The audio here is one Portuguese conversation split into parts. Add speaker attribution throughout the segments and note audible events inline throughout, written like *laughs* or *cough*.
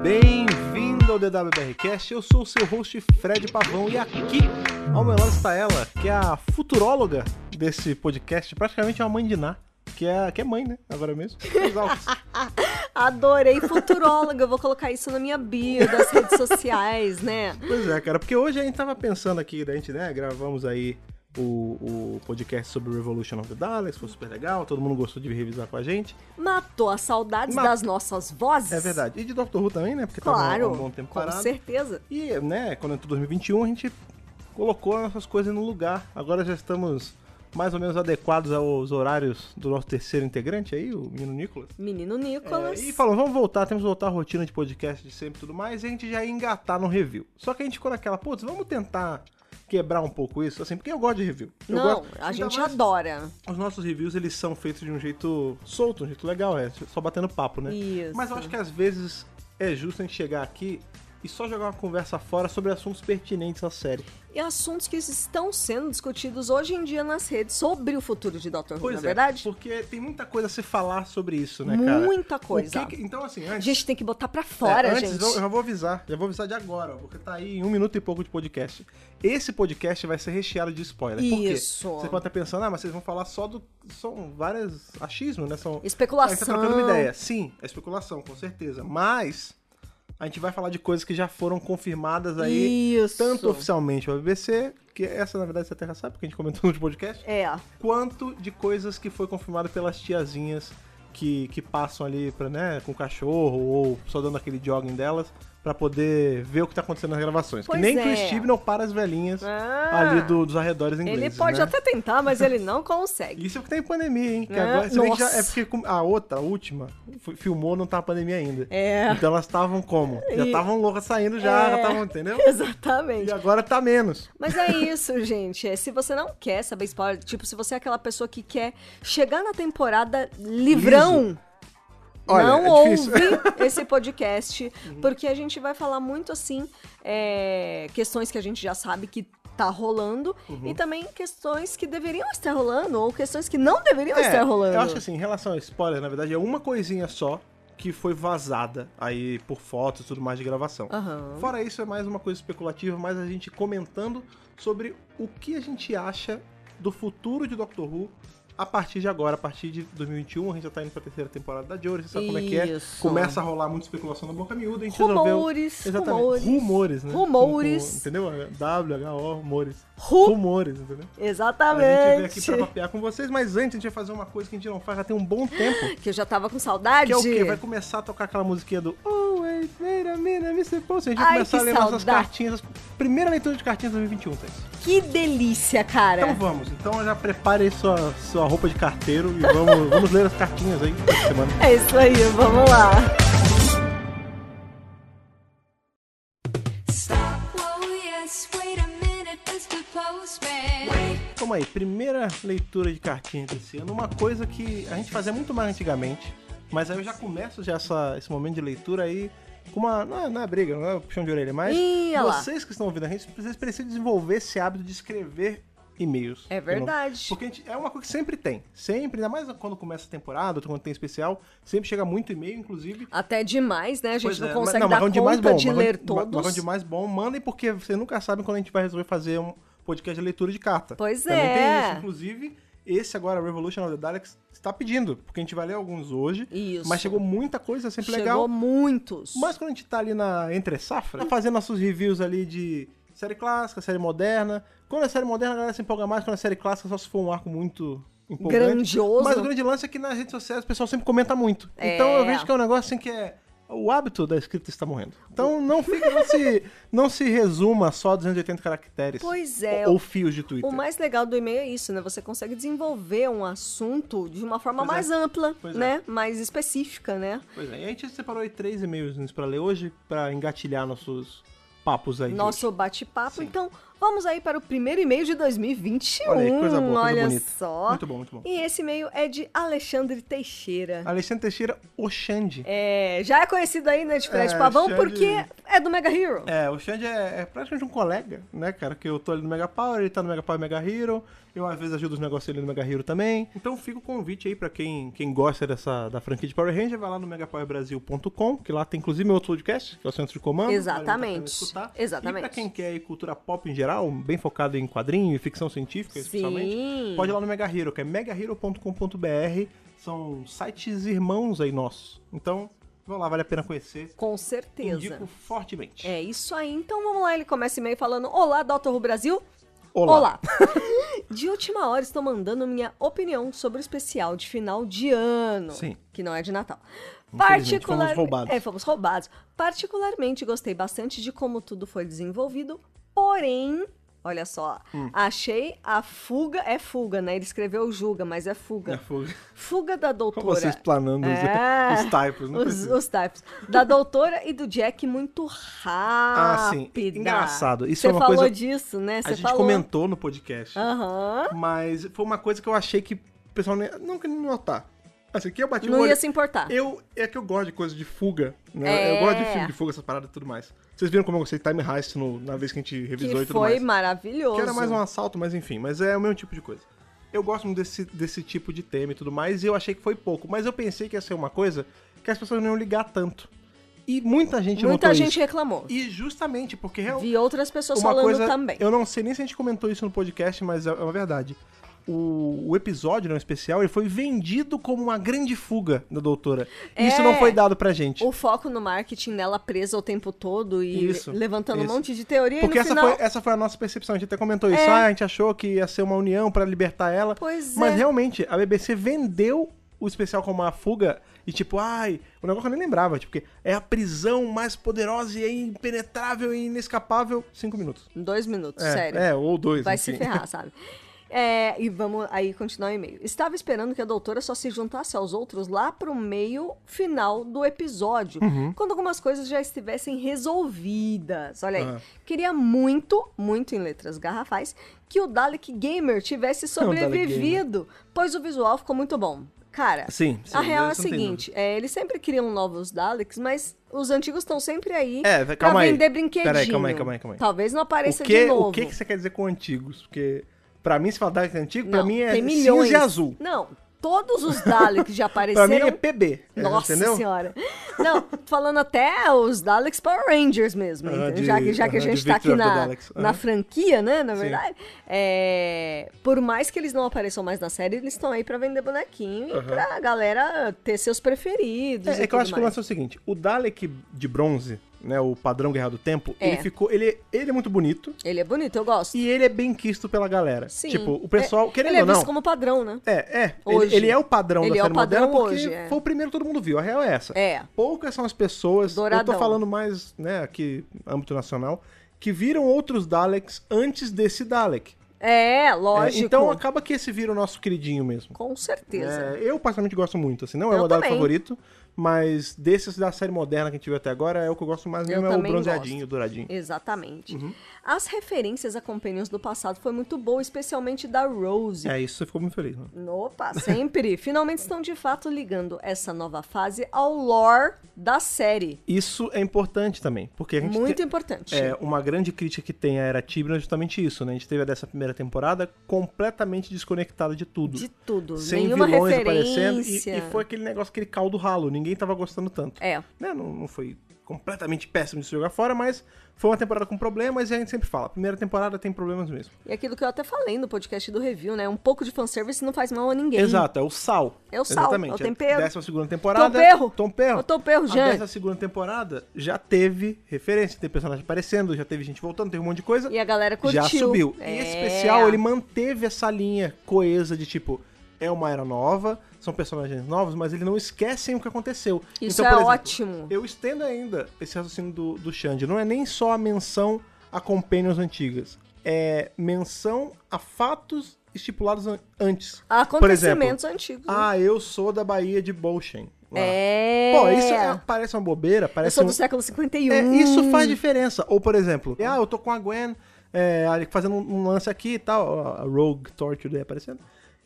Speaker 1: Bem-vindo ao DWBRcast, eu sou o seu host Fred Pavão e aqui ao meu lado está ela, que é a futuróloga desse podcast, praticamente é uma mãe de Ná, que é, que é mãe, né? Agora mesmo.
Speaker 2: *laughs*
Speaker 1: Exaltos.
Speaker 2: Adorei futuróloga, eu vou colocar isso na minha bio das redes sociais, né?
Speaker 1: Pois é, cara, porque hoje a gente tava pensando aqui, da gente, né, gravamos aí o, o podcast sobre Revolution of the Daleks, foi super legal, todo mundo gostou de revisar com a gente.
Speaker 2: Matou as saudades
Speaker 1: Ma-
Speaker 2: das nossas vozes.
Speaker 1: É verdade. E de Doctor Who também, né? Porque tava há
Speaker 2: Claro,
Speaker 1: um bom tempo
Speaker 2: com
Speaker 1: parado.
Speaker 2: certeza.
Speaker 1: E, né, quando entrou 2021, a gente colocou as nossas coisas no lugar. Agora já estamos mais ou menos adequados aos horários do nosso terceiro integrante aí, o menino Nicolas.
Speaker 2: Menino
Speaker 1: É,
Speaker 2: Nicolas.
Speaker 1: e falou, vamos voltar, temos que voltar à rotina de podcast de sempre e tudo mais, e a gente já ia engatar no review. Só que a gente ficou naquela, putz, vamos tentar quebrar um pouco isso, assim, porque eu gosto de review. Eu
Speaker 2: Não,
Speaker 1: gosto-
Speaker 2: a
Speaker 1: Ainda
Speaker 2: gente
Speaker 1: mais-
Speaker 2: adora.
Speaker 1: Os nossos reviews, eles são feitos de um jeito solto, um jeito legal, é só batendo papo, né?
Speaker 2: Isso.
Speaker 1: Mas eu acho que às vezes é justo a gente chegar aqui e só jogar uma conversa fora sobre assuntos pertinentes à série.
Speaker 2: E assuntos que estão sendo discutidos hoje em dia nas redes sobre o futuro de Dr. Who,
Speaker 1: Pois
Speaker 2: na
Speaker 1: é,
Speaker 2: verdade?
Speaker 1: porque tem muita coisa a se falar sobre isso, né, cara?
Speaker 2: Muita
Speaker 1: O
Speaker 2: coisa.
Speaker 1: que que- então, assim,
Speaker 2: A
Speaker 1: antes...
Speaker 2: gente tem que botar pra fora,
Speaker 1: É, antes,
Speaker 2: gente.
Speaker 1: eu- eu já vou avisar, já vou avisar de agora, ó, porque tá aí em um minuto e pouco de podcast. Esse podcast vai ser recheado de spoiler. Por quê?
Speaker 2: Isso.
Speaker 1: Você pode estar pensando, ah, mas vocês vão falar só do. São várias achismos, né? São. A gente tá
Speaker 2: Especulação.
Speaker 1: trocando uma ideia. Sim, é especulação, com certeza. Mas a gente vai falar de coisas que já foram confirmadas aí,
Speaker 2: Isso.
Speaker 1: tanto oficialmente pela BBC, que essa na verdade você até já sabe, porque a gente comentou no podcast
Speaker 2: É.
Speaker 1: quanto de coisas que foi confirmado pelas tiazinhas que, que passam ali pra, né, com o cachorro ou só dando aquele jogging delas pra poder ver o que tá acontecendo nas gravações.
Speaker 2: Pois
Speaker 1: que nem
Speaker 2: é.
Speaker 1: Chris Chibnall para as velhinhas
Speaker 2: Ah.
Speaker 1: ali do- dos arredores ingleses,
Speaker 2: Ele pode
Speaker 1: né?
Speaker 2: até tentar, mas ele
Speaker 1: *laughs*
Speaker 2: não consegue.
Speaker 1: Isso é porque tá em pandemia, hein? Que
Speaker 2: Ah,
Speaker 1: agora, se bem que já-
Speaker 2: nossa.
Speaker 1: é porque com- a outra, a última, f- filmou, não tá na pandemia ainda.
Speaker 2: É. *laughs*
Speaker 1: Então elas estavam como? Já
Speaker 2: E- É.
Speaker 1: estavam loucas saindo já, já estavam, entendeu?
Speaker 2: Exatamente.
Speaker 1: E agora tá menos.
Speaker 2: Mas é isso, gente. É, Se você não quer saber spoiler, tipo, se você é aquela pessoa que quer chegar na temporada livrão,
Speaker 1: Olha,
Speaker 2: não
Speaker 1: é
Speaker 2: ouve
Speaker 1: difícil. *laughs*
Speaker 2: esse podcast, porque a gente vai falar muito, assim, é, questões que a gente já sabe que tá rolando
Speaker 1: Uhum.
Speaker 2: e também questões que deveriam estar rolando ou questões que não deveriam
Speaker 1: É,
Speaker 2: estar rolando.
Speaker 1: Eu acho que assim, em relação ao spoiler, na verdade, é uma coisinha só que foi vazada aí por fotos e tudo mais de gravação.
Speaker 2: Aham.
Speaker 1: Fora isso, é mais uma coisa especulativa, mais a gente comentando sobre o que a gente acha do futuro de Doctor Who a partir de agora, a partir de 2021. A gente já tá indo pra terceira temporada da Jory, você sabe como é que é.
Speaker 2: Isso.
Speaker 1: Começa a rolar muita especulação na boca miúda, a gente resolveu...
Speaker 2: Rumores,
Speaker 1: Exatamente.
Speaker 2: rumores.
Speaker 1: Rumores, né?
Speaker 2: Rumores.
Speaker 1: Com- com- entendeu? W-H-O, rumores.
Speaker 2: Ru-
Speaker 1: Rumores, entendeu?
Speaker 2: Exatamente.
Speaker 1: A gente veio aqui pra papear com vocês, mas antes a gente vai fazer uma coisa que a gente não faz já tem um bom tempo.
Speaker 2: Que eu já tava com saudade.
Speaker 1: Que é o quê? Vai começar a tocar aquela musiquinha do Oh, wait, wait a minute, Mr. Paulson. A gente vai
Speaker 2: Ai,
Speaker 1: começar a
Speaker 2: que
Speaker 1: ler nossas
Speaker 2: saudade.
Speaker 1: cartinhas, as- primeira leitura de cartinhas de 2021, Thais.
Speaker 2: Que delícia, cara.
Speaker 1: um, Então vamos, então já prepare aí sua, sua roupa de carteiro e vamos, *laughs* vamos ler as cartinhas aí dessa semana.
Speaker 2: É isso aí, vamos lá.
Speaker 3: Stop, whoa, yes, wait a minute, Mr. Postman.
Speaker 1: Vamos aí, primeira leitura de cartinhas desse ano. Uma coisa que a gente fazia muito mais antigamente, mas aí eu já começo já essa- esse momento de leitura aí com uma. Não é, não é briga, não é puxão de orelha, mas.
Speaker 2: Ih, olha lá.
Speaker 1: vocês que estão ouvindo a gente, vocês precisam desenvolver esse hábito de escrever e-mails.
Speaker 2: É verdade.
Speaker 1: Porque a gente- é uma coisa que sempre tem. Sempre, ainda mais quando começa a temporada, quando tem especial, sempre chega muito e-mail, inclusive.
Speaker 2: Até demais, né? A gente
Speaker 1: Pois
Speaker 2: não
Speaker 1: é,
Speaker 2: consegue
Speaker 1: mas-
Speaker 2: dar
Speaker 1: mas é um
Speaker 2: conta
Speaker 1: demais bom,
Speaker 2: de
Speaker 1: mas é um-
Speaker 2: ler
Speaker 1: mas-
Speaker 2: todos.
Speaker 1: Mas é um demais bom, mandem porque você nunca sabe quando a gente vai resolver fazer um podcast de leitura de carta.
Speaker 2: Pois
Speaker 1: Também
Speaker 2: é.
Speaker 1: Tem isso. Inclusive, esse agora, Revolution of the Daleks, está pedindo, porque a gente vai ler alguns hoje.
Speaker 2: Isso.
Speaker 1: Mas chegou muita coisa, é sempre
Speaker 2: Chegou
Speaker 1: legal.
Speaker 2: muitos.
Speaker 1: Mas quando a gente tá ali na entre safra, tá fazendo nossos reviews ali de série clássica, série moderna. Quando é série moderna, a galera se empolga mais, quando é série clássica, só se for um arco muito empolgante.
Speaker 2: Grandioso.
Speaker 1: Mas o grande lance é que nas redes sociais o pessoal sempre comenta muito.
Speaker 2: É.
Speaker 1: Então eu vejo que é um negócio assim que é. O hábito da escrita está morrendo. Então não fica, não se, não se resuma só a 280 caracteres.
Speaker 2: Pois é,
Speaker 1: Ou, ou fios de Twitter.
Speaker 2: O mais legal do e-mail é isso, né? Você consegue desenvolver um assunto de uma forma
Speaker 1: Pois é.
Speaker 2: mais ampla,
Speaker 1: Pois é.
Speaker 2: né? Mais específica, né?
Speaker 1: Pois é, e a gente separou aí três e-mails pra ler hoje, pra engatilhar nossos papos aí. de hoje.
Speaker 2: Nosso bate-papo.
Speaker 1: Sim.
Speaker 2: Então, Vamos aí para o primeiro e-mail de 2021.
Speaker 1: Olha aí, que coisa boa, coisa
Speaker 2: olha
Speaker 1: bonita.
Speaker 2: só.
Speaker 1: Muito bom, Ah. muito bom.
Speaker 2: E esse e-mail é de Alexandre Teixeira.
Speaker 1: Alexandre Teixeira Oxande.
Speaker 2: É, já é conhecido aí, né, de Fred
Speaker 1: É,
Speaker 2: Pavão,
Speaker 1: Xande-
Speaker 2: porque é do Mega Hero.
Speaker 1: É, o Xande é, é praticamente um colega, né, cara? Que eu tô ali no Mega Power, ele tá no Mega Power Mega Hero. Eu às vezes ajudo os negócios ali no Mega Hero também. Então fica o convite aí pra quem, quem gosta dessa da franquia de Power Ranger, vai lá no megapowerbrasil.com, que lá tem inclusive meu outro podcast, que é o Centro de Comando. vale muito a pena
Speaker 2: Exatamente,
Speaker 1: escutar.
Speaker 2: exatamente.
Speaker 1: E pra quem quer ir cultura pop em geral, bem focado em quadrinho e ficção científica,
Speaker 2: Sim.
Speaker 1: especialmente, pode ir lá no Mega Hero, que é megahero.com.br. São sites irmãos aí nossos. Então, vão lá, vale a pena conhecer.
Speaker 2: Com certeza.
Speaker 1: Indico fortemente.
Speaker 2: É isso aí. Então vamos lá, ele começa e-mail falando: Olá, Dr. Who Brasil.
Speaker 1: Olá.
Speaker 2: *laughs* de última hora estou mandando minha opinião sobre o especial de final de ano.
Speaker 1: Sim.
Speaker 2: Que não é de Natal.
Speaker 1: Infelizmente, fomos roubados.
Speaker 2: É, fomos roubados. Particularmente gostei bastante de como tudo foi desenvolvido, porém. Olha só,
Speaker 1: Hum.
Speaker 2: achei a fuga, é fuga, né? Ele escreveu julga, mas é fuga.
Speaker 1: fogo.
Speaker 2: Fuga da doutora.
Speaker 1: Como vocês planando os- *laughs*
Speaker 2: É.
Speaker 1: os typos, né? não
Speaker 2: os,
Speaker 1: precisa.
Speaker 2: os types. Da doutora e do Jack muito rápida.
Speaker 1: Ah, sim. Engraçado. Isso
Speaker 2: Você
Speaker 1: é uma
Speaker 2: falou
Speaker 1: coisa-
Speaker 2: disso, né? Você
Speaker 1: A gente
Speaker 2: falou.
Speaker 1: comentou no podcast,
Speaker 2: Aham.
Speaker 1: mas foi uma coisa que eu achei que o pessoal nem- não queria notar. Assim, que eu bati o
Speaker 2: Não
Speaker 1: olho.
Speaker 2: ia se importar.
Speaker 1: Eu, é que eu gosto de coisa de fuga, né?
Speaker 2: É.
Speaker 1: Eu gosto de filme de fuga, essas paradas e tudo mais. Vocês viram como eu gostei de Time Heist no- na vez que a gente revisou
Speaker 2: Que
Speaker 1: e tudo
Speaker 2: foi
Speaker 1: mais.
Speaker 2: maravilhoso.
Speaker 1: Que era mais um assalto, mas enfim, mas é o mesmo tipo de coisa. Eu gosto muito desse, desse tipo de tema e tudo mais, e eu achei que foi pouco, mas eu pensei que ia ser uma coisa que as pessoas não iam ligar tanto. E muita gente
Speaker 2: Muita
Speaker 1: notou
Speaker 2: gente
Speaker 1: isso.
Speaker 2: reclamou.
Speaker 1: E justamente porque realmente
Speaker 2: Vi outras pessoas
Speaker 1: uma
Speaker 2: falando
Speaker 1: coisa,
Speaker 2: também.
Speaker 1: eu não sei nem se a gente comentou isso no podcast, mas é é uma verdade. O, o episódio, não especial, ele foi vendido como uma grande fuga da doutora. E Isso
Speaker 2: É.
Speaker 1: não foi dado pra gente.
Speaker 2: O foco no marketing nela presa o tempo todo e
Speaker 1: Isso,
Speaker 2: levantando um
Speaker 1: isso.
Speaker 2: monte de teoria
Speaker 1: Porque
Speaker 2: e no
Speaker 1: essa,
Speaker 2: final...
Speaker 1: foi, essa foi a nossa percepção, a gente até comentou isso.
Speaker 2: É.
Speaker 1: Ah, a gente achou que ia ser uma união pra libertar ela.
Speaker 2: Pois
Speaker 1: mas
Speaker 2: é.
Speaker 1: realmente, a BBC vendeu o especial como uma fuga e tipo, ai, um negócio que eu nem lembrava, tipo, que é a prisão mais poderosa e é impenetrável e inescapável. Cinco minutos.
Speaker 2: Em dois minutos,
Speaker 1: É,
Speaker 2: sério.
Speaker 1: É, ou dois,
Speaker 2: Vai
Speaker 1: enfim. *laughs*
Speaker 2: se ferrar, sabe? É, e vamos aí continuar o e-mail. Estava esperando que a doutora só se juntasse aos outros lá pro meio final do episódio,
Speaker 1: Uhum.
Speaker 2: quando algumas coisas já estivessem resolvidas. Olha aí.
Speaker 1: Ah.
Speaker 2: Queria muito, muito em letras garrafais, que o Dalek
Speaker 1: *laughs*
Speaker 2: Gamer tivesse
Speaker 1: É Dalek Gamer.
Speaker 2: sobrevivido, pois o visual ficou muito bom. Cara,
Speaker 1: Sim, sim,
Speaker 2: a real é a
Speaker 1: isso não tem
Speaker 2: seguinte: é, eles sempre criam novos Daleks, mas os antigos estão sempre aí
Speaker 1: É,
Speaker 2: pra
Speaker 1: calma aí.
Speaker 2: vender brinquedinho.
Speaker 1: Pera aí, calma aí, calma aí, calma aí.
Speaker 2: Talvez não apareça
Speaker 1: o que,
Speaker 2: de novo.
Speaker 1: O que, que você quer dizer com antigos? Porque pra mim, se falar Dark antigo, pra
Speaker 2: Não,
Speaker 1: mim é
Speaker 2: tem milhões.
Speaker 1: cinza e azul.
Speaker 2: Não, todos os Daleks
Speaker 1: *laughs*
Speaker 2: já
Speaker 1: Pra
Speaker 2: apareceram.
Speaker 1: mim é PB. é,
Speaker 2: Nossa
Speaker 1: entendeu?
Speaker 2: senhora. Não, tô falando até os Daleks Power Rangers mesmo.
Speaker 1: Aham, Ah,
Speaker 2: entendeu?
Speaker 1: de-
Speaker 2: já que, já que a
Speaker 1: aham,
Speaker 2: gente
Speaker 1: de
Speaker 2: tá aqui
Speaker 1: Victor of the
Speaker 2: na,
Speaker 1: Daleks,
Speaker 2: na
Speaker 1: aham.
Speaker 2: franquia, né? Na
Speaker 1: Sim.
Speaker 2: verdade. é, por mais que eles não apareçam mais na série, eles estão aí pra vender bonequinho e
Speaker 1: Aham.
Speaker 2: pra galera ter seus preferidos.
Speaker 1: É,
Speaker 2: e
Speaker 1: é que eu acho que
Speaker 2: tudo
Speaker 1: o
Speaker 2: mais.
Speaker 1: lance é o seguinte: o Dalek de bronze, né? O padrão Guerra do Tempo,
Speaker 2: É.
Speaker 1: ele ficou. Ele, ele é muito bonito
Speaker 2: Ele é bonito, eu gosto.
Speaker 1: e ele é bem quisto pela galera.
Speaker 2: Sim.
Speaker 1: Tipo, o pessoal,
Speaker 2: É-
Speaker 1: querendo
Speaker 2: Ele é
Speaker 1: ou não.
Speaker 2: visto como padrão, né?
Speaker 1: É, é.
Speaker 2: Hoje.
Speaker 1: Ele, ele é o padrão
Speaker 2: Ele
Speaker 1: da
Speaker 2: é o
Speaker 1: série moderna
Speaker 2: padrão
Speaker 1: porque
Speaker 2: hoje, é.
Speaker 1: foi o primeiro que todo mundo viu. A real é essa.
Speaker 2: É.
Speaker 1: Poucas são as pessoas, eu
Speaker 2: Douradão.
Speaker 1: tô falando mais, né, aqui, âmbito nacional, que viram outros Daleks antes desse Dalek.
Speaker 2: É,
Speaker 1: É,
Speaker 2: lógico.
Speaker 1: então acaba que esse vira o nosso queridinho mesmo.
Speaker 2: Com
Speaker 1: É,
Speaker 2: certeza.
Speaker 1: eu particularmente gosto muito, assim, não é
Speaker 2: Eu
Speaker 1: o meu Dalek
Speaker 2: também.
Speaker 1: favorito, mas desses da série moderna que a gente viu até agora, é o que eu gosto mais
Speaker 2: Eu
Speaker 1: mesmo, é o
Speaker 2: também
Speaker 1: bronzeadinho,
Speaker 2: gosto.
Speaker 1: douradinho. Uhum.
Speaker 2: Exatamente. As referências a Companions do passado foi muito boa, especialmente da Rose.
Speaker 1: É, isso você ficou muito feliz, mano.
Speaker 2: Opa,
Speaker 1: *laughs*
Speaker 2: sempre! Finalmente estão de fato ligando essa nova fase ao lore da série.
Speaker 1: Isso é importante também, porque a gente
Speaker 2: Muito
Speaker 1: te-
Speaker 2: importante.
Speaker 1: é, uma grande crítica que tem à Era Tibra é justamente isso, né? A gente teve a dessa primeira temporada completamente desconectada de tudo.
Speaker 2: De tudo.
Speaker 1: Sem
Speaker 2: Nenhuma
Speaker 1: vilões aparecendo.
Speaker 2: referência.
Speaker 1: E, e foi aquele negócio, aquele caldo ralo. Ninguém tava gostando tanto.
Speaker 2: É.
Speaker 1: né, Não, não foi completamente péssimo de se jogar fora, mas foi uma temporada com problemas e a gente sempre fala, primeira temporada tem problemas mesmo.
Speaker 2: E aquilo que eu até falei no podcast do review, né? Um pouco de fanservice não faz mal a ninguém.
Speaker 1: Exato, é o sal.
Speaker 2: É o sal, é o tempero.
Speaker 1: Décima segunda temporada.
Speaker 2: Tom Perro.
Speaker 1: Tom Perro.
Speaker 2: É o Tom Perro,
Speaker 1: A
Speaker 2: Jean.
Speaker 1: décima segunda temporada já teve referência, tem personagem aparecendo, já teve gente voltando, teve um monte de coisa.
Speaker 2: E a galera curtiu.
Speaker 1: já subiu. E esse
Speaker 2: É.
Speaker 1: especial, ele manteve essa linha coesa de tipo, é uma era nova, são personagens novos, mas eles não esquecem o que aconteceu. Então,
Speaker 2: Isso é ótimo.
Speaker 1: Eu estendo ainda esse raciocínio do, do Xande. Não é nem só a menção a companions antigas. É menção a fatos estipulados an- antes. Por exemplo,
Speaker 2: Acontecimentos antigos. né?
Speaker 1: ah, eu sou da Bahia de Bolshen. lá.
Speaker 2: é.
Speaker 1: Pô, isso é- parece uma bobeira,
Speaker 2: Eu
Speaker 1: parece
Speaker 2: sou
Speaker 1: um,
Speaker 2: do século 51.
Speaker 1: é, isso faz diferença. Ou, por exemplo, ah, eu tô com a Gwen, é, ali fazendo um um lance aqui e tal, ó, a Rogue Torture daí aparecendo.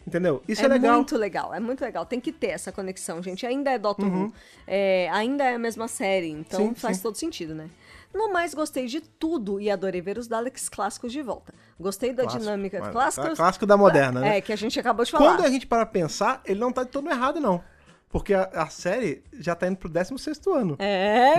Speaker 1: Entendeu? Isso é,
Speaker 2: é
Speaker 1: legal.
Speaker 2: muito legal, é muito legal. Tem que ter essa conexão, gente. Ainda é Doctor Who, é, ainda é a mesma série, então
Speaker 1: Uhum. Sim,
Speaker 2: faz
Speaker 1: sim.
Speaker 2: todo sentido, né? No mais, gostei de tudo e adorei ver os Daleks clássicos de volta. Gostei da
Speaker 1: Clássico.
Speaker 2: dinâmica
Speaker 1: Mas,
Speaker 2: clássica.
Speaker 1: tá clássico da moderna, né?
Speaker 2: É, que a gente acabou de falar.
Speaker 1: Quando a gente para pensar, ele não tá de todo errado, não. Porque a, a série já tá indo pro 16 ano.
Speaker 2: É,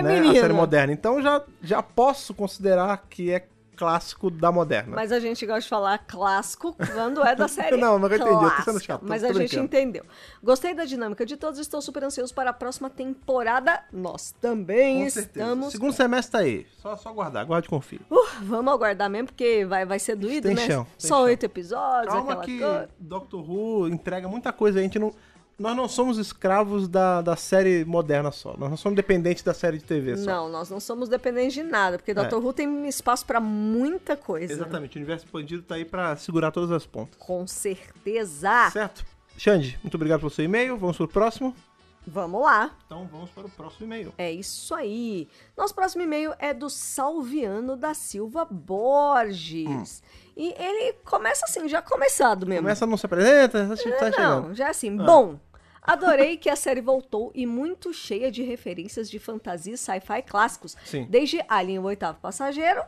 Speaker 1: né? A série
Speaker 2: menino.
Speaker 1: moderna. Então já, já posso considerar que é clássico da moderna.
Speaker 2: Mas a gente gosta de falar clássico quando é da
Speaker 1: *laughs*
Speaker 2: série.
Speaker 1: Não, mas eu entendi, eu tô sendo
Speaker 2: clássica.
Speaker 1: chato, tô-
Speaker 2: Mas
Speaker 1: tô
Speaker 2: a gente
Speaker 1: brincando.
Speaker 2: entendeu. Gostei da dinâmica de todos, estou super ansioso para a próxima temporada. Nós também
Speaker 1: Com certeza.
Speaker 2: estamos.
Speaker 1: Segundo semestre tá aí. Só, só aguardar, aguarde e confie.
Speaker 2: Uh, vamos aguardar mesmo, porque vai, vai ser doído,
Speaker 1: Tem
Speaker 2: né?
Speaker 1: chão, tem
Speaker 2: Só
Speaker 1: chão.
Speaker 2: oito episódios,
Speaker 1: Calma
Speaker 2: aquela
Speaker 1: que
Speaker 2: coisa.
Speaker 1: Doctor Who entrega muita coisa. A gente não, nós não somos escravos da, da série moderna só. Nós não somos dependentes da série de TV só.
Speaker 2: Não, nós não somos dependentes de nada,
Speaker 1: É.
Speaker 2: porque Dr. Who tem espaço para muita coisa.
Speaker 1: Exatamente. O universo expandido tá aí pra segurar todas as pontas.
Speaker 2: Com certeza.
Speaker 1: Certo? Xande, muito obrigado pelo seu e-mail. Vamos pro próximo?
Speaker 2: Vamos lá.
Speaker 1: Então vamos para o próximo e-mail.
Speaker 2: É isso aí. Nosso próximo e-mail é do Salviano da Silva Borges.
Speaker 1: Hum.
Speaker 2: E ele começa assim, já começado mesmo.
Speaker 1: Começa, não se apresenta, tá che- tá chegando.
Speaker 2: Não, já assim, bom. Adorei que a série voltou e muito cheia de referências de fantasia e sci-fi clássicos.
Speaker 1: Sim.
Speaker 2: Desde Alien, o oitavo passageiro.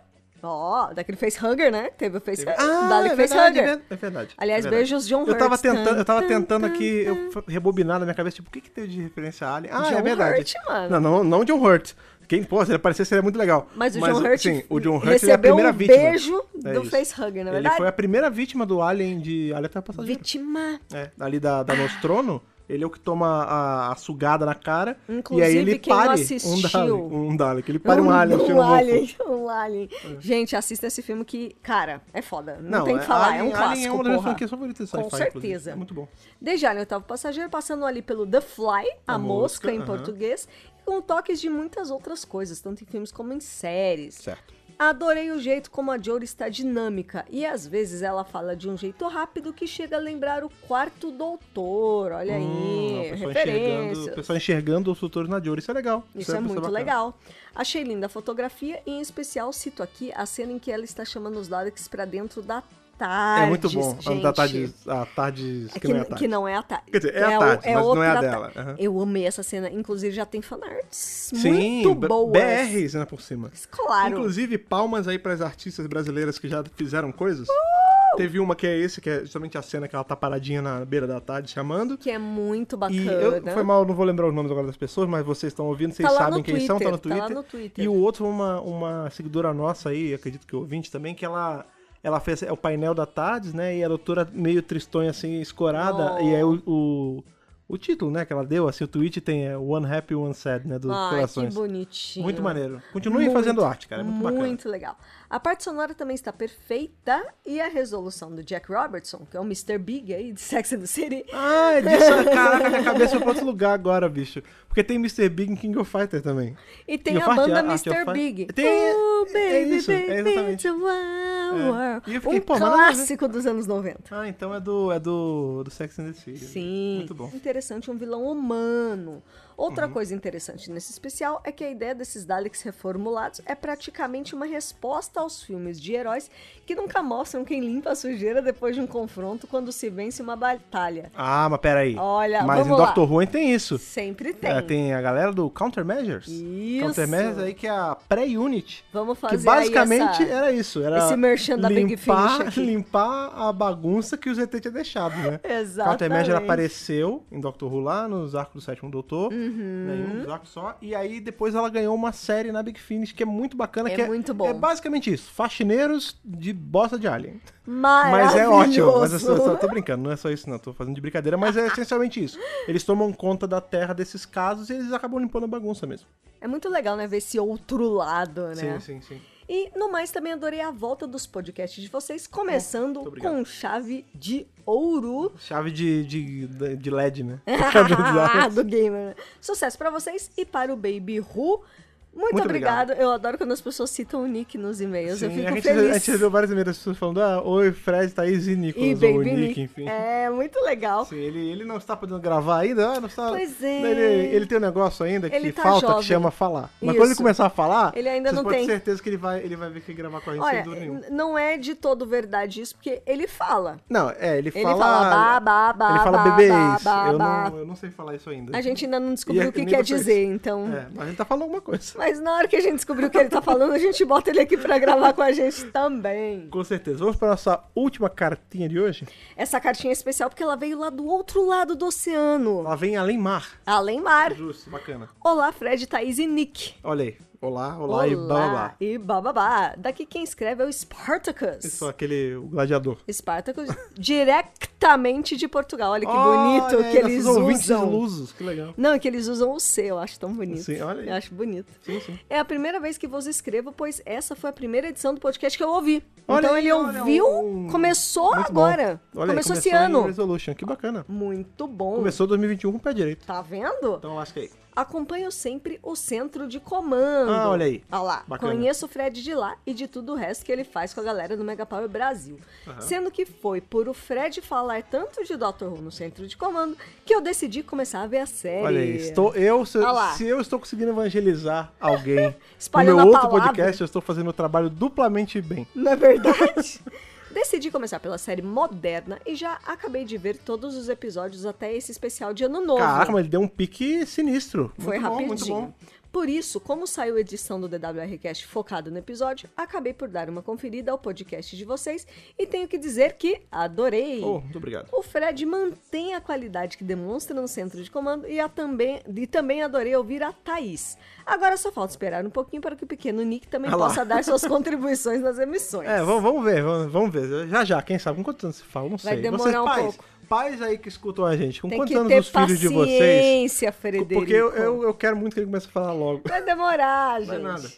Speaker 2: Ó, daquele Facehanger, né? Teve o Face
Speaker 1: Ah,
Speaker 2: o Dalek
Speaker 1: é
Speaker 2: Facehanger.
Speaker 1: verdade, é ver- é verdade.
Speaker 2: Aliás,
Speaker 1: é verdade.
Speaker 2: beijos, John né?
Speaker 1: Eu tava
Speaker 2: Hurt. Tan,
Speaker 1: tentando, eu tava
Speaker 2: tan,
Speaker 1: tentando
Speaker 2: tan,
Speaker 1: aqui, eu f- rebobinar na minha cabeça, tipo, o que que tem de referência a Alien? Ah, é
Speaker 2: John
Speaker 1: verdade.
Speaker 2: Hurt, mano.
Speaker 1: Não, não, não John Hurt. Quem, pô, se ele aparecer seria muito legal.
Speaker 2: Mas o John Hurt
Speaker 1: Sim, o John Hurt ele é a
Speaker 2: recebeu
Speaker 1: primeira
Speaker 2: um
Speaker 1: vítima.
Speaker 2: beijo
Speaker 1: É
Speaker 2: do
Speaker 1: isso.
Speaker 2: Facehugger, na
Speaker 1: Ele
Speaker 2: verdade.
Speaker 1: foi a primeira vítima do Alien de Alien até passageiro.
Speaker 2: Vítima.
Speaker 1: É, ali da, da Nostrono, ele é o que toma a, a sugada na cara.
Speaker 2: Inclusive,
Speaker 1: e aí ele
Speaker 2: quem não
Speaker 1: pare um
Speaker 2: assistiu-
Speaker 1: Dalek. Um Dalek. Ele pare um, Alien,
Speaker 2: um
Speaker 1: tira um mofo.
Speaker 2: alien, *laughs* um alien. Gente, assista esse filme que, cara, é foda. Não, tem o que falar, é um clássico,
Speaker 1: Alien É. é uma das minhas
Speaker 2: porra.
Speaker 1: franquias favoritas de
Speaker 2: Com
Speaker 1: sci-fi, inclusive.
Speaker 2: certeza.
Speaker 1: É muito bom.
Speaker 2: Desde Alien Oitavo Passageiro, passando ali pelo The Fly, A,
Speaker 1: A
Speaker 2: Mosca,
Speaker 1: Mosca,
Speaker 2: em
Speaker 1: aham.
Speaker 2: português, com toques de muitas outras coisas, tanto em filmes como em séries.
Speaker 1: Certo.
Speaker 2: Adorei o jeito como a Jory está dinâmica e às vezes ela fala de um jeito rápido que chega a lembrar o quarto doutor. Olha
Speaker 1: Hum,
Speaker 2: aí,
Speaker 1: o pessoal enxergando, o
Speaker 2: referência.
Speaker 1: pessoal enxergando os futuros na Jory, isso é legal.
Speaker 2: Isso é
Speaker 1: uma coisa
Speaker 2: muito
Speaker 1: bacana.
Speaker 2: legal. Achei linda a fotografia e, em especial, cito aqui a cena em que ela está chamando os Daleks para dentro da tarde.
Speaker 1: É muito bom.
Speaker 2: Gente.
Speaker 1: Da tarde, a tarde
Speaker 2: É
Speaker 1: que, não é a
Speaker 2: que
Speaker 1: tarde.
Speaker 2: não é a tarde.
Speaker 1: Quer dizer, é a
Speaker 2: o-
Speaker 1: tarde, mas não é a
Speaker 2: outra
Speaker 1: dela.
Speaker 2: ta-
Speaker 1: Aham.
Speaker 2: Eu amei essa cena. Inclusive, já tem fanarts
Speaker 1: Sim,
Speaker 2: muito
Speaker 1: B-
Speaker 2: boas.
Speaker 1: BRs, né, por cima.
Speaker 2: Claro.
Speaker 1: Inclusive, palmas aí pras artistas brasileiras que já fizeram coisas.
Speaker 2: Uh!
Speaker 1: Teve uma que é esse, que é justamente a cena que ela tá paradinha na beira da tarde chamando.
Speaker 2: Que é muito bacana.
Speaker 1: E eu, foi mal, não vou lembrar os nomes agora das pessoas, mas vocês estão ouvindo, vocês
Speaker 2: Tá lá
Speaker 1: sabem
Speaker 2: no
Speaker 1: quem são, tá no
Speaker 2: Twitter,
Speaker 1: Twitter.
Speaker 2: tá lá no Twitter.
Speaker 1: E o outro, uma, uma seguidora nossa aí, acredito que é ouvinte também, que ela. Ela fez é, o painel da Tardes, né? E a doutora meio tristonha, assim, escorada.
Speaker 2: Oh.
Speaker 1: E aí o, o, o título, né, que ela deu, assim, o tweet tem é, One Happy, One Sad, né? Dos
Speaker 2: Ai, que
Speaker 1: corações.
Speaker 2: bonitinho.
Speaker 1: Muito maneiro. Continuem
Speaker 2: Muito,
Speaker 1: fazendo arte, cara. É muito, bacana.
Speaker 2: Muito legal. A parte sonora também está perfeita e a resolução do Jack Robertson, que é o Mr. Big aí de Sex and the City.
Speaker 1: Ah, é disso, caraca, minha cabeça foi pra outro lugar agora, bicho. Porque tem Mr. Big em King of Fighter também.
Speaker 2: E tem
Speaker 1: E
Speaker 2: a
Speaker 1: o Fart-
Speaker 2: banda
Speaker 1: a- a-
Speaker 2: Mr.
Speaker 1: a-
Speaker 2: Big.
Speaker 1: Tem- é-
Speaker 2: oh, baby,
Speaker 1: é isso, é
Speaker 2: baby,
Speaker 1: exatamente.
Speaker 2: it's a world.
Speaker 1: É. E eu fiquei,
Speaker 2: um
Speaker 1: pô, mas nada a ver.
Speaker 2: clássico dos anos 90.
Speaker 1: Ah, então é do, é do, do Sex and the City. né?
Speaker 2: Sim.
Speaker 1: Muito bom. Uhum.
Speaker 2: Interessante, um vilão humano. Outra coisa interessante nesse especial é que a ideia desses Daleks reformulados é praticamente uma resposta aos filmes de heróis que nunca mostram quem limpa a sujeira depois de um confronto quando se vence uma batalha.
Speaker 1: Ah, mas peraí.
Speaker 2: Olha,
Speaker 1: Mas
Speaker 2: vamos
Speaker 1: em
Speaker 2: lá.
Speaker 1: Doctor Who tem isso.
Speaker 2: Sempre tem.
Speaker 1: É, tem a galera do Countermeasures.
Speaker 2: Isso.
Speaker 1: Countermeasures aí que é a pré-unit.
Speaker 2: Vamos fazer
Speaker 1: Que basicamente é-
Speaker 2: aí essa...
Speaker 1: era isso. Era
Speaker 2: esse merchan da Big
Speaker 1: limpar,
Speaker 2: Finish aqui.
Speaker 1: *laughs* limpar a bagunça que o ZT tinha deixado, né?
Speaker 2: Exatamente.
Speaker 1: Countermeasure apareceu em Doctor Who lá, nos arcos do sétimo doutor.
Speaker 2: Uhum.
Speaker 1: Nenhum dos arcos só. E aí depois ela ganhou uma série na Big Finish que é muito bacana.
Speaker 2: É
Speaker 1: que
Speaker 2: muito bom.
Speaker 1: É basicamente isso. Faxineiros de bosta de alien. Mas
Speaker 2: Maravilhoso.
Speaker 1: é ótimo. Mas eu só, só tô brincando, não é só isso, não. Tô fazendo de brincadeira, mas é essencialmente isso. Eles tomam conta da terra desses casos e eles acabam limpando a bagunça mesmo.
Speaker 2: É muito legal, né? Ver esse outro lado, né?
Speaker 1: Sim, sim, sim.
Speaker 2: E no mais, também adorei a volta dos podcasts de vocês, começando
Speaker 1: Oh, Muito obrigado.
Speaker 2: com chave de ouro.
Speaker 1: Chave de, de, de
Speaker 2: *laughs*
Speaker 1: LED, né? *laughs* Chave de
Speaker 2: Ah, do gamer. Sucesso pra vocês e para o Baby Ru. Muito,
Speaker 1: Muito
Speaker 2: obrigado. Eu adoro quando as pessoas citam o Nick nos e-mails. eu
Speaker 1: Sim,
Speaker 2: fico
Speaker 1: a, gente,
Speaker 2: feliz.
Speaker 1: a gente recebeu várias e-mails das pessoas falando, ah, oi, Fred, Thaís e Nicolas,
Speaker 2: e
Speaker 1: ou
Speaker 2: Baby
Speaker 1: Nick,
Speaker 2: Nick.
Speaker 1: enfim.
Speaker 2: É, muito legal.
Speaker 1: Sim, ele, ele não está podendo gravar ainda, ah, não está...
Speaker 2: Pois é.
Speaker 1: Ele, ele tem um negócio ainda que
Speaker 2: Ele tá
Speaker 1: falta,
Speaker 2: jovem.
Speaker 1: que chama falar. Mas
Speaker 2: Isso.
Speaker 1: quando ele começar a falar,
Speaker 2: Ele ainda
Speaker 1: vocês
Speaker 2: não
Speaker 1: podem
Speaker 2: tem.
Speaker 1: ter certeza que ele vai, ele vai vir aqui gravar com a gente
Speaker 2: Olha,
Speaker 1: sem dúvida nenhuma.
Speaker 2: n- não é de todo verdade isso, porque ele fala.
Speaker 1: Não, é, ele fala...
Speaker 2: Ele fala bá, bá, bá,
Speaker 1: ele fala
Speaker 2: bá,
Speaker 1: bebês.
Speaker 2: bá,
Speaker 1: eu,
Speaker 2: bá.
Speaker 1: Não, eu não sei falar isso ainda.
Speaker 2: A gente ainda não descobriu
Speaker 1: E é
Speaker 2: o que
Speaker 1: nem
Speaker 2: quer
Speaker 1: vocês.
Speaker 2: dizer, então.
Speaker 1: É, mas a gente tá falando alguma coisa.
Speaker 2: Mas na hora que a gente descobrir o que ele tá falando, a gente bota ele aqui pra gravar com a gente também.
Speaker 1: Com certeza. Vamos para nossa última cartinha de hoje.
Speaker 2: Essa cartinha é especial porque ela veio lá do outro lado do oceano.
Speaker 1: Ela vem além mar.
Speaker 2: Além mar.
Speaker 1: Justo, bacana.
Speaker 2: Olá, Fred, Thaís e Nick.
Speaker 1: Olha aí. Olá, olá, e babá.
Speaker 2: e bababá. Daqui quem escreve é o Spartacus.
Speaker 1: Isso, aquele o gladiador.
Speaker 2: Spartacus, diretamente de Portugal. Olha que bonito
Speaker 1: Olha aí,
Speaker 2: que eles
Speaker 1: nossos ouvintes
Speaker 2: usam.
Speaker 1: ilusos, que legal.
Speaker 2: Não, é que eles usam o C, eu acho tão bonito.
Speaker 1: Sim, olha aí.
Speaker 2: Eu acho bonito.
Speaker 1: Sim, sim.
Speaker 2: É a primeira vez que vos escrevo, pois essa foi a primeira edição do podcast que eu ouvi.
Speaker 1: Olha
Speaker 2: então
Speaker 1: aí,
Speaker 2: ele
Speaker 1: olha,
Speaker 2: ouviu,
Speaker 1: um-
Speaker 2: começou
Speaker 1: Muito bom.
Speaker 2: agora.
Speaker 1: Olha aí,
Speaker 2: começou esse
Speaker 1: em
Speaker 2: ano.
Speaker 1: Resolution, que bacana.
Speaker 2: Muito bom.
Speaker 1: Começou 2021 com o pé direito.
Speaker 2: Tá vendo?
Speaker 1: Então acho que aí.
Speaker 2: Acompanho sempre o centro de comando.
Speaker 1: Ah, olha aí.
Speaker 2: Olha lá.
Speaker 1: Bacana.
Speaker 2: Conheço o Fred de lá e de tudo o resto que ele faz com a galera do Mega Power Brasil. Sendo que foi por o Fred falar tanto de Dr. Who no centro de comando que eu decidi começar a ver a série.
Speaker 1: Olha aí, estou, eu, se,
Speaker 2: Olha lá.
Speaker 1: se eu estou conseguindo evangelizar alguém no
Speaker 2: *laughs* Espalhando
Speaker 1: meu
Speaker 2: a
Speaker 1: outro
Speaker 2: palavra.
Speaker 1: podcast, eu estou fazendo o trabalho duplamente bem.
Speaker 2: Não é verdade? Decidi começar pela série moderna e já acabei de ver todos os episódios até esse especial de Ano Novo.
Speaker 1: Caraca, mas ele deu um pique sinistro.
Speaker 2: Foi
Speaker 1: muito
Speaker 2: rapidinho.
Speaker 1: Bom, muito bom.
Speaker 2: Por isso, como saiu a edição do DWRcast focada no episódio, acabei por dar uma conferida ao podcast de vocês e tenho que dizer que adorei.
Speaker 1: Oh, muito obrigado.
Speaker 2: O Fred mantém a qualidade que demonstra no centro de comando e, a também, e também adorei ouvir a Thaís. Agora só falta esperar um pouquinho para que o pequeno Nick também
Speaker 1: Ah lá.
Speaker 2: possa
Speaker 1: *laughs*
Speaker 2: dar suas contribuições nas emissões.
Speaker 1: É, vamos, vamos ver, vamos, vamos ver. Já já, quem sabe com quantos anos se fala, não
Speaker 2: Vai
Speaker 1: sei.
Speaker 2: demorar
Speaker 1: vocês,
Speaker 2: um
Speaker 1: pais,
Speaker 2: pouco.
Speaker 1: pais aí que escutam a gente, com
Speaker 2: Tem
Speaker 1: quantos
Speaker 2: que
Speaker 1: anos
Speaker 2: ter
Speaker 1: os filhos de vocês?
Speaker 2: paciência, Frederico.
Speaker 1: Porque eu, eu, eu quero muito que ele comece a falar logo.
Speaker 2: Vai demorar, gente.
Speaker 1: Vai nada.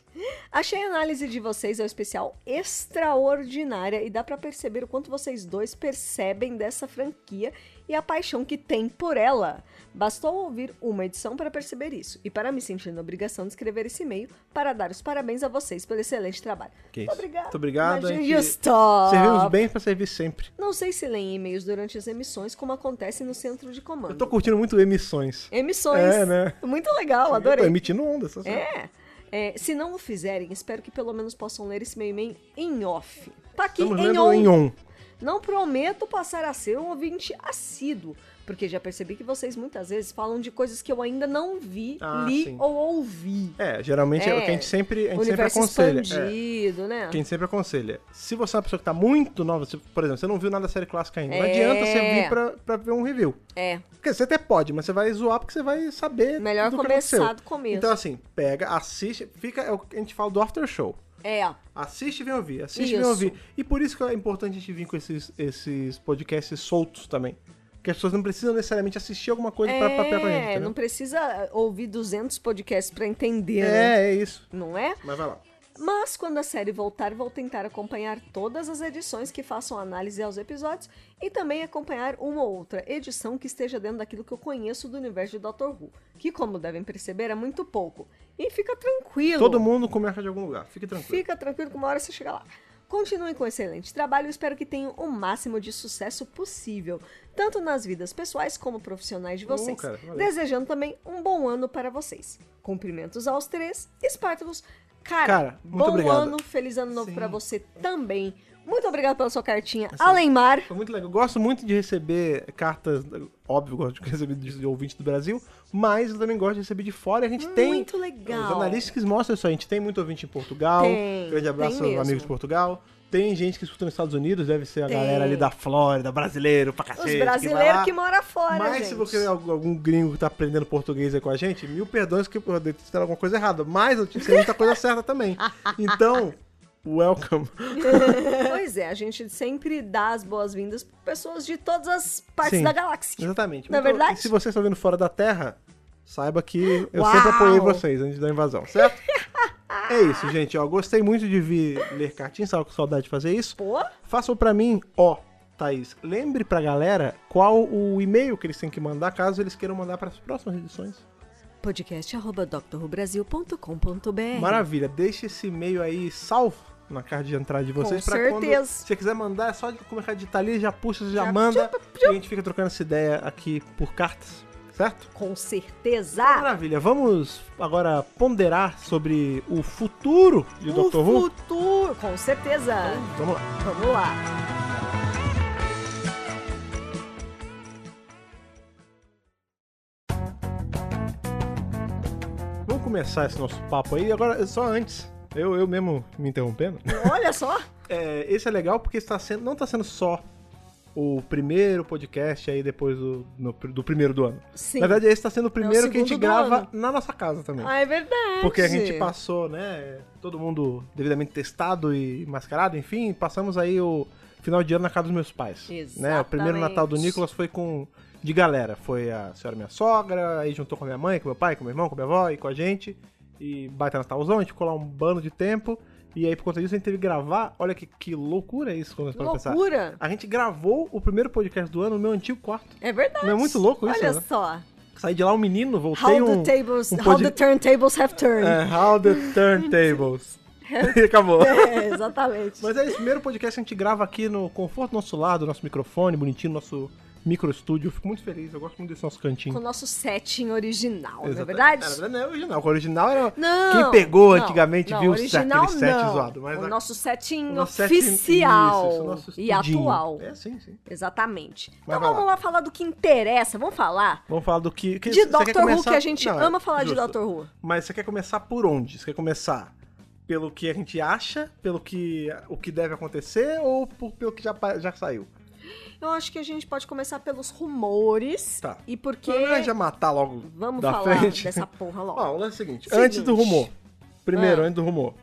Speaker 2: Achei a análise de vocês, é um especial extraordinária e dá pra perceber o quanto vocês dois percebem dessa franquia e a paixão que tem por ela. Bastou ouvir uma edição para perceber isso e para me sentir na obrigação de escrever esse e-mail para dar os parabéns a vocês pelo excelente trabalho.
Speaker 1: Que
Speaker 2: Muito
Speaker 1: isso.
Speaker 2: obrigada.
Speaker 1: Muito obrigado,
Speaker 2: Imagina,
Speaker 1: a gente-
Speaker 2: Just Stop.
Speaker 1: Servimos bem pra servir sempre.
Speaker 2: Não sei se leem e-mails durante as emissões, como acontece no centro de comando.
Speaker 1: Eu tô curtindo muito emissões.
Speaker 2: Emissões.
Speaker 1: É, né?
Speaker 2: Muito legal,
Speaker 1: Eu tô
Speaker 2: adorei.
Speaker 1: emitindo tá onda, essa série.
Speaker 2: É. É, se não o fizerem, espero que pelo menos possam ler esse meio e-mail em off. Tá aqui
Speaker 1: Estamos
Speaker 2: em
Speaker 1: lendo
Speaker 2: on.
Speaker 1: em on.
Speaker 2: Não prometo passar a ser um ouvinte assíduo, porque já percebi que vocês muitas vezes falam de coisas que eu ainda não vi,
Speaker 1: Ah,
Speaker 2: li
Speaker 1: sim.
Speaker 2: ou ouvi.
Speaker 1: É, geralmente é, o que a gente sempre, a gente sempre
Speaker 2: Universo
Speaker 1: aconselha. É.
Speaker 2: expandido, né?
Speaker 1: O que a gente sempre aconselha. Se você é uma pessoa que tá muito nova, se- por exemplo, você não viu nada da série clássica ainda, não
Speaker 2: É.
Speaker 1: adianta você vir pra, pra ver um review.
Speaker 2: É.
Speaker 1: Quer dizer, você até pode, mas você vai zoar porque você vai saber.
Speaker 2: Melhor
Speaker 1: do que
Speaker 2: começar
Speaker 1: aconteceu.
Speaker 2: do começo.
Speaker 1: Então, assim, pega, assiste, fica. É o que a gente fala do after show.
Speaker 2: É.
Speaker 1: Assiste e vem ouvir, assiste e vem
Speaker 2: Isso.
Speaker 1: ouvir. E por isso que é importante a gente vir com esses, esses podcasts soltos também. Porque as pessoas não precisam necessariamente assistir alguma coisa pra, pra, pra, pra gente.
Speaker 2: É,
Speaker 1: entendeu?
Speaker 2: não precisa ouvir 200 podcasts pra entender, né?
Speaker 1: É, é isso.
Speaker 2: Não é?
Speaker 1: Mas vai lá.
Speaker 2: Mas quando a série voltar, vou tentar acompanhar todas as edições que façam análise aos episódios e também acompanhar uma ou outra edição que esteja dentro daquilo que eu conheço do universo de Doctor Who, que como devem perceber é muito pouco. E fica tranquilo.
Speaker 1: Todo mundo começa de algum lugar, fique tranquilo.
Speaker 2: Fica tranquilo que uma hora você chega lá. Continuem com o excelente trabalho, espero que tenham o máximo de sucesso possível, tanto nas vidas pessoais como profissionais de
Speaker 1: Ô,
Speaker 2: vocês.
Speaker 1: cara, valeu.
Speaker 2: Desejando também um bom ano para vocês. Cumprimentos aos três, Espartacus. Cara,
Speaker 1: Cara, muito
Speaker 2: bom
Speaker 1: obrigado.
Speaker 2: ano, feliz ano novo
Speaker 1: Sim. Assim,
Speaker 2: para você também. Muito obrigado pela sua cartinha. Alemar,
Speaker 1: Foi muito legal. Eu gosto muito de receber cartas, óbvio, eu gosto de receber de de ouvinte do Brasil, mas eu também gosto de receber de fora. E a gente tem.
Speaker 2: muito legal.
Speaker 1: Os analísticos mostram isso. A gente tem muito ouvinte em Portugal.
Speaker 2: Tem,
Speaker 1: grande abraço
Speaker 2: tem
Speaker 1: aos
Speaker 2: mesmo.
Speaker 1: amigos de Portugal. Tem gente que escuta nos Estados Unidos, deve ser a
Speaker 2: Tem.
Speaker 1: galera ali da Flórida, brasileiro, pra
Speaker 2: os
Speaker 1: cacete. que vai
Speaker 2: brasileiros
Speaker 1: lá.
Speaker 2: que, moram fora,
Speaker 1: Mas
Speaker 2: gente.
Speaker 1: se você é algum, algum gringo que tá aprendendo português aí com a gente, mil perdões que eu devo ter alguma coisa errada. Mas eu tinha que ser muita coisa certa
Speaker 2: *laughs*
Speaker 1: também. Então, welcome.
Speaker 2: *laughs* Pois é, a gente sempre dá as boas-vindas para pessoas de todas as partes
Speaker 1: Sim.
Speaker 2: da galáxia.
Speaker 1: Exatamente.
Speaker 2: Não é
Speaker 1: Muito-
Speaker 2: verdade?
Speaker 1: e se você está vendo fora da Terra, saiba que eu
Speaker 2: Uau!
Speaker 1: sempre apoiei vocês antes da invasão, certo? é isso, gente. Ó, gostei muito de vir ler cartinhas, tava com saudade de fazer isso.
Speaker 2: Pô,
Speaker 1: Façam pra mim, ó, Thaís, lembre pra galera qual o e-mail que eles têm que mandar caso eles queiram mandar para as próximas edições.
Speaker 2: podcast.doctorrubrasil.com.br
Speaker 1: Maravilha, deixa esse e-mail aí salvo na carta de entrada de vocês.
Speaker 2: Com
Speaker 1: pra
Speaker 2: certeza.
Speaker 1: quando você quiser mandar, é só começar a digitar ali, já puxa, já,
Speaker 2: Já-
Speaker 1: manda. E a gente fica trocando essa ideia aqui por cartas, certo?
Speaker 2: Com certeza!
Speaker 1: Maravilha, vamos agora ponderar sobre o futuro de
Speaker 2: o
Speaker 1: Dr. Who.
Speaker 2: futuro! Com certeza!
Speaker 1: Vamos lá.
Speaker 2: Vamos lá!
Speaker 1: Vamos começar esse nosso papo aí. Agora, só antes, eu, eu mesmo me
Speaker 2: *laughs*
Speaker 1: interrompendo. *laughs*
Speaker 2: Olha só!
Speaker 1: É, esse é legal porque está sendo, não está sendo só o primeiro podcast aí depois do, no- do primeiro do ano.
Speaker 2: Sim. É
Speaker 1: Na verdade, esse está sendo o primeiro
Speaker 2: o
Speaker 1: que a gente
Speaker 2: segundo do
Speaker 1: grava
Speaker 2: ano.
Speaker 1: na nossa casa também.
Speaker 2: Ah, é verdade!
Speaker 1: Porque a gente passou, né? Todo mundo devidamente testado e mascarado, enfim, passamos aí o final de ano na casa dos meus pais. Né? O primeiro
Speaker 2: Exatamente.
Speaker 1: Natal do Nicolas foi com. de galera. Foi a senhora minha sogra, aí juntou com a minha mãe, com meu pai, com meu irmão, com minha avó e com a gente. E baita Natalzão, a gente ficou lá um bando de tempo. E aí, por conta disso, a gente teve que gravar. Olha que, que loucura isso quando você
Speaker 2: Que
Speaker 1: pode pensar.
Speaker 2: loucura!
Speaker 1: A gente gravou o primeiro podcast do ano no meu antigo quarto.
Speaker 2: É verdade!
Speaker 1: Não é muito louco isso,
Speaker 2: Olha
Speaker 1: né?
Speaker 2: só!
Speaker 1: Saí de lá um menino,
Speaker 2: How
Speaker 1: voltei um.
Speaker 2: the tables,
Speaker 1: um
Speaker 2: how
Speaker 1: pod-
Speaker 2: the turntables have turned!
Speaker 1: é, How the
Speaker 2: *laughs*
Speaker 1: Turntables. E Acabou.
Speaker 2: É, exatamente.
Speaker 1: Mas é esse primeiro podcast que a gente grava aqui no conforto do nosso lado, nosso microfone bonitinho, nosso micro estúdio. Eu Fico muito feliz, eu gosto muito desse nosso
Speaker 2: Com o
Speaker 1: cantinho.
Speaker 2: nosso setting original, não é
Speaker 1: Exatamente.
Speaker 2: verdade?
Speaker 1: É, Na verdade não é original. O original era
Speaker 2: Não!
Speaker 1: quem pegou
Speaker 2: não,
Speaker 1: antigamente
Speaker 2: não,
Speaker 1: viu o set,
Speaker 2: original,
Speaker 1: aquele set
Speaker 2: não.
Speaker 1: zoado. Mas
Speaker 2: o
Speaker 1: a-
Speaker 2: nosso setting
Speaker 1: o nosso set-
Speaker 2: oficial
Speaker 1: isso, esse é o nosso
Speaker 2: e
Speaker 1: estudinho.
Speaker 2: atual.
Speaker 1: É, sim, sim.
Speaker 2: Exatamente.
Speaker 1: Vai,
Speaker 2: então
Speaker 1: vai
Speaker 2: vamos lá. falar do que interessa, vamos falar
Speaker 1: Vamos falar do que... que
Speaker 2: de
Speaker 1: você quer
Speaker 2: Doctor Who,
Speaker 1: começar-
Speaker 2: que a gente
Speaker 1: Não, é
Speaker 2: ama falar de
Speaker 1: justo.
Speaker 2: Doctor Who.
Speaker 1: Mas você quer começar por onde? Você quer começar pelo que a gente acha, pelo que o que deve acontecer ou por- pelo que já, pa- já saiu?
Speaker 2: Eu acho que a gente pode começar pelos rumores
Speaker 1: Tá.
Speaker 2: e porque...
Speaker 1: Não é já matar logo
Speaker 2: Vamos
Speaker 1: da
Speaker 2: falar
Speaker 1: frente?
Speaker 2: dessa porra
Speaker 1: *laughs*
Speaker 2: logo.
Speaker 1: Ó, o lance é o seguinte,
Speaker 2: Seguinte. Ah.
Speaker 1: antes do rumor. Primeiro, antes do rumor.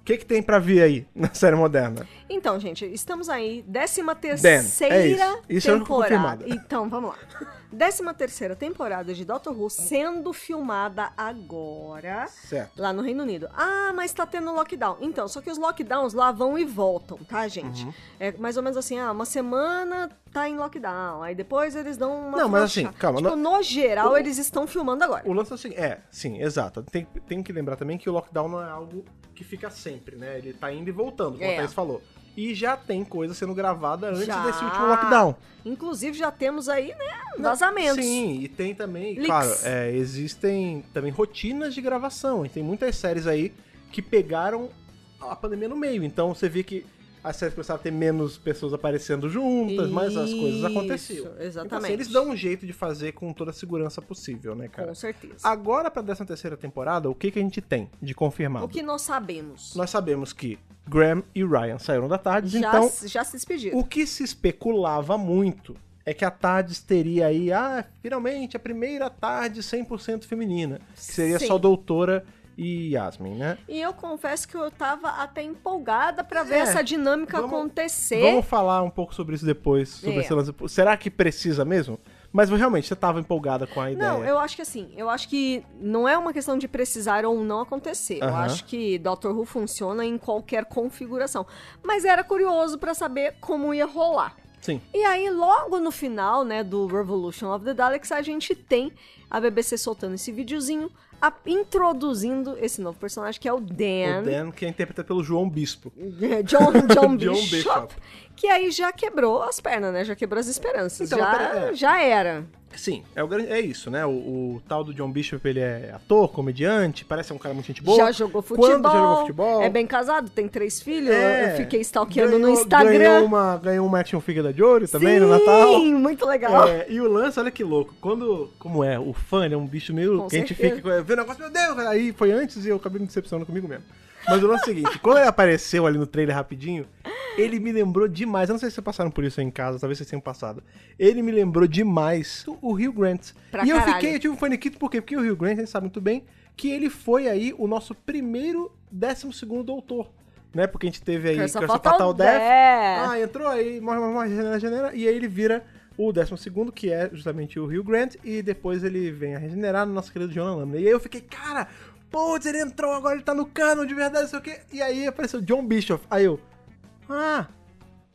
Speaker 1: O que, que tem pra vir aí na *laughs* série moderna?
Speaker 2: Então, gente, estamos aí, 13
Speaker 1: Dan, é isso.
Speaker 2: terceira
Speaker 1: Isso é
Speaker 2: temporada.
Speaker 1: confirmado.
Speaker 2: então,
Speaker 1: *laughs*
Speaker 2: vamos lá. 13 terceira temporada de Doctor Who sendo filmada agora
Speaker 1: Certo.
Speaker 2: lá no Reino Unido. Ah, mas tá tendo lockdown. Então, só que os lockdowns lá vão e voltam, tá, gente?
Speaker 1: Uhum.
Speaker 2: É mais ou menos assim, ah, uma semana tá em lockdown, aí depois eles dão uma
Speaker 1: Não, mas
Speaker 2: afrouxada.
Speaker 1: assim, calma,
Speaker 2: Tipo,
Speaker 1: não-
Speaker 2: no geral, eles estão filmando agora.
Speaker 1: O lance é o seguinte, é, sim, exato. Tem, tem que lembrar também que o lockdown não é algo que fica sempre, né? Ele tá indo e voltando, como
Speaker 2: É.
Speaker 1: a Thaís falou. E já tem coisa sendo gravada antes
Speaker 2: Já.
Speaker 1: desse último lockdown.
Speaker 2: Inclusive, já temos aí, né, vazamentos.
Speaker 1: Sim, e tem também,
Speaker 2: Leaks.
Speaker 1: claro, é, existem também rotinas de gravação. E tem muitas séries aí que pegaram a pandemia no meio. Então você vê que as séries começaram a ter menos pessoas aparecendo juntas, mas as coisas
Speaker 2: Isso,
Speaker 1: aconteciam. Então, assim,
Speaker 2: exatamente.
Speaker 1: eles dão um jeito de fazer com toda a segurança possível, né, cara?
Speaker 2: Com certeza.
Speaker 1: Agora, pra 13 terceira temporada, o que, que a gente tem de confirmado?
Speaker 2: O que nós sabemos?
Speaker 1: Nós sabemos que Graham e Ryan saíram da tarde,
Speaker 2: já,
Speaker 1: então
Speaker 2: já se despediram.
Speaker 1: o que se especulava muito é que a Tardes teria aí, ah, finalmente, a primeira Tardes 100% feminina. Que seria
Speaker 2: Sim.
Speaker 1: só Doutora e Yasmin, né?
Speaker 2: E eu confesso que eu tava até empolgada pra ver
Speaker 1: É,
Speaker 2: essa dinâmica
Speaker 1: vamos-
Speaker 2: acontecer.
Speaker 1: Vamos falar um pouco sobre isso depois, sobre
Speaker 2: É.
Speaker 1: esse lance. Será que precisa mesmo? Mas realmente, você estava empolgada com a ideia.
Speaker 2: Não, eu acho que assim, eu acho que não é uma questão de precisar ou não acontecer. Eu
Speaker 1: Aham.
Speaker 2: acho que Doctor Who funciona em qualquer configuração. Mas era curioso pra saber como ia rolar.
Speaker 1: Sim.
Speaker 2: E aí, logo no final, né, do Revolution of the Daleks, a gente tem a BBC soltando esse videozinho, a- introduzindo esse novo personagem que é o
Speaker 1: O
Speaker 2: Dan.
Speaker 1: Dan, que é interpretado pelo João Bispo.
Speaker 2: *laughs* John, *laughs*
Speaker 1: John
Speaker 2: John, Bishop,
Speaker 1: Bishop.
Speaker 2: que aí já quebrou as pernas, né? Já quebrou as esperanças.
Speaker 1: Então,
Speaker 2: já,
Speaker 1: pera- é.
Speaker 2: já era.
Speaker 1: Sim, é, o grande- é isso, né? O, o tal do John Bishop, ele é ator, comediante, parece um cara muito gente boa.
Speaker 2: Já jogou
Speaker 1: Quando
Speaker 2: futebol.
Speaker 1: já jogou futebol?
Speaker 2: É bem casado, tem três filhos.
Speaker 1: É,
Speaker 2: eu fiquei stalkeando no
Speaker 1: ganhou-
Speaker 2: Instagram.
Speaker 1: Ganhou uma, ganhou um uma action figure da Jory também no
Speaker 2: Sim,
Speaker 1: Natal.
Speaker 2: muito legal.
Speaker 1: É, e o lance, olha que louco. Quando, como é, o fã ele é um bicho meio
Speaker 2: Com
Speaker 1: que a gente
Speaker 2: certeza.
Speaker 1: fica vendo o negócio, meu Deus, aí foi antes e eu acabei me decepcionando comigo mesmo. Mas o lance é o seguinte, quando ele apareceu ali no trailer rapidinho, ele me lembrou demais. Eu não sei se vocês passaram por isso aí em casa, talvez vocês tenham passado. Ele me lembrou demais o- o Rio Grant.
Speaker 2: Pra
Speaker 1: e eu
Speaker 2: caralho.
Speaker 1: fiquei, eu tive um faniquito, por quê? Porque o Rio Grant, a gente sabe muito bem, que ele foi aí o nosso primeiro, décimo segundo doutor. Né? Porque a gente teve aí
Speaker 2: Curse of
Speaker 1: Curse of
Speaker 2: Fatal
Speaker 1: Fatal Death,
Speaker 2: Death.
Speaker 1: ah, entrou aí, morre, morre, morre, regenera, regenera, e aí ele vira o 12, que é justamente o Rio Grant, e depois ele vem a regenerar no nosso querido John Lamley. E aí eu fiquei, cara, putz, ele entrou, agora ele tá no cano de verdade, não sei o quê. *laughs* E aí apareceu John Bishop. Aí eu, ah,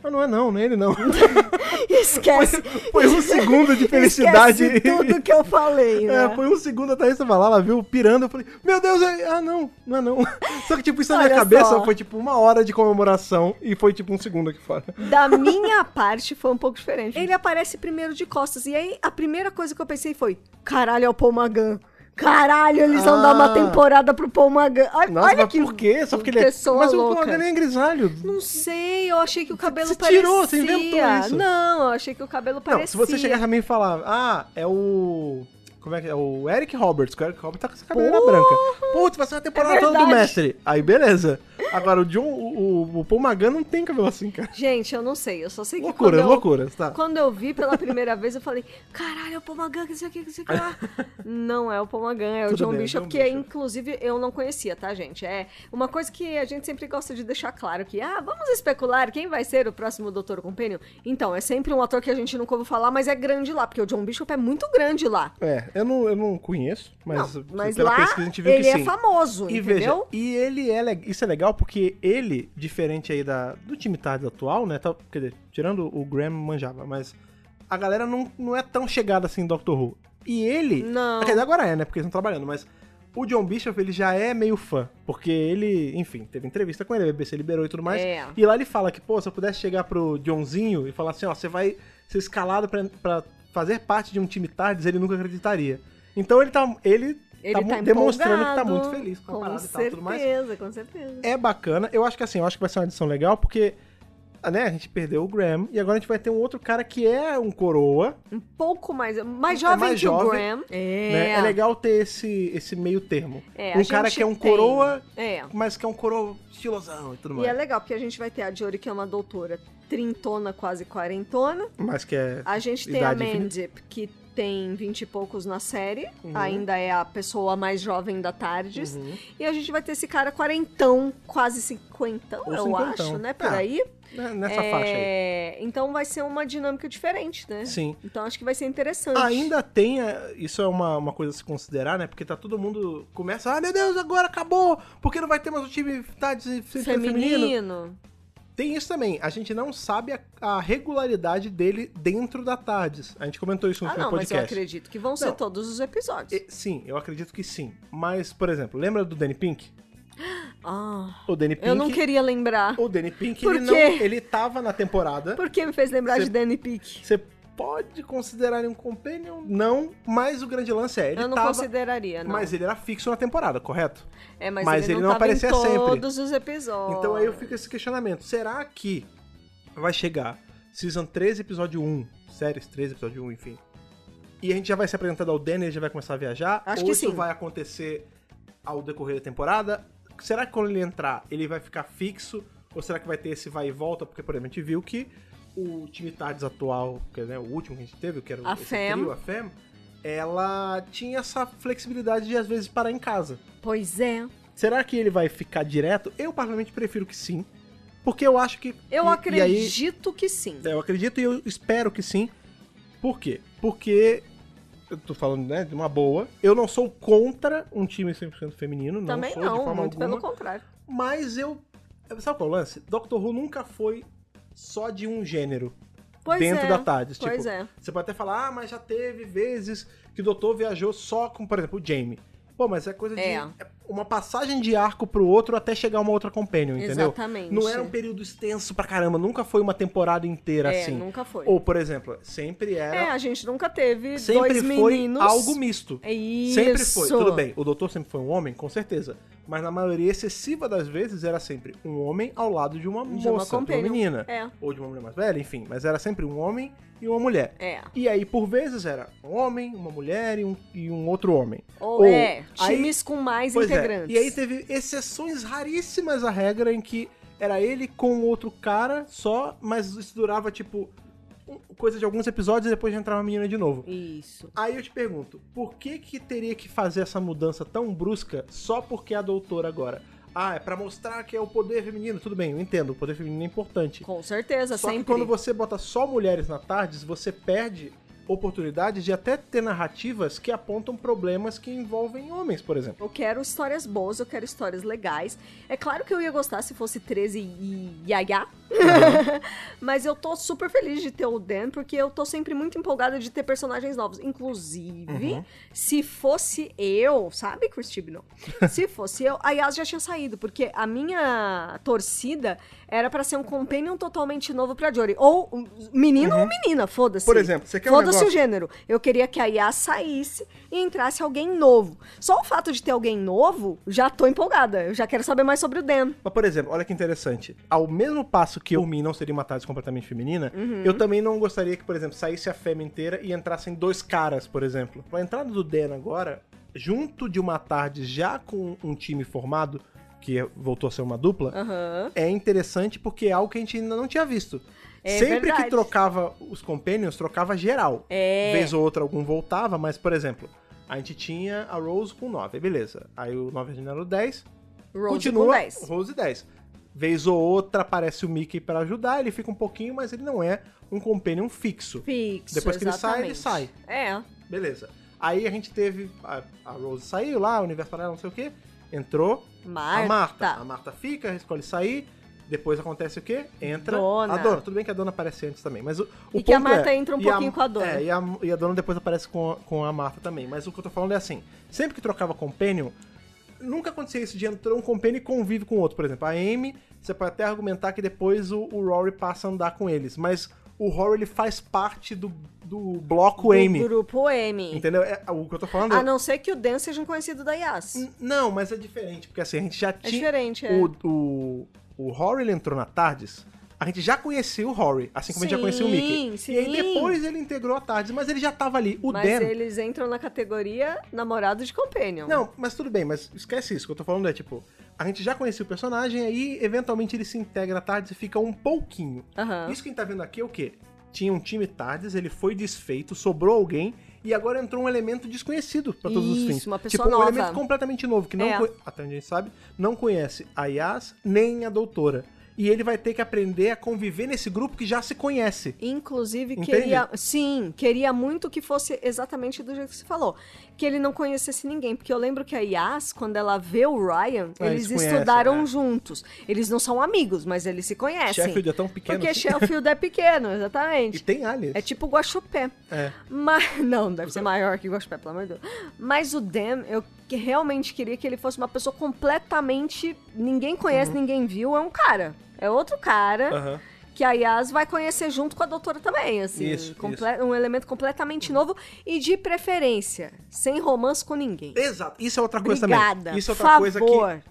Speaker 1: mas não é não, não é ele não.
Speaker 2: *laughs* Esquece.
Speaker 1: Foi um segundo de felicidade.
Speaker 2: Esquece tudo que eu falei, né?
Speaker 1: É, foi um segundo a Thaís falar, ela viu pirando, eu falei, meu Deus, é- ah não, não é não. *laughs* Só que tipo, isso na minha
Speaker 2: Olha
Speaker 1: cabeça
Speaker 2: só.
Speaker 1: foi tipo uma hora de comemoração e foi tipo um segundo aqui fora.
Speaker 2: Da minha parte foi um pouco diferente. Ele aparece primeiro de costas. E aí a primeira coisa que eu pensei foi: caralho, é o Paul Magan. Caralho, eles vão
Speaker 1: Ah.
Speaker 2: dar uma temporada pro Paul Magan. Olha,
Speaker 1: Nossa,
Speaker 2: olha
Speaker 1: mas
Speaker 2: que
Speaker 1: por quê? Só porque ele é...
Speaker 2: pessoa
Speaker 1: Mas o
Speaker 2: louca.
Speaker 1: Pagan é grisalho.
Speaker 2: Não sei, eu achei que o cabelo
Speaker 1: Você
Speaker 2: parecia.
Speaker 1: tirou, você inventou isso.
Speaker 2: Não, eu achei que o cabelo parecia.
Speaker 1: Não, se você chegar pra mim e falar, ah, é o... Como é que é? O Eric Roberts. que O Eric Roberts tá com essa cabeleira
Speaker 2: Porra! É
Speaker 1: branca. Putz, vai ser uma temporada toda do
Speaker 2: verdade.
Speaker 1: mestre. Aí, beleza. Agora, o John... O, o, o Paul Magan não tem cabelo assim, cara.
Speaker 2: Gente, eu não sei, eu só sei que
Speaker 1: Loucuras,
Speaker 2: quando eu...
Speaker 1: loucuras, tá.
Speaker 2: Quando eu vi pela primeira vez, eu falei, caralho, é o Pomagan, que sei o que, que sei o que lá. Não é o Pomagan, é o
Speaker 1: Tudo
Speaker 2: John
Speaker 1: bem, é o
Speaker 2: Bishop,
Speaker 1: John
Speaker 2: que
Speaker 1: Bishop.
Speaker 2: inclusive eu não conhecia, tá, gente? É uma coisa que a gente sempre gosta de deixar claro, que, ah, vamos especular quem vai ser o próximo Doutor Companion. Então, é sempre um ator que a gente nunca ouviu falar, mas é grande lá, porque o John Bishop é muito grande lá.
Speaker 1: É, eu não, eu não conheço, mas,
Speaker 2: Não, mas
Speaker 1: pela
Speaker 2: lá
Speaker 1: pesquisa a gente viu
Speaker 2: ele
Speaker 1: que
Speaker 2: é
Speaker 1: sim.
Speaker 2: famoso,
Speaker 1: E veja,
Speaker 2: entendeu?
Speaker 1: e ele é, le- isso é legal porque ele, diferente aí da, do time Tardes atual, né, tá, quer dizer, tirando o Graham manjava, mas a galera não, não é tão chegada assim em Doctor Who. E ele,
Speaker 2: Não.
Speaker 1: quer dizer, agora é, né, porque eles estão trabalhando, mas o John Bishop, ele já é meio fã, porque ele, enfim, teve entrevista com ele, a BBC liberou e tudo mais,
Speaker 2: É.
Speaker 1: e lá ele fala que, pô, se eu pudesse chegar pro Johnzinho e falar assim, ó, você vai ser escalado pra, pra fazer parte de um time Tardes, ele nunca acreditaria. Então ele tá, ele
Speaker 2: Ele
Speaker 1: tá,
Speaker 2: tá,
Speaker 1: mu- demonstrando que tá
Speaker 2: empolgado,
Speaker 1: muito feliz com a parada
Speaker 2: certeza,
Speaker 1: e tal, tudo mais.
Speaker 2: Com certeza,
Speaker 1: É bacana. Eu acho que assim, eu acho que vai ser uma edição legal, porque né, a gente perdeu o Graham e agora a gente vai ter um outro cara que é um coroa.
Speaker 2: Um pouco mais, mais
Speaker 1: É
Speaker 2: jovem
Speaker 1: mais
Speaker 2: que o
Speaker 1: jovem,
Speaker 2: Graham.
Speaker 1: né?
Speaker 2: É,
Speaker 1: É, legal ter esse, esse meio termo.
Speaker 2: É,
Speaker 1: um
Speaker 2: a
Speaker 1: cara
Speaker 2: gente
Speaker 1: que é um
Speaker 2: tem-
Speaker 1: coroa,
Speaker 2: É.
Speaker 1: mas que é um coroa estilosão e tudo
Speaker 2: E
Speaker 1: mais.
Speaker 2: é legal, porque a gente vai ter a Jory, que é uma doutora trintona, quase quarentona.
Speaker 1: Mas que é.
Speaker 2: A gente tem
Speaker 1: Idade
Speaker 2: a
Speaker 1: infinita.
Speaker 2: Mandip, que tem vinte e poucos na série.
Speaker 1: Uhum.
Speaker 2: Ainda é a pessoa mais jovem da Tardes.
Speaker 1: Uhum.
Speaker 2: E a gente vai ter esse cara quarentão, quase cinquentão,
Speaker 1: Ou
Speaker 2: eu
Speaker 1: cinquentão.
Speaker 2: acho, né? Por
Speaker 1: Ah,
Speaker 2: aí.
Speaker 1: né, Nessa faixa aí.
Speaker 2: É, Então vai ser uma dinâmica diferente, né?
Speaker 1: Sim.
Speaker 2: Então acho que vai ser interessante.
Speaker 1: Ainda tem, é, isso é uma, uma coisa a se considerar, né? Porque tá todo mundo começa, ah, meu Deus, agora acabou, porque não vai ter mais o time tá, de- de- feminino.
Speaker 2: Feminino.
Speaker 1: Tem isso também, a gente não sabe a, a regularidade dele dentro da TARDIS. A gente comentou isso no
Speaker 2: Ah,
Speaker 1: último
Speaker 2: não, mas eu
Speaker 1: podcast.
Speaker 2: acredito que vão ser
Speaker 1: Não.
Speaker 2: todos os episódios.
Speaker 1: E- sim, eu acredito que sim. Mas, por exemplo, lembra do Danny Pink?
Speaker 2: Ah,
Speaker 1: O Danny Pink.
Speaker 2: eu não queria lembrar.
Speaker 1: O Danny Pink,
Speaker 2: Por
Speaker 1: ele não.
Speaker 2: quê?
Speaker 1: Ele tava na temporada.
Speaker 2: Por que me fez lembrar
Speaker 1: Cê-
Speaker 2: de Danny Pick?
Speaker 1: Você pode considerar ele um companion? Não, mas o grande lance é, ele
Speaker 2: eu não
Speaker 1: tava.
Speaker 2: consideraria, não.
Speaker 1: Mas ele era fixo na temporada, correto?
Speaker 2: é, mas,
Speaker 1: mas
Speaker 2: ele,
Speaker 1: ele
Speaker 2: não,
Speaker 1: não
Speaker 2: tava
Speaker 1: aparecia
Speaker 2: em
Speaker 1: sempre.
Speaker 2: todos os episódios.
Speaker 1: Então aí eu fico esse questionamento. Será que vai chegar Season 13, episódio 1, séries 13, episódio 1, enfim. E a gente já vai se apresentando ao Danny, ele já vai começar a viajar?
Speaker 2: Acho
Speaker 1: ou
Speaker 2: que
Speaker 1: isso
Speaker 2: sim.
Speaker 1: vai acontecer ao decorrer da temporada? Será que quando ele entrar, ele vai ficar fixo? Ou será que vai ter esse vai e volta? Porque, por exemplo, a gente viu que o time Tardes atual, que é né, o último que a gente teve, que era o
Speaker 2: A
Speaker 1: esse
Speaker 2: Fem.
Speaker 1: trio, a Fem, ela tinha essa flexibilidade de às vezes parar em casa.
Speaker 2: Pois é.
Speaker 1: Será que ele vai ficar direto? Eu, particularmente, prefiro que sim. Porque eu acho que.
Speaker 2: Eu
Speaker 1: e- e aí- É,
Speaker 2: acredito que sim.
Speaker 1: eu acredito e eu espero que sim. Por quê? Porque. Eu tô falando, né, de uma boa. Eu não sou contra um time 100% feminino, não
Speaker 2: Também
Speaker 1: sou
Speaker 2: não,
Speaker 1: de forma
Speaker 2: muito
Speaker 1: alguma.
Speaker 2: pelo contrário.
Speaker 1: Mas eu. Sabe qual é o lance? Doctor Who nunca foi só de um gênero
Speaker 2: Pois
Speaker 1: dentro
Speaker 2: é.
Speaker 1: da TARDIS.
Speaker 2: Pois
Speaker 1: tipo,
Speaker 2: é.
Speaker 1: Você pode até falar, ah, mas já teve vezes que o doutor viajou só com, por exemplo, o Jamie. Pô, mas é coisa de
Speaker 2: É.
Speaker 1: é uma passagem de arco pro outro até chegar uma outra companion, entendeu?
Speaker 2: Exatamente.
Speaker 1: Não era um período extenso pra caramba, nunca foi uma temporada inteira
Speaker 2: É,
Speaker 1: assim.
Speaker 2: nunca foi.
Speaker 1: Ou, por exemplo, sempre
Speaker 2: É,
Speaker 1: era.
Speaker 2: a gente nunca teve
Speaker 1: sempre
Speaker 2: dois
Speaker 1: foi
Speaker 2: meninos.
Speaker 1: algo misto.
Speaker 2: É isso.
Speaker 1: Sempre foi, tudo bem. O doutor sempre foi um homem, com certeza. Mas na maioria excessiva das vezes era sempre um homem ao lado de uma
Speaker 2: De uma
Speaker 1: moça, de uma
Speaker 2: companion.
Speaker 1: menina.
Speaker 2: É.
Speaker 1: Ou de uma mulher mais velha, enfim. Mas era sempre um homem e uma mulher.
Speaker 2: É.
Speaker 1: E aí, por vezes, era um homem, uma mulher e um, e um outro homem.
Speaker 2: Ou, é,
Speaker 1: aí-
Speaker 2: times com mais
Speaker 1: pois é,
Speaker 2: integrantes.
Speaker 1: E aí teve exceções raríssimas à regra em que era ele com outro cara só, mas isso durava, tipo, um- coisa de alguns episódios e depois já entrava a menina de novo.
Speaker 2: Isso.
Speaker 1: Aí eu te pergunto, por que que teria que fazer essa mudança tão brusca só porque é a doutora agora? Ah, é pra mostrar que é o poder feminino. Tudo bem, eu entendo, o poder feminino é importante.
Speaker 2: Com certeza,
Speaker 1: Só
Speaker 2: sempre.
Speaker 1: que quando você bota só mulheres na tardes, você perde oportunidades de até ter narrativas que apontam problemas que envolvem homens, por exemplo.
Speaker 2: Eu quero histórias boas, eu quero histórias legais. É claro que eu ia gostar se fosse 13 e Yaya. *laughs* Mas eu tô super feliz de ter o Dan, porque eu tô sempre muito empolgada de ter personagens novos. Inclusive, se fosse eu, sabe, Chris Chibnall? se fosse eu, a Yas já tinha saído, porque a minha torcida era pra ser um companion totalmente novo pra Jory. Ou um menino ou menina, foda-se.
Speaker 1: Por exemplo, você quer um
Speaker 2: Foda-se o
Speaker 1: negócio-
Speaker 2: gênero. Eu queria que a Yas saísse e entrasse alguém novo. Só o fato de ter alguém novo, já tô empolgada. Eu já quero saber mais sobre o Dan.
Speaker 1: Mas, por exemplo, olha que interessante. Ao mesmo passo que eu, por mim, não seria uma Tades completamente feminina,
Speaker 2: Uhum.
Speaker 1: eu também não gostaria que, por exemplo, saísse a fêmea inteira e entrassem dois caras, por exemplo. A entrada do Dan agora, junto de uma tarde já com um time formado, que é- voltou a ser uma dupla,
Speaker 2: Aham.
Speaker 1: é interessante porque é algo que a gente ainda não tinha visto.
Speaker 2: É
Speaker 1: Sempre
Speaker 2: verdade.
Speaker 1: que trocava os Companions, trocava geral.
Speaker 2: É.
Speaker 1: Vez ou outra algum voltava, mas, por exemplo, a gente tinha a Rose com 9, beleza. Aí o 9 era o 10,
Speaker 2: Rose
Speaker 1: Continua
Speaker 2: com 10.
Speaker 1: Rose 10. Vez ou outra aparece o Mickey pra ajudar, ele fica um pouquinho, mas ele não é um companion fixo.
Speaker 2: Fixo,
Speaker 1: Depois que ele sai, ele
Speaker 2: exatamente. É.
Speaker 1: Beleza. Aí a gente teve. A, a Rose saiu lá, o universo paralelo, não sei o quê. Entrou
Speaker 2: Marta.
Speaker 1: a Marta. A Marta fica, escolhe sair. Depois acontece o quê? Entra
Speaker 2: Dona.
Speaker 1: a dona. Tudo bem que a dona aparece antes também, mas o, o
Speaker 2: E que a
Speaker 1: ponto é-
Speaker 2: Marta entra um
Speaker 1: e
Speaker 2: pouquinho com a dona.
Speaker 1: É, e a, e a dona depois aparece com a, com a Marta também. Mas o que eu tô falando é assim, sempre que trocava companion, nunca acontecia isso de entrar um companion e convive com o outro. Por exemplo, a Amy, você pode até argumentar que depois o, o Rory passa a andar com eles, mas o Rory ele faz parte do, do bloco Amy.
Speaker 2: Do grupo M.
Speaker 1: Entendeu? É, o que eu tô falando é-
Speaker 2: A não ser que o Dan seja um conhecido da Yas.
Speaker 1: N- Não, mas é diferente, porque assim, a gente já tinha.
Speaker 2: diferente, é.
Speaker 1: o, o, o Rory ele entrou na Tardes. A gente já conhecia o Rory, assim como a gente já conhecia o Mickey.
Speaker 2: Sim,
Speaker 1: E aí
Speaker 2: sim.
Speaker 1: depois ele integrou a Tardes, mas ele já tava ali. O
Speaker 2: Mas
Speaker 1: Dan.
Speaker 2: eles entram na categoria namorado de companion.
Speaker 1: Não, mas tudo bem, mas esquece isso. O que eu tô falando é tipo. A gente já conhecia o personagem, aí eventualmente ele se integra a Tardes e fica um pouquinho.
Speaker 2: Aham.
Speaker 1: Isso que a gente tá vendo aqui é o quê? Tinha um time Tardes, ele foi desfeito, sobrou alguém. E agora entrou um elemento desconhecido pra todos os
Speaker 2: Isso,
Speaker 1: fins.
Speaker 2: uma pessoa
Speaker 1: tipo, um
Speaker 2: nova.
Speaker 1: elemento completamente novo, que não
Speaker 2: É.
Speaker 1: conhe- até onde a gente sabe, não conhece a Yas nem a doutora. E ele vai ter que aprender a conviver nesse grupo que já se conhece.
Speaker 2: Inclusive,
Speaker 1: Entende?
Speaker 2: queria. Sim, queria muito que fosse exatamente do jeito que você falou. Que ele não conhecesse ninguém. Porque eu lembro que a Yas, quando ela vê o Ryan,
Speaker 1: Ah,
Speaker 2: eles,
Speaker 1: eles conhecem,
Speaker 2: estudaram
Speaker 1: né?
Speaker 2: juntos. Eles não são amigos, mas eles se conhecem.
Speaker 1: Sheffield é tão pequeno
Speaker 2: Porque
Speaker 1: assim.
Speaker 2: Sheffield é
Speaker 1: *laughs*
Speaker 2: pequeno,
Speaker 1: E
Speaker 2: exatamente.
Speaker 1: tem aliens.
Speaker 2: É tipo Guaxupé.
Speaker 1: É.
Speaker 2: Mas, *laughs* não, deve ser maior que Guaxupé, pelo amor de Deus. Mas o Dan, eu que- realmente queria que ele fosse uma pessoa completamente. Ninguém conhece, ninguém viu. É um cara. É outro cara
Speaker 1: Uhum. Aham.
Speaker 2: que a Yas vai conhecer junto com a doutora também, assim.
Speaker 1: Isso,
Speaker 2: comple- Um elemento completamente novo e de preferência, sem romance com ninguém.
Speaker 1: Exato. Isso é outra coisa
Speaker 2: Obrigada.
Speaker 1: também. Isso é outra
Speaker 2: Favor.
Speaker 1: coisa que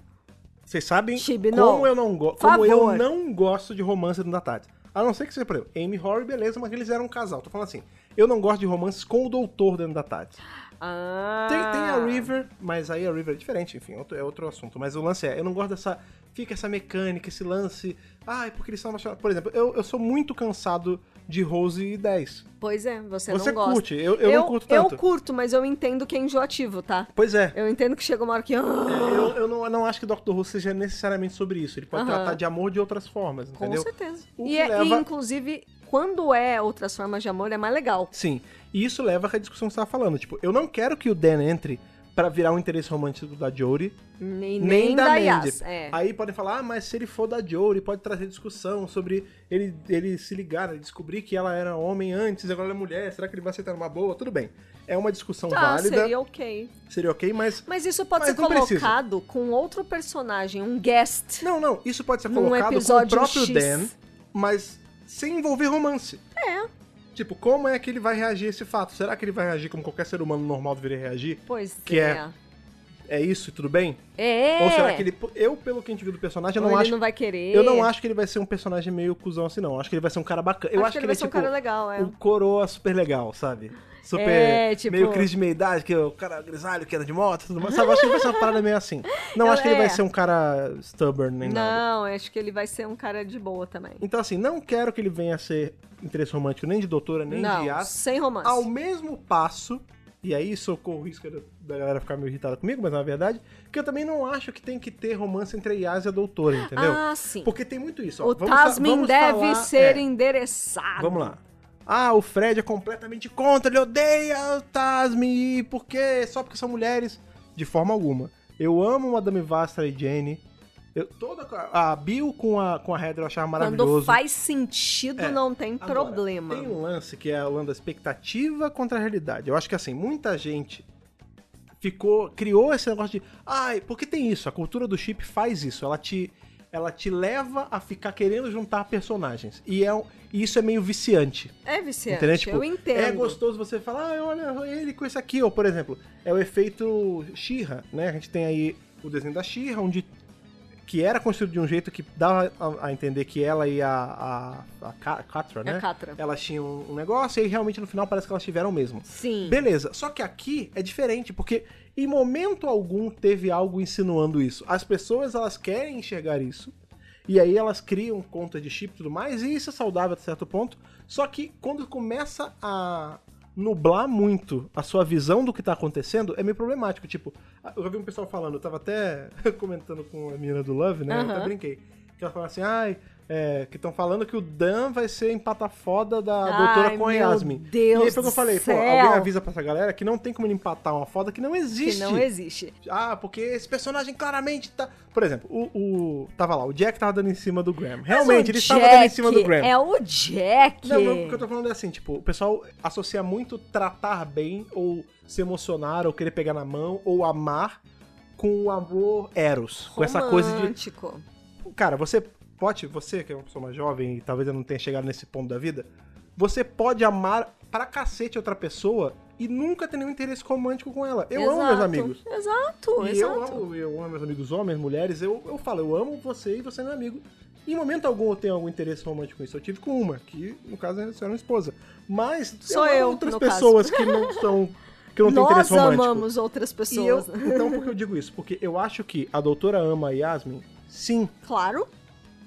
Speaker 1: Vocês sabem
Speaker 2: Chibi, não.
Speaker 1: como eu não gosto. Como eu
Speaker 2: Favor.
Speaker 1: não gosto de romance dentro da Tati. A não ser que seja, por exemplo, Amy Horry, beleza, mas eles eram um casal. Tô falando assim, eu não gosto de romances com o doutor dentro da Tati.
Speaker 2: Ah.
Speaker 1: Tem, tem a River, mas aí a River é diferente, enfim, outro- é outro assunto. Mas o lance é, eu não gosto dessa. Fica essa mecânica, esse lance. Ai, porque eles são apaixonados. Por exemplo, eu, eu sou muito cansado de Rose e 10.
Speaker 2: Pois é, você,
Speaker 1: Você
Speaker 2: não gosta.
Speaker 1: curte, eu- eu não curto tanto.
Speaker 2: Eu curto, mas eu entendo que é enjoativo, tá?
Speaker 1: Pois é.
Speaker 2: Eu entendo que chega uma hora que... ah,
Speaker 1: Eu, eu não, eu não acho que Doctor Who seja necessariamente sobre isso. Ele pode
Speaker 2: Aham.
Speaker 1: tratar de amor de outras formas,
Speaker 2: Com
Speaker 1: entendeu?
Speaker 2: certeza.
Speaker 1: O
Speaker 2: E,
Speaker 1: que
Speaker 2: é- e,
Speaker 1: leva-
Speaker 2: inclusive, quando é outras formas de amor, é mais legal.
Speaker 1: Sim. E isso leva à discussão que você tava falando. Tipo, eu não quero que o Dan entre pra virar um interesse romântico da Jory,
Speaker 2: Nem,
Speaker 1: nem, da, Mandy.
Speaker 2: Yas. É.
Speaker 1: Aí podem falar, ah, mas se ele for da Jory, pode trazer discussão sobre ele, ele se ligar, ele descobrir que ela era homem antes, agora ela é mulher, será que ele vai aceitar numa boa? Tudo bem. É uma discussão
Speaker 2: Tá,
Speaker 1: válida, seria...
Speaker 2: seria um ok.
Speaker 1: ok, mas...
Speaker 2: Mas isso pode
Speaker 1: Mas
Speaker 2: ser
Speaker 1: não precisa.
Speaker 2: colocado com outro personagem, um guest.
Speaker 1: Não, não, isso pode ser
Speaker 2: Num
Speaker 1: colocado com o
Speaker 2: episódio
Speaker 1: próprio
Speaker 2: X.
Speaker 1: Dan, mas sem envolver romance.
Speaker 2: É.
Speaker 1: Tipo, como é que ele vai reagir a esse fato? Será que ele vai reagir como qualquer ser humano normal deveria reagir?
Speaker 2: Pois
Speaker 1: Que
Speaker 2: é.
Speaker 1: É isso e tudo bem?
Speaker 2: É.
Speaker 1: Ou será que ele... Eu, pelo que a gente viu do personagem, eu
Speaker 2: Ou
Speaker 1: não
Speaker 2: ele
Speaker 1: acho...
Speaker 2: não vai querer.
Speaker 1: Eu não acho que ele vai ser um personagem meio cuzão assim, não. Eu acho que ele vai ser um cara bacana. Eu acho,
Speaker 2: que ele vai ser um
Speaker 1: tipo,
Speaker 2: cara legal, é.
Speaker 1: um coroa super legal, sabe? Super.
Speaker 2: É, tipo-
Speaker 1: Meio crise de meia idade, que é o cara grisalho que anda de moto, tudo mais. Sabe? Eu acho que ele vai ser uma parada meio assim. Não
Speaker 2: Eu-
Speaker 1: acho que ele vai
Speaker 2: é.
Speaker 1: ser um cara stubborn nem nada.
Speaker 2: Não, eu acho que ele vai ser um cara de boa também.
Speaker 1: Então, assim, não quero que ele venha a ser interesse romântico nem de doutora, nem
Speaker 2: não,
Speaker 1: de Yas.
Speaker 2: sem romance.
Speaker 1: Ao mesmo passo, e aí socorro o risco da- da galera ficar meio irritada comigo, mas na verdade, que eu também não acho que tem que ter romance entre a Yas e a doutora, entendeu?
Speaker 2: Ah, sim.
Speaker 1: Porque tem muito isso. Ó.
Speaker 2: o
Speaker 1: Vamos fa-
Speaker 2: Tasmin
Speaker 1: vamos
Speaker 2: deve
Speaker 1: falar-
Speaker 2: ser
Speaker 1: é.
Speaker 2: endereçado.
Speaker 1: Vamos lá. Ah, o Fred é completamente contra, ele odeia o Tasmin, e por quê? Só porque são mulheres. De forma alguma. Eu amo Madame Vastra e Jane. Eu, toda a a Bill com a, com a Heather eu achava
Speaker 2: Quando
Speaker 1: maravilhoso.
Speaker 2: faz sentido,
Speaker 1: É.
Speaker 2: não tem
Speaker 1: Agora,
Speaker 2: problema.
Speaker 1: Tem um lance que é o lance da expectativa contra a realidade. Eu acho que assim, muita gente ficou criou esse negócio de, ai, porque tem isso, a cultura do chip faz isso, ela te ela te leva a ficar querendo juntar personagens. E é um- e isso é meio viciante.
Speaker 2: É viciante,
Speaker 1: Entendeu? Tipo,
Speaker 2: eu entendo.
Speaker 1: É gostoso você falar, ah, olha ele com esse aqui, ou por exemplo, é o efeito Xirra, né? A gente tem aí o desenho da Xirra, onde que era construído de um jeito que dava a, a entender que ela e a, a, a Ca- Catra,
Speaker 2: É
Speaker 1: né?
Speaker 2: Catra.
Speaker 1: Elas tinham um negócio e aí realmente no final parece que elas tiveram mesmo.
Speaker 2: Sim.
Speaker 1: Beleza, só que aqui é diferente, porque em momento algum teve algo insinuando isso. As pessoas, elas querem enxergar isso, e aí elas criam conta de chip e tudo mais, e isso é saudável até certo ponto, só que quando começa a nublar muito a sua visão do que tá acontecendo, é meio problemático, tipo, eu já vi um pessoal falando, eu tava até *laughs* comentando com a menina do Love, né, eu até
Speaker 2: Aham.
Speaker 1: brinquei, que ela falou assim, ai... é, que estão falando que o Dan vai ser empata foda da
Speaker 2: Ai,
Speaker 1: doutora com a
Speaker 2: meu
Speaker 1: Yasmin. e aí
Speaker 2: Deus
Speaker 1: foi o que eu
Speaker 2: do
Speaker 1: falei, pô,
Speaker 2: céu.
Speaker 1: alguém avisa pra essa galera que não tem como ele empatar uma foda que não
Speaker 2: Que
Speaker 1: existe.
Speaker 2: não existe.
Speaker 1: Ah, porque esse personagem claramente tá. Por exemplo, o. o- Tava lá, o Jack tava dando em cima do Graham. Realmente,
Speaker 2: Mas o
Speaker 1: ele estava dando em
Speaker 2: Jack
Speaker 1: cima do Graham.
Speaker 2: É o Jack.
Speaker 1: Não, não, o que eu tô falando é assim, tipo, o pessoal associa muito tratar bem, ou se emocionar, ou querer pegar na mão, ou amar com o amor Eros. Com essa coisa de
Speaker 2: Romântico.
Speaker 1: cara, você pode, você que é uma pessoa mais jovem e talvez eu não tenha chegado nesse ponto da vida, você pode amar pra cacete outra pessoa e nunca ter nenhum interesse romântico com ela. Eu amo meus
Speaker 2: Exato.
Speaker 1: amigos.
Speaker 2: Exato,
Speaker 1: E eu
Speaker 2: exato.
Speaker 1: amo, eu amo meus amigos homens, mulheres, eu, eu falo, eu amo você e você é meu amigo. Em momento algum eu tenho algum interesse romântico com isso. Eu tive com uma, que no caso era só uma esposa. Mas
Speaker 2: Sou
Speaker 1: amo
Speaker 2: eu,
Speaker 1: outras
Speaker 2: no
Speaker 1: pessoas que não são. que não têm
Speaker 2: Nós
Speaker 1: interesse romântico.
Speaker 2: amamos outras
Speaker 1: E eu,
Speaker 2: pessoas. né?
Speaker 1: então por que eu digo isso? Porque eu acho que a doutora ama a Yasmin, sim,
Speaker 2: *laughs* Claro.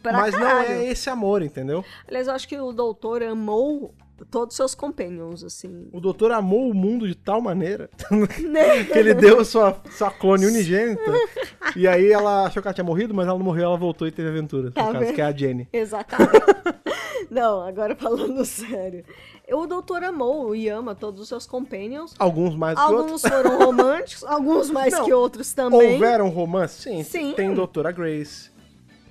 Speaker 2: Pra
Speaker 1: mas
Speaker 2: caralho.
Speaker 1: não é esse amor, entendeu?
Speaker 2: Aliás, eu acho que o doutor amou todos seus companions, assim. *laughs*
Speaker 1: O doutor amou o mundo de tal maneira *laughs*
Speaker 2: Né?
Speaker 1: que ele deu sua, sua clone unigênita. e aí ela achou que ela tinha morrido, mas ela não morreu, ela voltou e teve aventuras.
Speaker 2: Tá
Speaker 1: no caso,
Speaker 2: vendo?
Speaker 1: que é a Jenny.
Speaker 2: Exatamente. *laughs* não, agora falando *laughs* sério. O doutor amou e ama todos os seus companions.
Speaker 1: Alguns mais Ah, que outros.
Speaker 2: Alguns
Speaker 1: *laughs*
Speaker 2: foram românticos, alguns mais
Speaker 1: Não.
Speaker 2: que outros também.
Speaker 1: Houveram romance? Sim.
Speaker 2: Sim.
Speaker 1: Tem doutora Grace,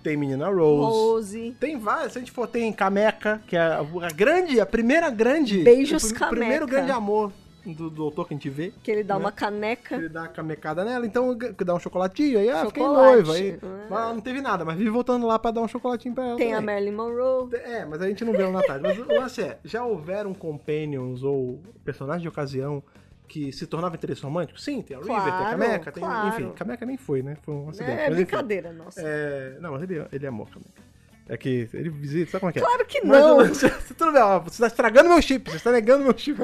Speaker 1: tem menina Rose.
Speaker 2: Rose.
Speaker 1: Tem várias, se a gente for, tem Cameca, que é a a grande, a primeira grande.
Speaker 2: Beijos
Speaker 1: o prim-
Speaker 2: Cameca.
Speaker 1: primeiro grande amor do, do doutor que a gente vê.
Speaker 2: Que ele dá
Speaker 1: Né?
Speaker 2: uma caneca.
Speaker 1: Ele dá uma camecada nela, então que dá um chocolatinho, aí ah, fiquei
Speaker 2: Chocolate.
Speaker 1: noiva. Aí,
Speaker 2: Ah.
Speaker 1: mas não teve nada, mas vive voltando lá pra dar um chocolatinho pra ela.
Speaker 2: Tem a
Speaker 1: também.
Speaker 2: Marilyn Monroe.
Speaker 1: É, mas a gente não vê o Natal. Mas o lance é, já houveram companions ou personagens de ocasião que se tornavam interesse romântico? Sim, tem a River, tem a
Speaker 2: Claro,
Speaker 1: Cameca, tem.
Speaker 2: claro.
Speaker 1: Enfim, Cameca nem foi, né? Foi um acidente.
Speaker 2: É
Speaker 1: mas enfim.
Speaker 2: brincadeira, nossa.
Speaker 1: É, não, mas ele, ele amou Cameca. É que ele visita, sabe como é que é?
Speaker 2: Claro que
Speaker 1: Mas o
Speaker 2: não.
Speaker 1: lance é- tudo bem, ó, você tá estragando meu chip, você tá negando meu
Speaker 2: *laughs*
Speaker 1: chip.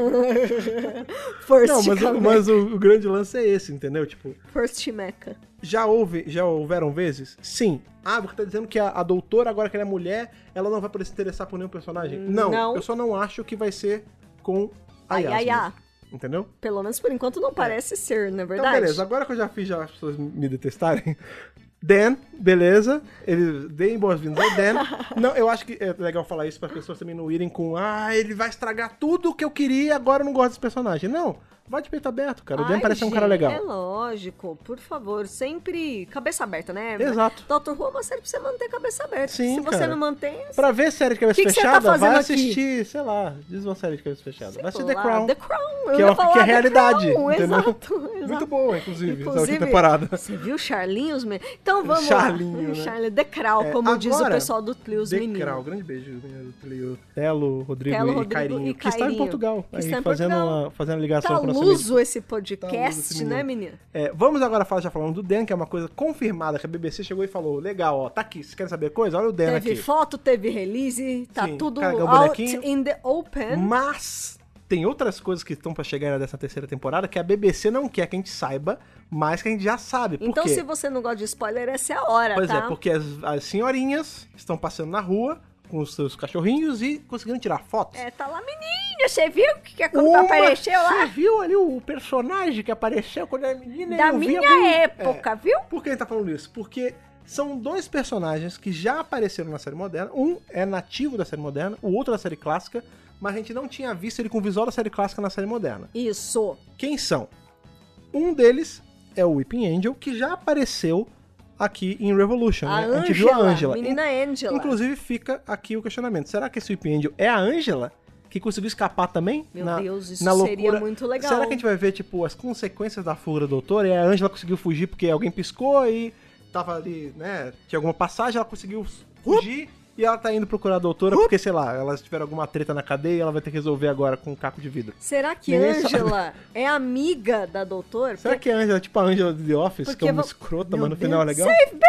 Speaker 2: First,
Speaker 1: Não, mas, o-
Speaker 2: Cameca.
Speaker 1: mas o- o grande lance é esse, entendeu? Tipo,
Speaker 2: First Mecha.
Speaker 1: Já houve, já houveram vezes? Sim. Ah, você tá dizendo que a, a doutora, agora que ela é mulher, ela não vai poder se interessar por nenhum personagem? Não.
Speaker 2: Hum, não.
Speaker 1: Eu só não acho que vai ser com a
Speaker 2: Ai, ai,
Speaker 1: Yasmin.
Speaker 2: ai.
Speaker 1: Entendeu?
Speaker 2: Pelo menos por enquanto não parece ser, na
Speaker 1: É. Então,
Speaker 2: verdade.
Speaker 1: beleza. Agora que eu já fiz já as pessoas me detestarem. *laughs* Dan, beleza. Ele, deem boas-vindas ao
Speaker 2: *laughs*
Speaker 1: Dan. não, eu acho que é legal falar isso para as pessoas também não irem com ah, ele vai estragar tudo o que eu queria agora eu não gosto desse personagem. Não. Vai de peito aberto, cara. O Dan
Speaker 2: Ai,
Speaker 1: parece ser um cara
Speaker 2: gente,
Speaker 1: legal.
Speaker 2: É lógico, por favor, sempre cabeça aberta, né?
Speaker 1: Exato.
Speaker 2: Doutor Who é uma série pra você manter a cabeça aberta.
Speaker 1: Sim,
Speaker 2: Se você
Speaker 1: cara.
Speaker 2: não mantém,
Speaker 1: Pra ver série de cabeça
Speaker 2: Que que você tá
Speaker 1: fechada, vai
Speaker 2: fazendo aqui?
Speaker 1: assistir, sei lá, diz uma série de cabeça fechada. Vai assistir
Speaker 2: sei
Speaker 1: The
Speaker 2: lá,
Speaker 1: Crown.
Speaker 2: The Crown.
Speaker 1: Que
Speaker 2: eu
Speaker 1: é,
Speaker 2: ia
Speaker 1: o-
Speaker 2: falar
Speaker 1: que é a
Speaker 2: The
Speaker 1: realidade,
Speaker 2: Crown,
Speaker 1: entendeu?
Speaker 2: Exato, *laughs* exato.
Speaker 1: Muito boa, inclusive, essa
Speaker 2: Inclusive,
Speaker 1: última temporada.
Speaker 2: Você viu Charlinhos? me- Então vamos
Speaker 1: Charlinho, né?
Speaker 2: lá. Charlie, The Crown,
Speaker 1: É,
Speaker 2: como diz o
Speaker 1: agora,
Speaker 2: pessoal do Trio, os
Speaker 1: The
Speaker 2: meninos.
Speaker 1: Crown, grande beijo, menino do Trio, Telo, Rodrigo,
Speaker 2: Telo,
Speaker 1: e,
Speaker 2: Rodrigo
Speaker 1: Cairinho,
Speaker 2: e
Speaker 1: que está em
Speaker 2: Cairinho,
Speaker 1: Portugal,
Speaker 2: que
Speaker 1: aí,
Speaker 2: está em
Speaker 1: fazendo,
Speaker 2: Portugal.
Speaker 1: Uma, fazendo a ligação
Speaker 2: Tá
Speaker 1: com a nossa mídia.
Speaker 2: luso esse
Speaker 1: Tá luso esse
Speaker 2: podcast,
Speaker 1: menino.
Speaker 2: né, menina?
Speaker 1: É, vamos agora falar, já falando do Dan, que é uma coisa confirmada, que a BBC chegou e falou, legal, ó, tá aqui, vocês querem saber coisa? Olha o Dan
Speaker 2: Teve
Speaker 1: aqui.
Speaker 2: foto, teve release, tá
Speaker 1: Sim,
Speaker 2: tudo
Speaker 1: cagou o
Speaker 2: out
Speaker 1: bonequinho.
Speaker 2: in the open.
Speaker 1: Mas tem outras coisas que estão pra chegar dessa terceira temporada que a BBC não quer que a gente saiba, mas que a gente já sabe. Por
Speaker 2: Então,
Speaker 1: quê?
Speaker 2: se você não gosta de spoiler, essa é a hora,
Speaker 1: Pois
Speaker 2: tá?
Speaker 1: é, porque as, as senhorinhas estão passando na rua com os seus cachorrinhos e conseguindo tirar fotos.
Speaker 2: É, tá lá, menina, você viu que, que como apareceu
Speaker 1: Você
Speaker 2: lá?
Speaker 1: viu ali o personagem que apareceu quando era menina?
Speaker 2: Da
Speaker 1: eu vi
Speaker 2: minha
Speaker 1: algum-
Speaker 2: época, viu?
Speaker 1: É. Por que a gente tá falando isso? Porque são dois personagens que já apareceram na série moderna. Um é nativo é da série moderna, o outro da série clássica. mas a gente não tinha visto ele com o visual da série clássica na série moderna.
Speaker 2: Isso.
Speaker 1: Quem são? Um deles é o Weeping Angel, que já apareceu aqui em Revolution.
Speaker 2: A
Speaker 1: né? a
Speaker 2: Angela,
Speaker 1: gente viu a Angela.
Speaker 2: menina Angela.
Speaker 1: Inclusive fica aqui o questionamento. Será que esse Weeping Angel é a Angela? Que conseguiu escapar também?
Speaker 2: Meu
Speaker 1: na,
Speaker 2: Deus, isso
Speaker 1: na
Speaker 2: seria
Speaker 1: loucura?
Speaker 2: muito legal.
Speaker 1: Será que a gente vai ver, tipo, as consequências da fuga do doutor? E a Angela conseguiu fugir porque alguém piscou e tava ali, né? Tinha alguma passagem, ela conseguiu fugir e ela tá indo procurar a doutora porque, sei lá, elas tiveram alguma treta na cadeia e ela vai ter que resolver agora com um caco de vidro.
Speaker 2: Será que
Speaker 1: Ninguém
Speaker 2: Angela é amiga da doutora?
Speaker 1: Será que a Angela é tipo a Angela de The Office,
Speaker 2: Porque
Speaker 1: que é uma
Speaker 2: vão-
Speaker 1: escrota, mas
Speaker 2: Meu
Speaker 1: no
Speaker 2: Deus,
Speaker 1: final é legal?
Speaker 2: Save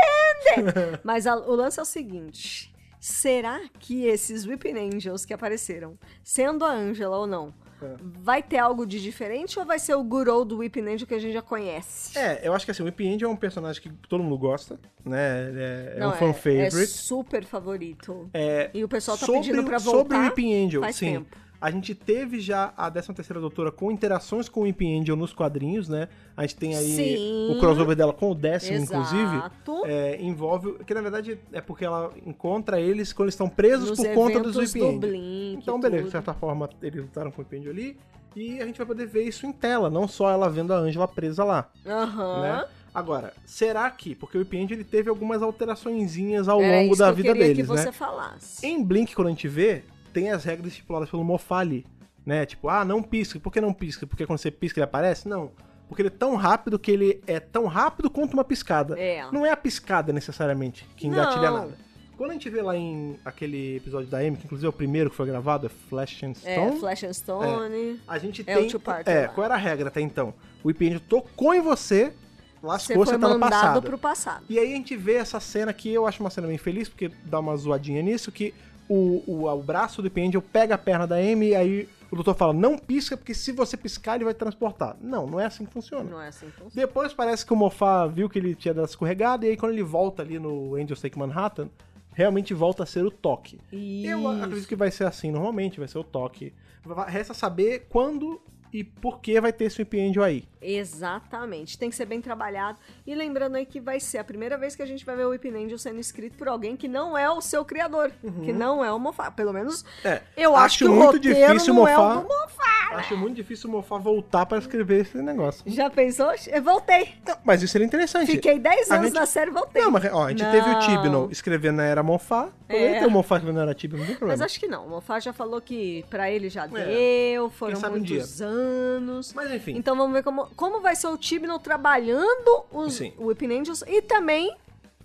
Speaker 1: *laughs*
Speaker 2: Bandit! Mas a- o lance é o seguinte: será que esses Weeping Angels que apareceram, sendo a Angela ou não,
Speaker 1: É.
Speaker 2: vai ter algo de diferente ou vai ser o guru do Weeping Angel que a gente já conhece?
Speaker 1: É, eu acho que assim, o Weeping Angel é um personagem que todo mundo gosta, né? Ele É, é
Speaker 2: Não,
Speaker 1: um fan
Speaker 2: É
Speaker 1: favorite.
Speaker 2: super favorito.
Speaker 1: É,
Speaker 2: E o pessoal tá
Speaker 1: sobre,
Speaker 2: pedindo pra voltar.
Speaker 1: Sobre o Weeping Angel,
Speaker 2: faz
Speaker 1: sim.
Speaker 2: tempo.
Speaker 1: A gente teve já a 13ª Doutora com interações com o Weeping Angel nos quadrinhos, né? A gente tem aí
Speaker 2: Sim.
Speaker 1: o crossover dela com o décimo,
Speaker 2: Exato.
Speaker 1: Assim, inclusive. É, envolve... Que, na verdade, é porque ela encontra eles quando eles estão presos
Speaker 2: Nos
Speaker 1: por conta dos
Speaker 2: eventos
Speaker 1: Weeping Angel.
Speaker 2: do Blink.
Speaker 1: Então, beleza, de
Speaker 2: tudo.
Speaker 1: certa forma, eles lutaram com o Weeping Angel ali. E a gente vai poder ver isso em tela, não só ela vendo a Angela presa lá
Speaker 2: Aham.
Speaker 1: né? Agora, será que? Porque o Happy End, ele teve algumas alterações ao
Speaker 2: Era
Speaker 1: longo
Speaker 2: isso
Speaker 1: da
Speaker 2: que eu
Speaker 1: vida
Speaker 2: queria
Speaker 1: deles,
Speaker 2: que você
Speaker 1: né?
Speaker 2: falasse.
Speaker 1: Em Blink, quando a gente vê, tem as regras estipuladas pelo Mofali, né? Tipo, ah, não pisca. Por que não pisca? Porque quando você pisca ele aparece? Não. Porque ele é tão rápido que ele é tão rápido quanto uma piscada.
Speaker 2: É.
Speaker 1: Não é a piscada necessariamente que engatilha
Speaker 2: Não.
Speaker 1: nada. Quando a gente vê lá em aquele episódio da Amy, que inclusive é o primeiro que foi gravado, é Flash and
Speaker 2: É,
Speaker 1: Stone.
Speaker 2: Flash and Stone.
Speaker 1: A gente
Speaker 2: É
Speaker 1: tem.
Speaker 2: o two-parter
Speaker 1: é,
Speaker 2: lá.
Speaker 1: qual era a regra até então? O Whip Angel tocou em você,
Speaker 2: Você
Speaker 1: lascou,
Speaker 2: foi
Speaker 1: você, tá no
Speaker 2: mandado
Speaker 1: passado.
Speaker 2: pro passado.
Speaker 1: E aí a gente vê essa cena que eu acho uma cena bem feliz, porque dá uma zoadinha nisso, que o, o, o braço do Whip Angel pega a perna da Amy e aí o doutor fala, não pisca, porque se você piscar, ele vai transportar. Não, não é assim que funciona.
Speaker 2: Não é assim que funciona.
Speaker 1: Depois parece que o Mofá viu que ele tinha dado escorregada, e aí quando ele volta ali no Angel Take Manhattan, realmente volta a ser o toque. Eu
Speaker 2: Isso.
Speaker 1: acredito que vai ser assim normalmente, vai ser o toque. Va- Resta saber quando e por que vai ter esse Whip Angel aí.
Speaker 2: Exatamente, tem que ser bem trabalhado. E lembrando aí que vai ser a primeira vez que a gente vai ver o Whip Angel sendo escrito por alguém que não é o seu criador, que não é o Mofá. Pelo menos
Speaker 1: Uhum. É,
Speaker 2: eu
Speaker 1: acho
Speaker 2: acho, que o
Speaker 1: muito
Speaker 2: roteiro
Speaker 1: difícil
Speaker 2: não
Speaker 1: o
Speaker 2: é
Speaker 1: Moffat-
Speaker 2: o do Mofá.
Speaker 1: Acho muito difícil o Mofá voltar pra escrever esse negócio.
Speaker 2: Já pensou? Eu voltei.
Speaker 1: Mas isso seria interessante.
Speaker 2: Fiquei 10
Speaker 1: A
Speaker 2: anos
Speaker 1: gente-
Speaker 2: na série, voltei.
Speaker 1: Não, mas ó, a gente teve o
Speaker 2: Não.
Speaker 1: Tibno escrevendo na era Mofá. Poderia
Speaker 2: É.
Speaker 1: ter o Mofá escrevendo na era Tibno, não tem
Speaker 2: Mas
Speaker 1: problema. É,
Speaker 2: acho que não. O Mofá já falou que pra ele já deu, foram
Speaker 1: sabe um
Speaker 2: muitos anos.
Speaker 1: Mas enfim.
Speaker 2: Então vamos ver como, como vai ser o Tibnall trabalhando os
Speaker 1: Sim.
Speaker 2: Whipping Angels e também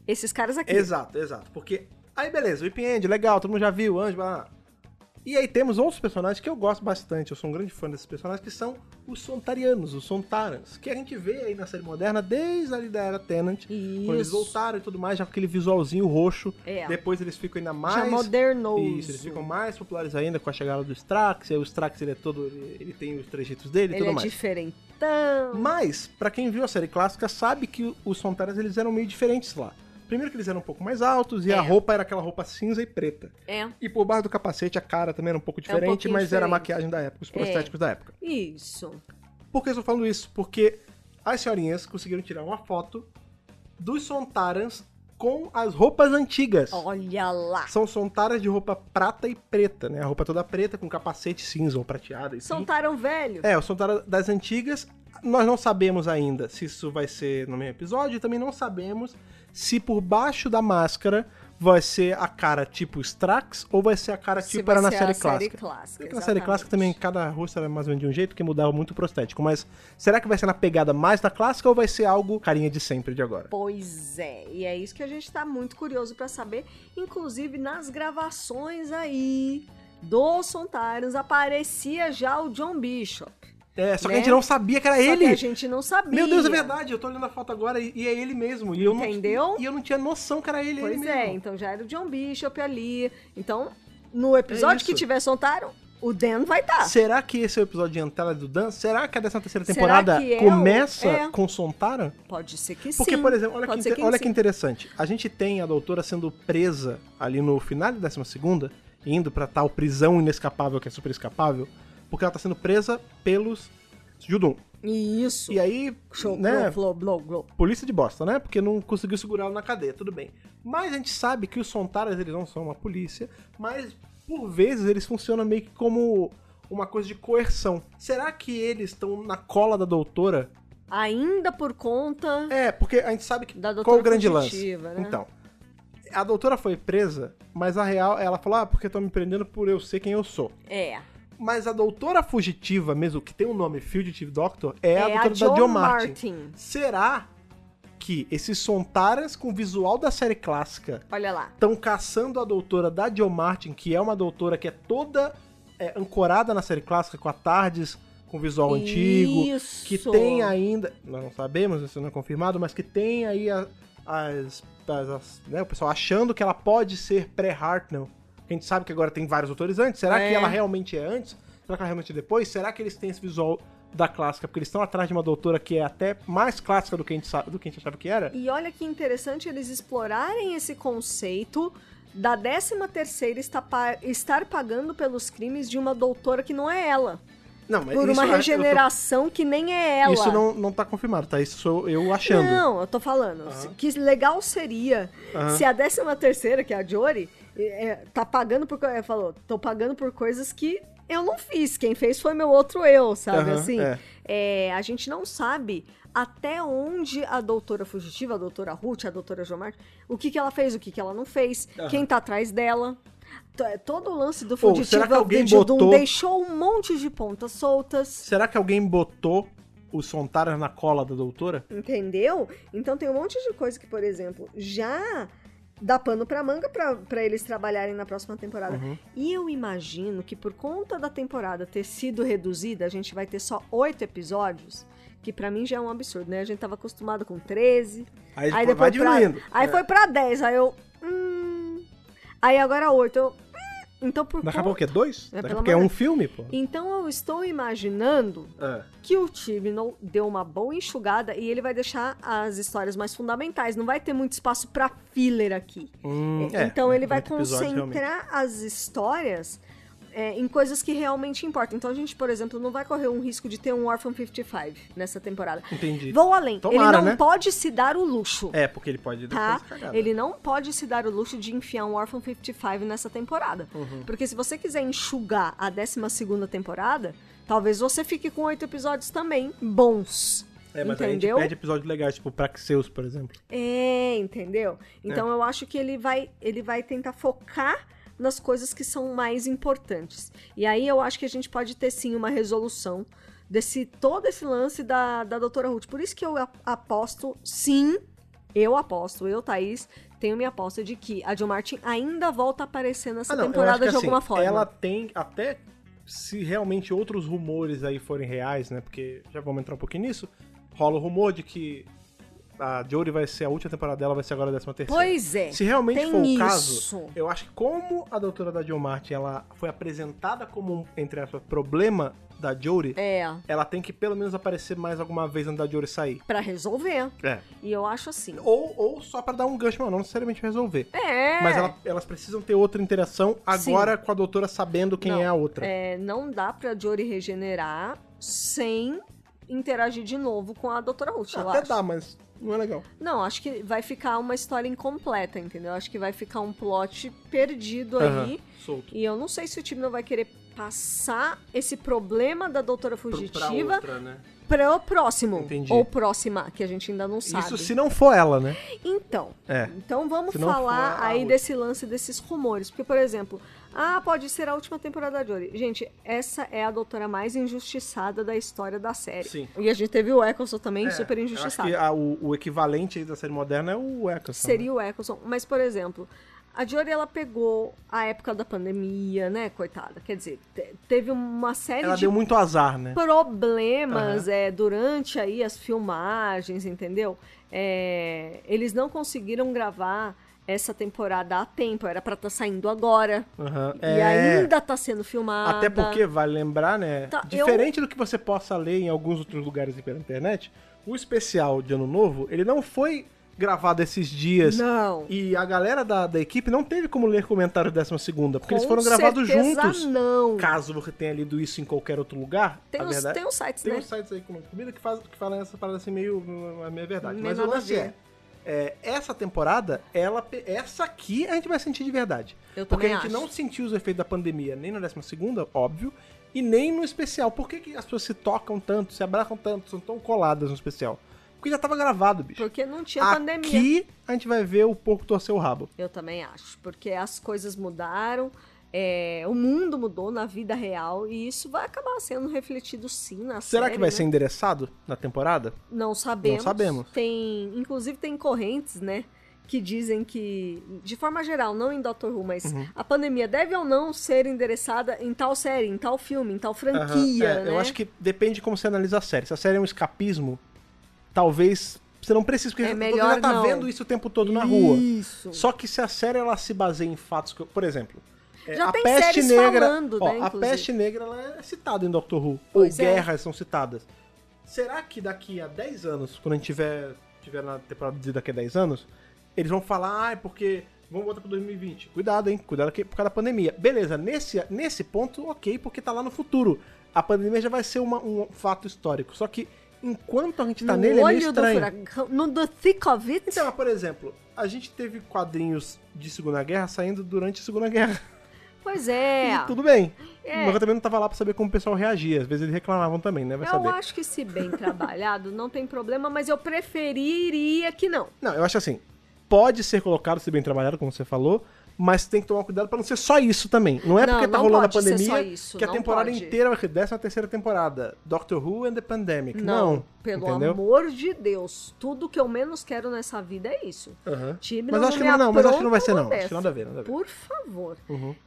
Speaker 2: esses caras aqui.
Speaker 1: Exato, exato. Porque. Aí beleza, Whip End, legal, todo mundo já viu, Anjo, blá, blá, blá. E aí temos outros personagens que eu gosto bastante, eu sou um grande fã desses personagens, que são os Sontarianos, os Sontarans, que a gente vê aí na série moderna desde ali da era Tenant. Quando eles
Speaker 2: Isso.
Speaker 1: voltaram e tudo mais, já com aquele visualzinho roxo.
Speaker 2: É.
Speaker 1: Depois eles ficam ainda mais.
Speaker 2: Já modernou.
Speaker 1: Isso, eles ficam mais populares ainda com a chegada do Strax. Aí o Strax ele é todo. Ele, ele tem os trejeitos dele e
Speaker 2: Ele
Speaker 1: tudo
Speaker 2: é
Speaker 1: mais.
Speaker 2: diferentão.
Speaker 1: Mas, pra quem viu a série clássica, sabe que os Sontaras eles eram meio diferentes lá. Primeiro que eles eram um pouco mais altos e a
Speaker 2: É.
Speaker 1: roupa era aquela roupa cinza e preta.
Speaker 2: É.
Speaker 1: E por baixo do capacete a cara também era um pouco
Speaker 2: pouquinho
Speaker 1: diferente, mas era a
Speaker 2: diferente. É.
Speaker 1: maquiagem da época, os prostéticos da época.
Speaker 2: Isso.
Speaker 1: Por que eu estou falando isso? Porque as senhorinhas conseguiram tirar uma foto dos Sontarans com as roupas antigas.
Speaker 2: Olha lá.
Speaker 1: São Sontaras de roupa prata e preta, né? A roupa toda preta com capacete cinza ou prateada. enfim.
Speaker 2: Soltaram velho.
Speaker 1: É, o Sontara das Antigas. Nós não sabemos ainda se isso vai ser no mesmo episódio. E também não sabemos se por baixo da máscara vai ser a cara tipo Strax ou vai ser a cara
Speaker 2: Se
Speaker 1: tipo
Speaker 2: vai
Speaker 1: era na
Speaker 2: ser
Speaker 1: série
Speaker 2: a série
Speaker 1: clássica.
Speaker 2: clássica,
Speaker 1: Porque na série
Speaker 2: exatamente.
Speaker 1: clássica também é cada rosto era mais ou menos de um jeito, porque mudava muito o prostético. Mas será que vai ser na pegada mais da clássica ou vai ser algo carinha de sempre de agora?
Speaker 2: Pois é, e é isso que a gente tá muito curioso pra saber, inclusive nas gravações aí do Sontarans aparecia já o John Bishop.
Speaker 1: É, só que a
Speaker 2: né?
Speaker 1: gente não sabia que era
Speaker 2: Só
Speaker 1: ele.
Speaker 2: que a gente não sabia.
Speaker 1: Meu Deus, é verdade, eu tô olhando a foto agora e, e é ele mesmo. E eu não-
Speaker 2: Entendeu?
Speaker 1: e eu não tinha noção que era ele,
Speaker 2: Pois
Speaker 1: ele
Speaker 2: é,
Speaker 1: mesmo.
Speaker 2: então já era o John Bishop ali. Então, no episódio
Speaker 1: É isso.
Speaker 2: que tiver Sontaran, o Dan vai tá. estar.
Speaker 1: Será que esse é o episódio de entrada do Dan? Será que a 13 terceira
Speaker 2: Ah. Será
Speaker 1: temporada
Speaker 2: que é
Speaker 1: começa
Speaker 2: o- é.
Speaker 1: com Sontara?
Speaker 2: Pode ser que sim.
Speaker 1: Porque, por exemplo, olha, que,
Speaker 2: Pode
Speaker 1: inte-
Speaker 2: ser que
Speaker 1: olha
Speaker 2: sim.
Speaker 1: que interessante. A gente tem a doutora sendo presa ali no final da 12 segunda, indo pra tal prisão inescapável, que é super escapável, porque ela tá sendo presa pelos Judum.
Speaker 2: Isso.
Speaker 1: E aí,
Speaker 2: Show,
Speaker 1: né,
Speaker 2: glow, glow, glow, glow.
Speaker 1: polícia de bosta, né? Porque não conseguiu segurá-lo na cadeia, tudo bem. Mas a gente sabe que os Sontaras, eles não são uma polícia, mas por vezes eles funcionam meio que como uma coisa de coerção. Será que eles estão na cola da doutora?
Speaker 2: Ainda por conta
Speaker 1: É, porque a gente sabe que
Speaker 2: Da
Speaker 1: qual
Speaker 2: doutora
Speaker 1: o grande lance.
Speaker 2: fugitiva, né?
Speaker 1: Então, a doutora foi presa, mas a real ela falou: "Ah, porque estão me prendendo por eu ser quem eu sou".
Speaker 2: é
Speaker 1: Mas a doutora fugitiva mesmo, que tem o nome Fugitive Doctor, é, a
Speaker 2: É
Speaker 1: doutora
Speaker 2: a
Speaker 1: da
Speaker 2: Jo
Speaker 1: John Martin.
Speaker 2: Martin.
Speaker 1: Será que esses Sontaras com o visual da série clássica
Speaker 2: Olha lá.
Speaker 1: estão caçando a doutora da John Martin, que é uma doutora que é toda é, ancorada na série clássica, com a Tardes, com o visual antigo,
Speaker 2: Isso.
Speaker 1: que tem ainda, nós não sabemos, isso não é confirmado, mas que tem aí a- as, as- as- né, o pessoal achando que ela pode ser pré-Hartnell. A gente sabe que agora tem vários autores antes. Será
Speaker 2: É.
Speaker 1: que ela realmente é antes? Será que ela realmente é depois? Será que eles têm esse visual da clássica? Porque eles estão atrás de uma doutora que é até mais clássica do que a gente, sa- do que a gente achava que era.
Speaker 2: E olha que interessante eles explorarem esse conceito da 13 terceira estar, pa- estar pagando pelos crimes de uma doutora que não é ela.
Speaker 1: Não, mas
Speaker 2: Por uma
Speaker 1: eu tô-
Speaker 2: regeneração que nem é ela.
Speaker 1: Isso não, não tá confirmado, tá? Isso sou eu achando.
Speaker 2: Não, eu tô falando. Que legal seria
Speaker 1: Aham.
Speaker 2: se a 13 terceira, que é a Jory, é, é, tá pagando por... co- é, Falou, tô pagando por coisas que eu não fiz. Quem fez foi meu outro eu, sabe
Speaker 1: Aham,
Speaker 2: assim?
Speaker 1: é.
Speaker 2: É, a gente não sabe até onde a doutora fugitiva, a doutora Ruth, a doutora Jomar, o que, que ela fez, o que, que ela não fez,
Speaker 1: Aham.
Speaker 2: quem tá atrás dela. T- Todo o lance do
Speaker 1: Pô,
Speaker 2: fugitivo é
Speaker 1: será que alguém
Speaker 2: de Judum
Speaker 1: botou-
Speaker 2: deixou um monte de pontas soltas.
Speaker 1: Será que alguém botou os Sontaras na cola da doutora?
Speaker 2: Entendeu? Então tem um monte de coisa que, por exemplo, já dá pano pra manga pra pra eles trabalharem na próxima temporada. E eu imagino que por conta da temporada ter sido reduzida, a gente vai ter só oito episódios, que pra mim já é um absurdo, né? A gente tava acostumado com 13,
Speaker 1: Aí,
Speaker 2: aí
Speaker 1: vai
Speaker 2: depois pra,
Speaker 1: diminuindo.
Speaker 2: aí
Speaker 1: É.
Speaker 2: foi pra 10, aí eu, hum, aí agora oito, eu, hum, então por
Speaker 1: Daqui a pouco
Speaker 2: conta...
Speaker 1: é dois?
Speaker 2: É,
Speaker 1: Daqui a
Speaker 2: pelo
Speaker 1: pouco é
Speaker 2: amor-
Speaker 1: um filme, pô.
Speaker 2: Então eu estou imaginando
Speaker 1: É.
Speaker 2: que o Tibnall deu uma boa enxugada e ele vai deixar as histórias mais fundamentais. Não vai ter muito espaço pra filler aqui.
Speaker 1: Hum, é,
Speaker 2: É, então
Speaker 1: é,
Speaker 2: ele vai
Speaker 1: muito episódio,
Speaker 2: concentrar as histórias é, em coisas que realmente importam. Então a gente, por exemplo, não vai correr um risco de ter um Orphan 55 nessa temporada.
Speaker 1: Entendi.
Speaker 2: Vou além. ele
Speaker 1: Tomara,
Speaker 2: não
Speaker 1: né?
Speaker 2: pode se dar o luxo.
Speaker 1: É, porque ele pode depois
Speaker 2: Tá?
Speaker 1: cagar, né?
Speaker 2: Ele não pode se dar o luxo de enfiar um Orphan 55 nessa temporada.
Speaker 1: Uhum.
Speaker 2: Porque se você quiser enxugar a 12 temporada, talvez você fique com oito episódios também bons.
Speaker 1: É, mas aí a gente
Speaker 2: entendeu?
Speaker 1: perde episódios legais, tipo Praxeus, por exemplo.
Speaker 2: É, entendeu?
Speaker 1: É.
Speaker 2: Então eu acho que ele vai, ele vai tentar focar nas coisas que são mais importantes. E aí eu acho que a gente pode ter sim uma resolução desse todo esse lance da, da doutora Ruth. Por isso que eu a- aposto, sim, eu aposto, eu, Thaís, tenho minha aposta de que a Jo Martin ainda volta a aparecer nessa
Speaker 1: Ah, não, eu acho
Speaker 2: temporada
Speaker 1: que,
Speaker 2: de alguma
Speaker 1: assim,
Speaker 2: forma.
Speaker 1: Ela tem até se realmente outros rumores aí forem reais, né? Porque já vamos entrar um pouquinho nisso. Rola o rumor de que a Jory vai ser a última temporada dela, vai ser agora a 13 terceira.
Speaker 2: Pois é.
Speaker 1: Se realmente
Speaker 2: tem
Speaker 1: for o
Speaker 2: isso.
Speaker 1: caso, eu acho que como a doutora da John Martin, ela foi apresentada como um, entre aspas, problema da Jory,
Speaker 2: É,
Speaker 1: ela tem que pelo menos aparecer mais alguma vez antes da Jory sair.
Speaker 2: pra resolver.
Speaker 1: É.
Speaker 2: E eu acho assim.
Speaker 1: Ou, ou só pra dar um gancho, mas não necessariamente resolver.
Speaker 2: É.
Speaker 1: Mas ela- elas precisam ter outra interação agora com a doutora sabendo quem
Speaker 2: Não,
Speaker 1: é a outra.
Speaker 2: É, não dá pra Jory regenerar sem interagir de novo com a Doutora Ruth, eu
Speaker 1: Até
Speaker 2: acho.
Speaker 1: dá, mas não é legal.
Speaker 2: Não, acho que vai ficar uma história incompleta, entendeu? Acho que vai ficar um plot perdido aí.
Speaker 1: Aham, Solto.
Speaker 2: E eu não sei se o time não vai querer passar esse problema da Doutora
Speaker 1: Pro- pra
Speaker 2: Fugitiva
Speaker 1: outra, né?
Speaker 2: para o próximo.
Speaker 1: Entendi.
Speaker 2: Ou próxima, que a gente ainda não sabe.
Speaker 1: Isso se não for ela, né?
Speaker 2: Então,
Speaker 1: É.
Speaker 2: então vamos
Speaker 1: Se não for
Speaker 2: falar
Speaker 1: a
Speaker 2: aí
Speaker 1: última.
Speaker 2: desse lance desses rumores. Porque, por exemplo, ah, pode ser a última temporada de Ori. Gente, essa é a doutora mais injustiçada da história da série.
Speaker 1: Sim.
Speaker 2: E a gente teve o Eccleston também,
Speaker 1: É,
Speaker 2: super
Speaker 1: eu
Speaker 2: injustiçado.
Speaker 1: Acho que a- o, o equivalente aí da série moderna é o Eccleston.
Speaker 2: Seria o Eccleston. Mas, por exemplo, a Jory, ela pegou a época da pandemia, né, coitada? Quer dizer, te- teve uma série
Speaker 1: Ela
Speaker 2: um de
Speaker 1: deu muito azar, né?
Speaker 2: problemas é, durante aí as filmagens, entendeu? É, eles não conseguiram gravar essa temporada a tempo, era pra estar saindo agora.
Speaker 1: Aham,
Speaker 2: E
Speaker 1: é.
Speaker 2: ainda tá sendo filmada.
Speaker 1: Até porque, vale lembrar, né?
Speaker 2: Tá, eu-
Speaker 1: diferente do que você possa ler em alguns outros lugares aí pela internet, o especial de Ano Novo, ele não foi gravado esses dias.
Speaker 2: Não.
Speaker 1: E a galera da, da equipe não teve como ler comentário décima segunda, porque
Speaker 2: Com
Speaker 1: eles foram gravados
Speaker 2: certeza
Speaker 1: juntos.
Speaker 2: Não.
Speaker 1: Caso você tenha lido isso em qualquer outro lugar,
Speaker 2: Tem
Speaker 1: a
Speaker 2: os,
Speaker 1: verdade...
Speaker 2: tem os sites,
Speaker 1: Tem
Speaker 2: né?
Speaker 1: uns sites aí com comida que, faz, que falam essa parada assim meio. A minha verdade.
Speaker 2: Meio
Speaker 1: Mas o
Speaker 2: nada a
Speaker 1: lance
Speaker 2: ver.
Speaker 1: é. é, essa temporada, ela, pe- essa aqui a gente vai sentir de verdade.
Speaker 2: Eu
Speaker 1: Porque a
Speaker 2: também
Speaker 1: gente
Speaker 2: acho.
Speaker 1: não sentiu os efeitos da pandemia nem na 12 segunda, óbvio, e nem no especial. Por que, que as pessoas se tocam tanto, se abraçam tanto, são tão coladas no especial? Porque já tava gravado, bicho.
Speaker 2: Porque não tinha pandemia.
Speaker 1: Aqui a gente vai ver o porco torcer o rabo.
Speaker 2: Eu também acho, porque as coisas mudaram, é, o mundo mudou na vida real e isso vai acabar sendo refletido sim na
Speaker 1: Será
Speaker 2: série,
Speaker 1: que vai
Speaker 2: né?
Speaker 1: ser endereçado na temporada?
Speaker 2: Não sabemos.
Speaker 1: Não sabemos.
Speaker 2: Tem, inclusive tem correntes, né? Que dizem que, de forma geral, não em Doctor Who, mas
Speaker 1: Uhum.
Speaker 2: a pandemia deve ou não ser endereçada em tal série, em tal filme, em tal franquia.
Speaker 1: Aham, é,
Speaker 2: né?
Speaker 1: Eu acho que depende de como você analisa a série. Se a série é um escapismo, talvez você não precise, porque
Speaker 2: É
Speaker 1: você
Speaker 2: melhor
Speaker 1: já tá
Speaker 2: não.
Speaker 1: vendo isso o tempo todo na rua.
Speaker 2: Isso.
Speaker 1: Só que se a série ela se baseia em fatos que, eu- por exemplo, é,
Speaker 2: Já
Speaker 1: a
Speaker 2: tem
Speaker 1: peste
Speaker 2: séries
Speaker 1: negra,
Speaker 2: falando,
Speaker 1: ó,
Speaker 2: né,
Speaker 1: a
Speaker 2: inclusive.
Speaker 1: peste negra ela é citada em Doctor Who,
Speaker 2: Pois
Speaker 1: ou
Speaker 2: é.
Speaker 1: guerras são citadas. Será que daqui a 10 anos, quando a gente tiver, tiver na temporada de daqui a 10 anos, eles vão falar, ah, é porque vamos voltar para 2020. Cuidado, hein? Cuidado que por causa da pandemia. Beleza, nesse nesse ponto, OK, porque tá lá no futuro. A pandemia já vai ser uma- um fato histórico. Só que enquanto a gente tá
Speaker 2: no
Speaker 1: nele, é meio
Speaker 2: olho do
Speaker 1: estranho.
Speaker 2: furacão, no The Thick of It,
Speaker 1: Então, mas, por exemplo, a gente teve quadrinhos de Segunda Guerra saindo durante a Segunda Guerra.
Speaker 2: pois *laughs* é.
Speaker 1: E tudo bem.
Speaker 2: É.
Speaker 1: Mas eu também não tava lá pra saber como o pessoal reagia. Às vezes eles reclamavam também, né? Vai
Speaker 2: Eu
Speaker 1: saber.
Speaker 2: acho que se bem trabalhado não tem problema, mas eu preferiria que não.
Speaker 1: Não, eu acho assim. Pode ser colocado, ser bem trabalhado, como você falou, mas tem que tomar cuidado pra não ser só isso também. Não é
Speaker 2: Não,
Speaker 1: porque tá
Speaker 2: não
Speaker 1: rolando a
Speaker 2: pode ser só
Speaker 1: pandemia
Speaker 2: isso,
Speaker 1: que a
Speaker 2: não
Speaker 1: temporada
Speaker 2: pode.
Speaker 1: inteira vai ser décima terceira temporada. Doctor Who and the Pandemic. Não.
Speaker 2: pelo
Speaker 1: entendeu?
Speaker 2: amor de Deus, tudo que eu menos quero nessa vida é isso.
Speaker 1: Aham.
Speaker 2: Time
Speaker 1: Mas
Speaker 2: não
Speaker 1: acho que
Speaker 2: me
Speaker 1: não, não, mas acho que não vai ser,
Speaker 2: apronta
Speaker 1: não.
Speaker 2: uma
Speaker 1: Acho que nada a ver, nada a ver. Uhum.
Speaker 2: Por favor.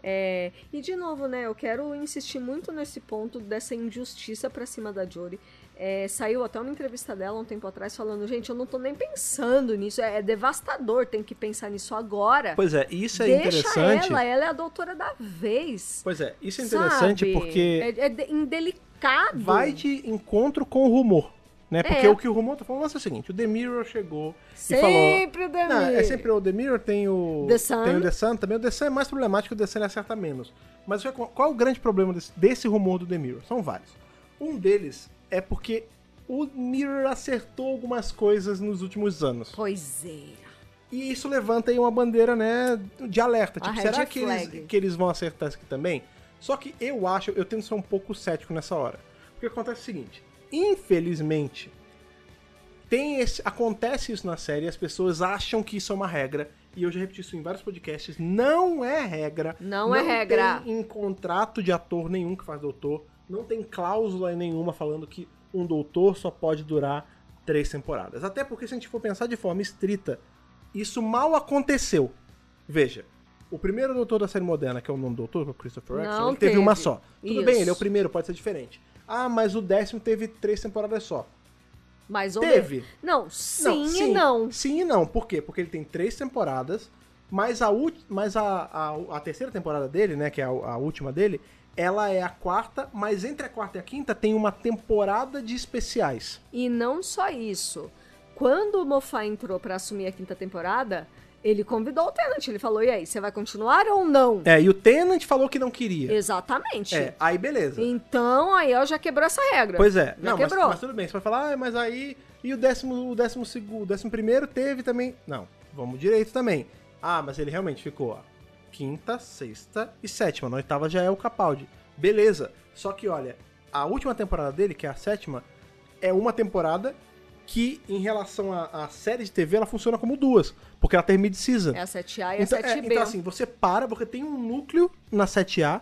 Speaker 2: É, e de novo, né, eu quero insistir muito nesse ponto dessa injustiça pra cima da Jory. É, saiu até uma entrevista dela um tempo atrás falando, gente, eu não tô nem pensando nisso, é, é devastador, tem que pensar nisso agora.
Speaker 1: Pois é, e isso é
Speaker 2: Deixa
Speaker 1: interessante.
Speaker 2: ela, ela é a doutora da vez.
Speaker 1: Pois é, isso é interessante
Speaker 2: sabe?
Speaker 1: porque.
Speaker 2: É, é de- indelicado.
Speaker 1: vai de encontro com o rumor. Né? Porque
Speaker 2: É.
Speaker 1: o que o rumor tá falando é o seguinte: o The Mirror chegou e falou.
Speaker 2: Sempre o The
Speaker 1: Não, é
Speaker 2: Mirror.
Speaker 1: sempre o The Mirror, tem o
Speaker 2: The Sun.
Speaker 1: Tem o The Sun também. O The Sun é mais problemático, o The Sun ele acerta menos. Mas o que- qual é o grande problema desse, desse rumor do The Mirror? São vários. Um deles é porque o Mirror acertou algumas coisas nos últimos anos.
Speaker 2: Pois é.
Speaker 1: E isso levanta aí uma bandeira, né, de alerta.
Speaker 2: Uma
Speaker 1: Tipo,
Speaker 2: red
Speaker 1: será que eles,
Speaker 2: flag.
Speaker 1: que eles vão acertar isso aqui também? Só que eu acho, eu tento ser um pouco cético nessa hora. Porque acontece o seguinte, infelizmente, tem esse, acontece isso na série, as pessoas acham que isso é uma regra, e eu já repeti isso em vários podcasts, não é regra.
Speaker 2: Não é regra.
Speaker 1: Tem em contrato de ator nenhum que faz doutor, não tem cláusula nenhuma falando que um doutor só pode durar três temporadas. Até porque se a gente for pensar de forma estrita, isso mal aconteceu. Veja, o primeiro doutor da série moderna, que é o nome do doutor, que é o Christopher
Speaker 2: Não
Speaker 1: Rex, ele teve
Speaker 2: teve.
Speaker 1: uma só. Tudo
Speaker 2: Isso.
Speaker 1: bem, ele é o primeiro, pode ser diferente. Ah, mas o décimo teve três temporadas só.
Speaker 2: Mais ou
Speaker 1: Teve.
Speaker 2: menos. Não, sim, e não.
Speaker 1: Sim e não. Por quê? Porque ele tem três temporadas, mas a, ulti- mas a, a, a terceira temporada dele, né, que é a, a última dele, ela é a quarta, mas entre a quarta e a quinta tem uma temporada de especiais.
Speaker 2: E não só isso. Quando o Moffat entrou pra assumir a quinta temporada, ele convidou o Tennant. Ele falou, e aí, você vai continuar ou não?
Speaker 1: É, e o Tennant falou que não queria.
Speaker 2: Exatamente.
Speaker 1: É, aí beleza.
Speaker 2: Então, aí ó, já quebrou essa regra.
Speaker 1: Pois é.
Speaker 2: Já
Speaker 1: não, mas,
Speaker 2: quebrou.
Speaker 1: mas tudo bem. Você vai falar, ah, mas aí. E o décimo, o décimo segundo, o décimo primeiro teve também. Não, vamos direito também. Ah, mas ele realmente ficou, ó. Quinta, sexta e sétima. Na oitava já é o Capaldi. Beleza. Só que, olha, a última temporada dele, que é a sétima, é uma temporada que, em relação à à série de TV, ela funciona como duas. Porque ela tem mid-season.
Speaker 2: É a 7A e
Speaker 1: Então,
Speaker 2: a
Speaker 1: é,
Speaker 2: 7B.
Speaker 1: então, assim, você para, você tem um núcleo na 7A,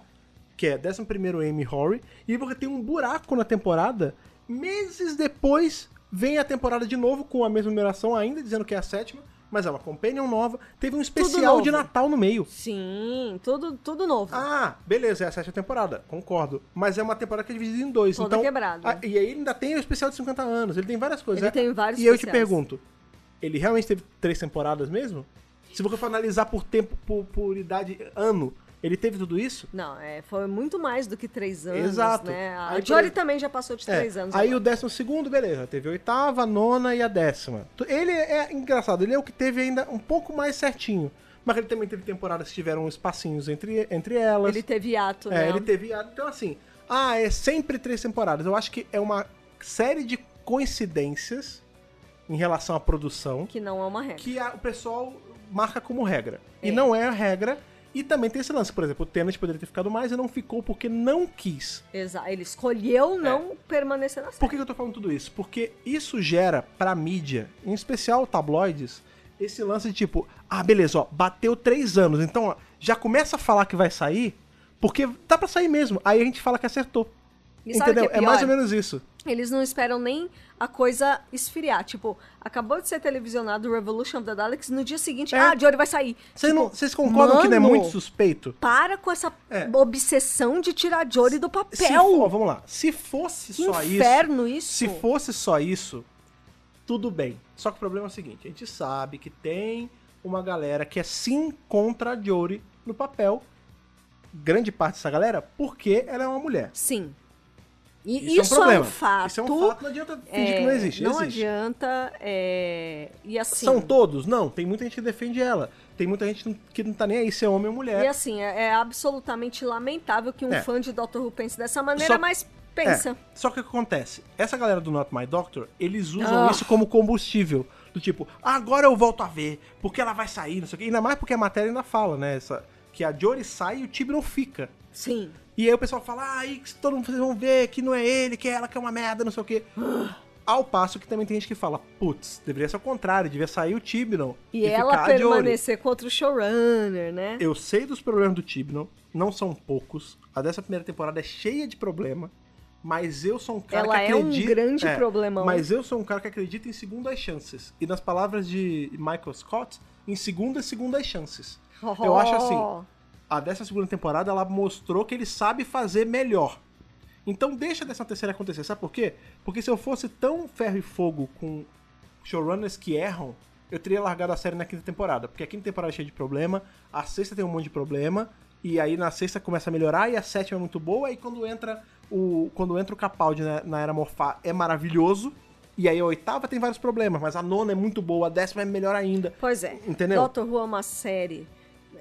Speaker 1: que é 11º Amy Horry, e você tem um buraco na temporada, meses depois vem a temporada de novo com a mesma numeração, ainda dizendo que é a sétima, mas é uma companion nova, teve um especial
Speaker 2: novo.
Speaker 1: de Natal no meio.
Speaker 2: Sim, tudo, tudo novo.
Speaker 1: Ah, beleza, é a sétima temporada, concordo. Mas é uma temporada que é dividida em dois.
Speaker 2: Toda
Speaker 1: então,
Speaker 2: quebrada.
Speaker 1: Ah, e aí ele ainda tem o especial de 50 anos, ele tem várias coisas.
Speaker 2: Ele
Speaker 1: É-
Speaker 2: tem vários
Speaker 1: E eu te
Speaker 2: especiais.
Speaker 1: pergunto, ele realmente teve três temporadas mesmo? Se você for analisar por tempo, por, por idade, ano, ele teve tudo isso?
Speaker 2: Não, é, foi muito mais do que três anos,
Speaker 1: Exato.
Speaker 2: né? A
Speaker 1: Aí, por
Speaker 2: Jory
Speaker 1: exemplo-
Speaker 2: também já passou de
Speaker 1: É,
Speaker 2: três anos. né?
Speaker 1: Aí
Speaker 2: agora.
Speaker 1: o décimo segundo, beleza, teve a oitava, a nona e a décima. Tu- Ele é engraçado, ele é o que teve ainda um pouco mais certinho. Mas ele também teve temporadas que tiveram espacinhos entre, entre elas.
Speaker 2: Ele teve ato,
Speaker 1: É,
Speaker 2: né?
Speaker 1: ele teve. Então, assim, ah, é sempre três temporadas. Eu acho que é uma série de coincidências em relação à produção
Speaker 2: que não é uma regra.
Speaker 1: que a- o pessoal marca como regra. E não é a regra. E também tem esse lance, por exemplo, o Tenet poderia ter ficado mais e não ficou porque não quis.
Speaker 2: Exa- Ele
Speaker 1: É.
Speaker 2: escolheu não permanecer na série.
Speaker 1: Por que que eu tô falando tudo isso? Porque isso gera pra mídia, em especial tabloides, esse lance de tipo, ah, beleza, ó, bateu três anos, então ó, já começa a falar que vai sair, porque tá pra sair mesmo. Aí a gente fala que acertou.
Speaker 2: E sabe o
Speaker 1: Entendeu?
Speaker 2: que é pior?
Speaker 1: mais ou menos isso.
Speaker 2: Eles não esperam nem a coisa esfriar. Tipo, acabou de ser televisionado o Revolution of the Daleks, no dia seguinte,
Speaker 1: É.
Speaker 2: ah, Jory vai sair.
Speaker 1: Vocês
Speaker 2: Tipo,
Speaker 1: não- vocês concordam que não é
Speaker 2: mano,
Speaker 1: muito suspeito?
Speaker 2: Para com essa
Speaker 1: É.
Speaker 2: obsessão de tirar Jory do
Speaker 1: Se for-
Speaker 2: papel.
Speaker 1: vamos lá. Se fosse
Speaker 2: Que
Speaker 1: só isso.
Speaker 2: é um inferno isso.
Speaker 1: Se fosse só isso, tudo bem. Só que o problema é o seguinte: a gente sabe que tem uma galera que é sim contra a Jory no papel. Grande parte dessa galera, porque ela é uma mulher.
Speaker 2: Sim. E
Speaker 1: Isso, é um problema.
Speaker 2: fato.
Speaker 1: Isso é um fato, não adianta fingir que não
Speaker 2: É,
Speaker 1: existe.
Speaker 2: Não
Speaker 1: existe.
Speaker 2: adianta. é, E assim.
Speaker 1: São todos? Não, tem muita gente que defende ela. Tem muita gente que não- que não tá nem aí se é homem ou mulher.
Speaker 2: E assim, é, é absolutamente lamentável que um
Speaker 1: É.
Speaker 2: fã de Doctor Who pense dessa maneira,
Speaker 1: Só-
Speaker 2: mas pensa.
Speaker 1: É, só que o que acontece? Essa galera do Not My Doctor, eles usam
Speaker 2: Ah.
Speaker 1: isso como combustível. Do tipo, agora eu volto a ver, porque ela vai sair, não sei o quê. Ainda mais porque a matéria ainda fala, né? Essa, que a Jory sai e o Tibi não fica.
Speaker 2: Sim.
Speaker 1: E aí o pessoal fala, ah, e que todo mundo, vocês vão ver que não é ele, que é ela, que é uma merda, não sei o quê. Ao passo que também tem gente que fala, putz, deveria ser o contrário, devia sair o Tibnon.
Speaker 2: E,
Speaker 1: ficar
Speaker 2: ela
Speaker 1: a Jory."
Speaker 2: permanecer contra o showrunner, né?
Speaker 1: Eu sei dos problemas do Tibnon, não são poucos. A dessa primeira temporada é cheia de problema, mas eu sou um cara
Speaker 2: Ela
Speaker 1: que
Speaker 2: é um
Speaker 1: acredita.
Speaker 2: grande problemão.
Speaker 1: Mas eu sou um cara que acredita em segundas chances. E nas palavras de Michael Scott, em segundas segundas chances. Eu acho
Speaker 2: Oh.
Speaker 1: assim, a dessa segunda temporada ela mostrou que ele sabe fazer melhor. Então deixa dessa terceira acontecer, sabe por quê? Porque se eu fosse tão ferro e fogo com showrunners que erram, eu teria largado a série na quinta temporada. Porque a quinta temporada é cheia de problema, a sexta tem um monte de problema, e aí na sexta começa a melhorar, e a sétima é muito boa, e quando entra o, quando entra o Capaldi na, na Era Morfá é maravilhoso, e aí a oitava tem vários problemas, mas a nona é muito boa, a décima é melhor ainda.
Speaker 2: Pois é.
Speaker 1: Entendeu?
Speaker 2: Doctor Who é uma série.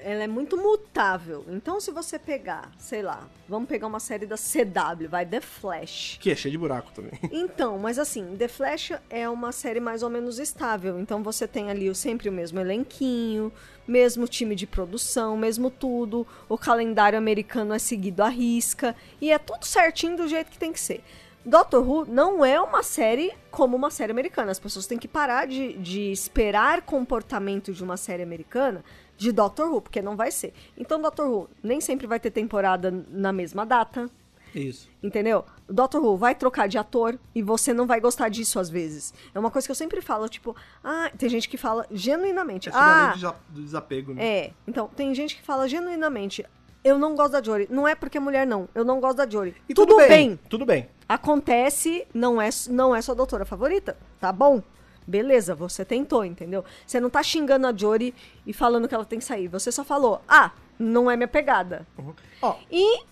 Speaker 2: Ela é muito mutável. Então, se você pegar, sei lá, vamos pegar uma série da CW, vai The Flash.
Speaker 1: Que é cheia de buraco também.
Speaker 2: Então, mas assim, The Flash é uma série mais ou menos estável. Então você tem ali o- sempre o mesmo elenquinho, mesmo time de produção, mesmo tudo. O calendário americano é seguido à risca. E é tudo certinho do jeito que tem que ser. Doctor Who não é uma série como uma série americana. As pessoas têm que parar de, de esperar comportamento de uma série americana de Doctor Who, porque não vai ser. Então, Doctor Who nem sempre vai ter temporada na mesma data.
Speaker 1: Isso.
Speaker 2: Entendeu? O Doctor Who vai trocar de ator e você não vai gostar disso às vezes. É uma coisa que eu sempre falo, tipo, ah, tem gente que fala genuinamente.
Speaker 1: É sobre a
Speaker 2: ah,
Speaker 1: lei do desa- do desapego, né?
Speaker 2: é. Então, tem gente que fala genuinamente, eu não gosto da Jory. Não é porque é mulher, não. Eu não gosto da Jory.
Speaker 1: E
Speaker 2: Tudo, bem.
Speaker 1: Tudo bem.
Speaker 2: Acontece, não é, não é sua doutora favorita, tá bom? Beleza, você tentou, entendeu? Você não tá xingando a Jory e falando que ela tem que sair. Você só falou, ah, não é minha pegada.
Speaker 1: Ó,
Speaker 2: E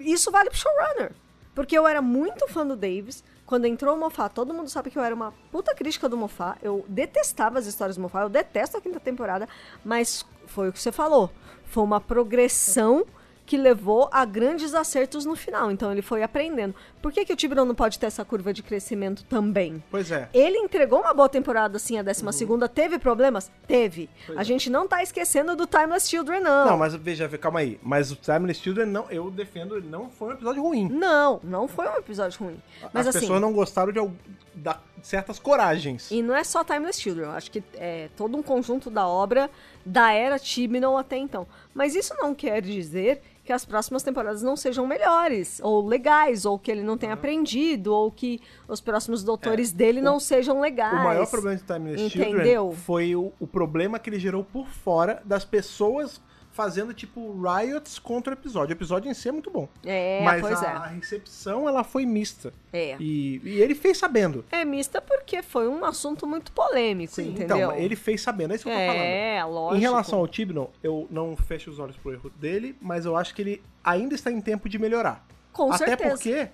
Speaker 2: isso vale pro showrunner. Porque eu era muito fã do Davis. Quando entrou o Mofá, todo mundo sabe que eu era uma puta crítica do Mofá. Eu detestava as histórias do Mofá, eu detesto a quinta temporada, mas foi o que você falou. Foi uma progressão que levou a grandes acertos no final. Então ele foi aprendendo. Por que, que o Tiburão não pode ter essa curva de crescimento também?
Speaker 1: pois é. Uhum.
Speaker 2: Ele entregou uma boa temporada, assim, a 12 segunda. Teve problemas? Teve. a gente não tá esquecendo do Timeless Children,
Speaker 1: é. Não, mas veja, calma aí. Mas o Timeless Children, não, eu defendo, ele não foi um episódio ruim.
Speaker 2: Não, não foi um episódio ruim. Hum, Mas
Speaker 1: As
Speaker 2: assim,
Speaker 1: pessoas não gostaram de, al- da- de certas coragens.
Speaker 2: e não é só Timeless Children, eu acho que é todo um conjunto da obra da era Chibnall até então. Mas isso não quer dizer que as próximas temporadas não sejam melhores, ou legais, ou que ele não tenha aprendido, ou que os próximos doutores dele não sejam legais.
Speaker 1: Uhum. É, O maior problema de Timeless
Speaker 2: Entendeu?
Speaker 1: Children foi o, o problema que ele gerou por fora das pessoas fazendo, tipo, riots contra o episódio. O episódio em si é muito bom.
Speaker 2: É,
Speaker 1: mas
Speaker 2: pois
Speaker 1: a,
Speaker 2: é.
Speaker 1: a recepção, ela foi mista.
Speaker 2: É.
Speaker 1: E, e ele fez sabendo.
Speaker 2: É mista porque foi um assunto muito polêmico, entendeu?
Speaker 1: então, ele fez sabendo. É isso que eu tô falando.
Speaker 2: É, lógico.
Speaker 1: Em relação ao Tibnon, eu não fecho os olhos pro erro dele, mas eu acho que ele ainda está em tempo de melhorar.
Speaker 2: Com
Speaker 1: Até
Speaker 2: certeza.
Speaker 1: porque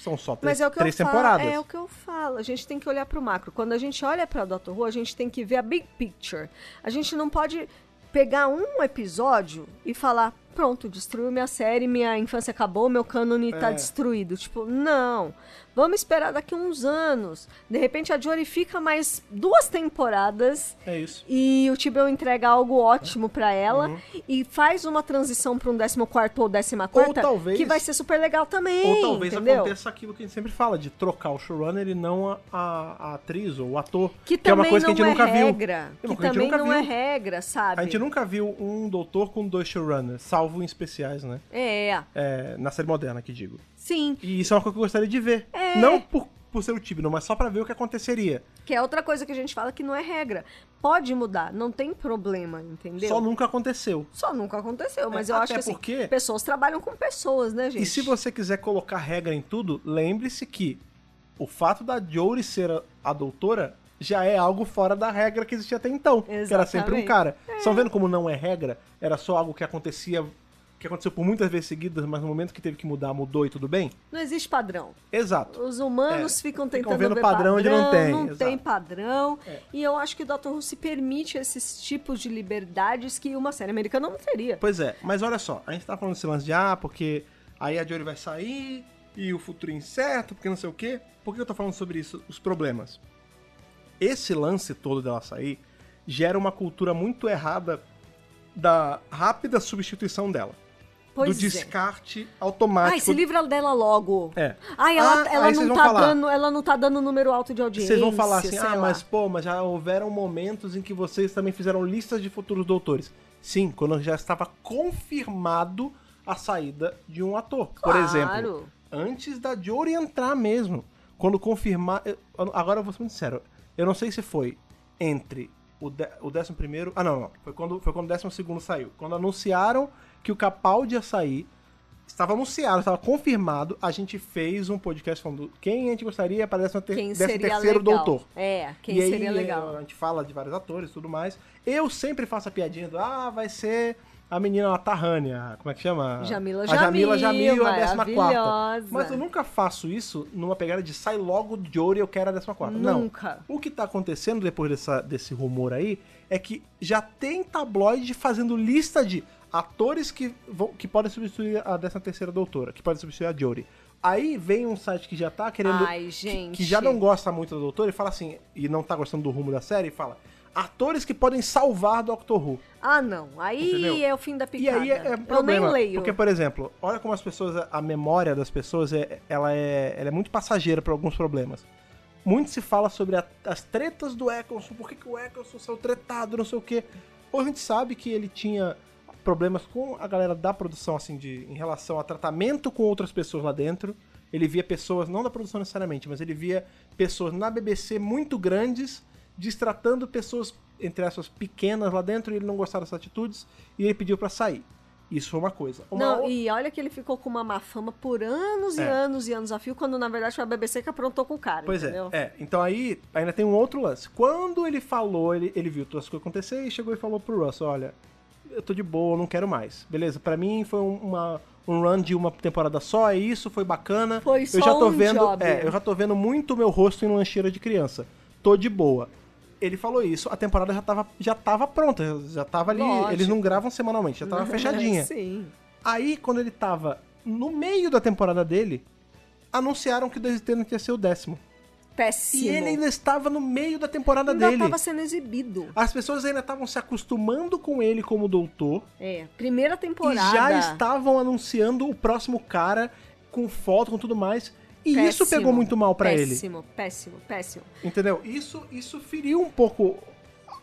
Speaker 1: são só três,
Speaker 2: Mas é o que
Speaker 1: três
Speaker 2: eu
Speaker 1: temporadas.
Speaker 2: Falo, é o que eu falo. A gente tem que olhar pro macro. Quando a gente olha pra Doctor Who, a gente tem que ver a big picture. A gente não pode pegar um episódio e falar, pronto, destruiu minha série, minha infância acabou, meu cânone tá
Speaker 1: É.
Speaker 2: destruído. Tipo, não. Vamos esperar daqui uns anos. De repente a Jory fica mais duas temporadas
Speaker 1: É isso. Uhum.
Speaker 2: e o Tibel entrega algo ótimo pra ela e faz uma transição pra um 14 ou 14
Speaker 1: Ou talvez-
Speaker 2: que vai ser super legal também.
Speaker 1: Ou talvez
Speaker 2: entendeu?
Speaker 1: aconteça aquilo que a gente sempre fala, de trocar o showrunner e não a, a- a atriz ou o ator.
Speaker 2: Que,
Speaker 1: é uma
Speaker 2: também
Speaker 1: coisa que a
Speaker 2: não
Speaker 1: gente
Speaker 2: é
Speaker 1: nunca viu.
Speaker 2: regra.
Speaker 1: É uma
Speaker 2: Que
Speaker 1: coisa que a gente
Speaker 2: também
Speaker 1: nunca
Speaker 2: não
Speaker 1: viu.
Speaker 2: é regra, sabe?
Speaker 1: A gente nunca viu um doutor com dois showrunners, salvo em especiais, né?
Speaker 2: É,
Speaker 1: É, na série moderna, que digo.
Speaker 2: sim.
Speaker 1: E isso é uma coisa que eu gostaria de ver.
Speaker 2: É.
Speaker 1: Não por, por ser o Tibno, mas só pra ver o que aconteceria.
Speaker 2: Que é outra coisa que a gente fala que não é regra. Pode mudar, não tem problema, entendeu?
Speaker 1: Só nunca aconteceu.
Speaker 2: Só nunca aconteceu, mas
Speaker 1: É,
Speaker 2: eu acho
Speaker 1: até
Speaker 2: que assim,
Speaker 1: porque-
Speaker 2: pessoas trabalham com pessoas, né, gente?
Speaker 1: E se você quiser colocar regra em tudo, lembre-se que o fato da Jory ser a, a doutora já é algo fora da regra que existia até então. Que era sempre um
Speaker 2: Exatamente.
Speaker 1: cara. Estão vendo como não é regra? Era só algo que acontecia. Que aconteceu por muitas vezes seguidas, mas no momento que teve que mudar, mudou e tudo bem?
Speaker 2: Não existe padrão.
Speaker 1: Exato.
Speaker 2: Os humanos
Speaker 1: É,
Speaker 2: ficam
Speaker 1: ficam
Speaker 2: tentando
Speaker 1: vendo
Speaker 2: ver
Speaker 1: padrão onde não tem,
Speaker 2: Não
Speaker 1: exato. É.
Speaker 2: tem padrão. E eu acho que o Dr. Who se permite esses tipos de liberdades que uma série americana não teria.
Speaker 1: Pois é, mas olha só, a gente tá falando desse lance de ah, porque aí a Jory vai sair e o futuro é incerto, porque não sei o quê. Por que eu tô falando sobre isso? Os problemas. Esse lance todo dela sair gera uma cultura muito errada da rápida substituição dela.
Speaker 2: Pois
Speaker 1: do
Speaker 2: é.
Speaker 1: descarte
Speaker 2: Ai,
Speaker 1: automático.
Speaker 2: Ah, se livra dela logo.
Speaker 1: É.
Speaker 2: Ai, ela,
Speaker 1: Ah,
Speaker 2: ela
Speaker 1: aí vocês
Speaker 2: não
Speaker 1: vão
Speaker 2: tá
Speaker 1: falar.
Speaker 2: dando, ela não tá dando número alto de audiência.
Speaker 1: Vocês vão falar assim,
Speaker 2: sei
Speaker 1: ah,
Speaker 2: lá."
Speaker 1: mas pô, mas já houveram momentos em que vocês também fizeram listas de futuros doutores. Sim, quando já estava confirmado a saída de um ator. Por
Speaker 2: Claro.
Speaker 1: exemplo, antes da Jory entrar mesmo. Quando confirmar. eu- agora eu vou ser muito sincero. Eu não sei se foi entre o, de, o décimo primeiro. Ah, não, não. Foi quando, foi quando o décimo segundo saiu. Quando anunciaram que o Capaldi ia sair. Estava anunciado, estava confirmado. A gente fez um podcast falando quem a gente gostaria para décima ter,
Speaker 2: quem
Speaker 1: décimo
Speaker 2: seria
Speaker 1: terceiro
Speaker 2: legal.
Speaker 1: doutor.
Speaker 2: É, quem
Speaker 1: E aí, eh, é,
Speaker 2: seria legal.
Speaker 1: A gente fala de vários atores e tudo mais. Eu sempre faço a piadinha do, ah, vai ser a menina, a Tarrânia, como é que chama?
Speaker 2: Jamila
Speaker 1: a Jamila
Speaker 2: Jamil,
Speaker 1: Jamil, a décima quarta.
Speaker 2: maravilhosa.
Speaker 1: Mas eu nunca faço isso numa pegada de sai logo de ouro e eu quero a décima quarta.
Speaker 2: Nunca.
Speaker 1: Não. O que tá acontecendo depois dessa- desse rumor aí é que já tem tabloide fazendo lista de atores que, vão- que podem substituir a décima terceira doutora, que podem substituir a Jory. Aí vem um site que já tá querendo
Speaker 2: Ai,
Speaker 1: que-
Speaker 2: gente.
Speaker 1: que já não gosta muito do Doutor e fala assim, e não tá gostando do rumo da série, e fala: atores que podem salvar Doctor Who.
Speaker 2: Ah, não. Aí
Speaker 1: Entendeu?
Speaker 2: é o fim da
Speaker 1: E
Speaker 2: picada.
Speaker 1: aí é, é um problema.
Speaker 2: Eu nem leio.
Speaker 1: Porque, por exemplo, olha como as pessoas, a memória das pessoas, é, ela, é, ela é muito passageira para alguns problemas. Muito se fala sobre a- as tretas do Eccleston, por que, que o Eccleston saiu tretado, não sei o quê. Ou a gente sabe que ele tinha problemas com a galera da produção, assim, de, em relação a tratamento com outras pessoas lá dentro. Ele via pessoas, não da produção necessariamente, mas ele via pessoas na BBC muito grandes, destratando pessoas, entre aspas, pequenas lá dentro, e ele não gostava dessas atitudes, e ele pediu pra sair. Isso foi uma coisa. Uma
Speaker 2: Não,
Speaker 1: outra-
Speaker 2: e olha que ele ficou com uma má fama por anos e
Speaker 1: É.
Speaker 2: anos e anos a fio, quando na verdade foi a BBC que aprontou com o cara,
Speaker 1: Pois é,
Speaker 2: entendeu?
Speaker 1: é. Então aí ainda tem um outro lance. Quando ele falou, ele, ele viu tudo as coisas acontecer e chegou e falou pro Russell, olha, eu tô de boa, eu não quero mais. Beleza, pra mim foi um- uma, um run de uma temporada só, é isso, foi bacana.
Speaker 2: Foi
Speaker 1: eu
Speaker 2: só
Speaker 1: já tô
Speaker 2: um
Speaker 1: vendo,
Speaker 2: job.
Speaker 1: É, eu já tô vendo muito meu rosto em lancheira de criança. Tô de boa. Ele falou isso, a temporada já tava, já tava pronta, já- já tava ali.
Speaker 2: Lógico.
Speaker 1: Eles não gravam semanalmente, já
Speaker 2: *laughs*
Speaker 1: tava fechadinha.
Speaker 2: Sim.
Speaker 1: Aí, quando ele tava no meio da temporada dele, anunciaram que o Desitano ia ser o décimo.
Speaker 2: Péssimo.
Speaker 1: E ele ainda estava no meio da temporada
Speaker 2: Ainda
Speaker 1: dele.
Speaker 2: tava sendo exibido.
Speaker 1: As pessoas ainda estavam se acostumando com ele como doutor.
Speaker 2: É, primeira temporada.
Speaker 1: E já estavam anunciando o próximo cara com foto, com tudo mais. E isso
Speaker 2: Péssimo,
Speaker 1: pegou muito mal pra ele.
Speaker 2: Péssimo, péssimo, péssimo.
Speaker 1: Entendeu? Isso, isso feriu um pouco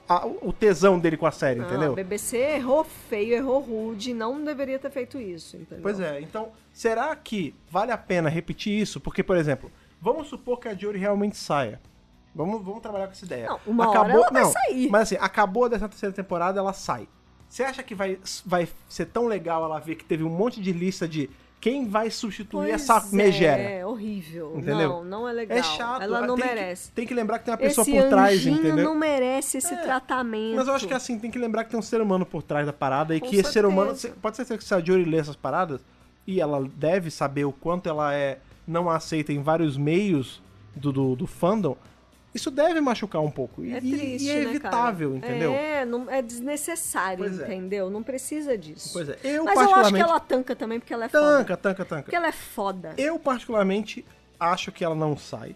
Speaker 1: a- o tesão dele com a série,
Speaker 2: Não,
Speaker 1: entendeu?
Speaker 2: Ah, A BBC errou feio, errou rude, não deveria ter feito isso, entendeu?
Speaker 1: Pois é, então, será que vale a pena repetir isso? Porque, por exemplo, vamos supor que a Jory realmente saia. Vamos, vamos trabalhar com essa ideia.
Speaker 2: Não, uma hora ela vai sair.
Speaker 1: Mas assim, acabou a 13 terceira temporada, ela sai. Você acha que vai, vai ser tão legal ela ver que teve um monte de lista de quem vai substituir
Speaker 2: Pois
Speaker 1: essa megera?
Speaker 2: É, horrível.
Speaker 1: Entendeu?
Speaker 2: Não, não é legal.
Speaker 1: É chato.
Speaker 2: Ela não
Speaker 1: tem que-
Speaker 2: merece.
Speaker 1: tem que lembrar que tem uma pessoa
Speaker 2: esse
Speaker 1: por trás,
Speaker 2: anjinho
Speaker 1: entendeu?
Speaker 2: não merece esse
Speaker 1: É,
Speaker 2: tratamento.
Speaker 1: Mas eu acho que assim, tem que lembrar que tem um ser humano por trás da parada e
Speaker 2: Com
Speaker 1: que esse ser humano.
Speaker 2: certeza.
Speaker 1: Pode ser que se a Jory lê essas paradas, e ela deve saber o quanto ela é não aceita em vários meios do, do, do fandom. Isso deve machucar um pouco. E
Speaker 2: É
Speaker 1: e-
Speaker 2: triste,
Speaker 1: e é
Speaker 2: né,
Speaker 1: evitável,
Speaker 2: cara?
Speaker 1: entendeu?
Speaker 2: É, não, é desnecessário,
Speaker 1: Pois é.
Speaker 2: entendeu? Não precisa disso.
Speaker 1: Pois é. Eu,
Speaker 2: Mas eu acho que
Speaker 1: particularmente.
Speaker 2: ela tanca também, porque ela é foda.
Speaker 1: Tanca, tanca, tanca.
Speaker 2: Porque ela é foda.
Speaker 1: Eu, particularmente, acho que ela não sai.